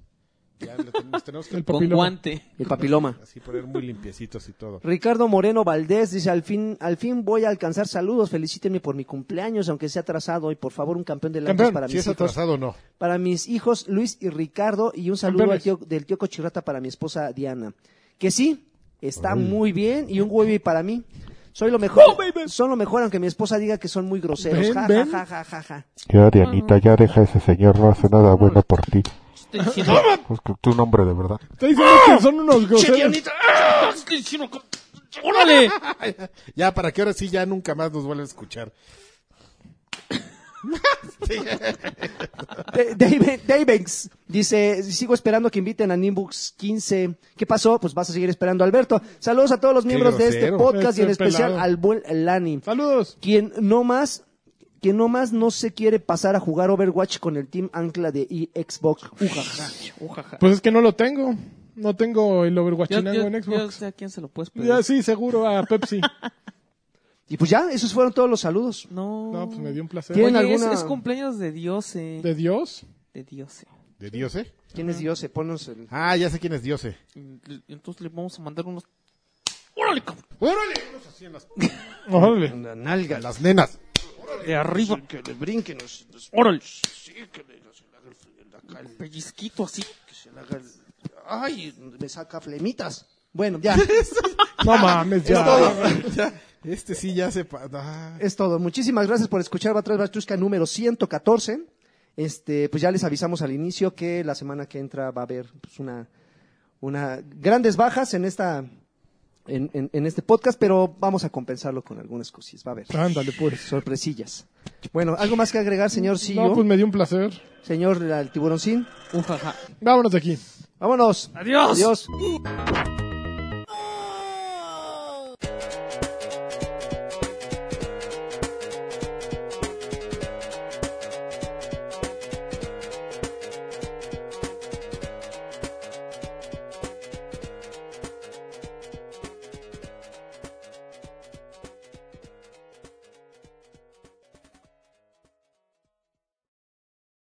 [SPEAKER 3] Ya lo tenemos, tenemos que
[SPEAKER 4] El
[SPEAKER 5] Con
[SPEAKER 4] papiloma.
[SPEAKER 5] guante.
[SPEAKER 2] El papiloma.
[SPEAKER 3] así poner muy limpiecitos y todo.
[SPEAKER 2] Ricardo Moreno Valdés dice, al fin, al fin voy a alcanzar saludos, felicítenme por mi cumpleaños, aunque sea atrasado, y por favor un campeón de lanchas
[SPEAKER 4] Campeón,
[SPEAKER 2] para
[SPEAKER 3] Si
[SPEAKER 2] mis
[SPEAKER 3] es
[SPEAKER 2] hijos.
[SPEAKER 3] atrasado o no.
[SPEAKER 2] Para mis hijos Luis y Ricardo, y un saludo al
[SPEAKER 4] Campeones.
[SPEAKER 2] tío- del tío Cochirrata para mi esposa Diana. Que sí, está muy bien, y un huevi para mí. Soy lo mejor, son lo mejor, aunque mi esposa diga que son muy groseros.
[SPEAKER 4] Ven,
[SPEAKER 2] ja,
[SPEAKER 4] ven.
[SPEAKER 2] ja, ja, ja, ja, ja.
[SPEAKER 9] Ya, Dianita, ya deja a ese señor, no hace nada bueno por ti.
[SPEAKER 5] Estoy
[SPEAKER 4] Ah,
[SPEAKER 5] diciendo,
[SPEAKER 9] Es que tú, un hombre de verdad.
[SPEAKER 4] Te dicen que son unos groseros.
[SPEAKER 5] ¡Ah! Este ¡Órale!
[SPEAKER 3] Ya, para que ahora sí ya nunca más nos vuelva a escuchar.
[SPEAKER 2] Da- Dave- Davex Eh, dice, sigo esperando que inviten a Nimbux 15. ¿Qué pasó? Pues vas a seguir esperando, Alberto. Saludos a todos los miembros de este
[SPEAKER 3] grosero.
[SPEAKER 2] podcast y en
[SPEAKER 4] Este
[SPEAKER 2] especial
[SPEAKER 4] pelado.
[SPEAKER 2] al buen Lani.
[SPEAKER 4] Saludos.
[SPEAKER 2] Quien no más, quien no más no se quiere pasar a jugar Overwatch con el team ancla de Xbox. Ujaja.
[SPEAKER 4] Pues es que no lo tengo. No tengo el
[SPEAKER 5] Yo,
[SPEAKER 4] Overwatchinango
[SPEAKER 5] yo-
[SPEAKER 4] en
[SPEAKER 5] yo
[SPEAKER 4] Xbox.
[SPEAKER 5] sé a quién se lo puedes pedir.
[SPEAKER 4] Ya, sí, seguro a Pepsi.
[SPEAKER 2] Y pues ya, esos fueron todos los saludos.
[SPEAKER 5] No.
[SPEAKER 4] No, pues me dio un placer.
[SPEAKER 2] ¿Tienen
[SPEAKER 5] Oye, es,
[SPEAKER 2] alguna-
[SPEAKER 5] es cumpleaños de Dios, eh.
[SPEAKER 4] ¿De Dios?
[SPEAKER 5] De Dios, eh.
[SPEAKER 3] De Dios, ¿eh?
[SPEAKER 2] ¿Quién es Dios? Ponos el...
[SPEAKER 3] Ah, ya sé quién es Dios, ¿eh?
[SPEAKER 5] Y- Entonces le vamos a mandar unos... ¡Órale, cabrón!
[SPEAKER 3] ¡Órale! Unos así en las,
[SPEAKER 4] Órale.
[SPEAKER 3] en las nenas.
[SPEAKER 8] de arriba.
[SPEAKER 10] Que le brinquen los, los-
[SPEAKER 8] Órale.
[SPEAKER 10] Sí, que le, que se le haga el, el- acá el pellizquito así. Que se le haga el... Ay, me saca flemitas.
[SPEAKER 2] Bueno, ya.
[SPEAKER 4] No mames,
[SPEAKER 2] Es todo.
[SPEAKER 3] Este sí ya se... pa- ah.
[SPEAKER 2] Es todo. Muchísimas gracias por escuchar Batrash Batrusca número 114. Este, pues ya les avisamos al inicio que la semana que entra va a haber pues, una, una grandes bajas en esta en, en- en este podcast, pero vamos a compensarlo con algunas cosillas. Va a haber
[SPEAKER 4] Ándale, pues.
[SPEAKER 2] sorpresillas. Bueno, algo más que agregar, señor E Sillo,
[SPEAKER 4] No, pues me dio un placer.
[SPEAKER 2] señor la- el tiburoncín.
[SPEAKER 5] Ujaja.
[SPEAKER 4] Vámonos de aquí.
[SPEAKER 2] Vámonos.
[SPEAKER 8] Adiós.
[SPEAKER 2] Adiós.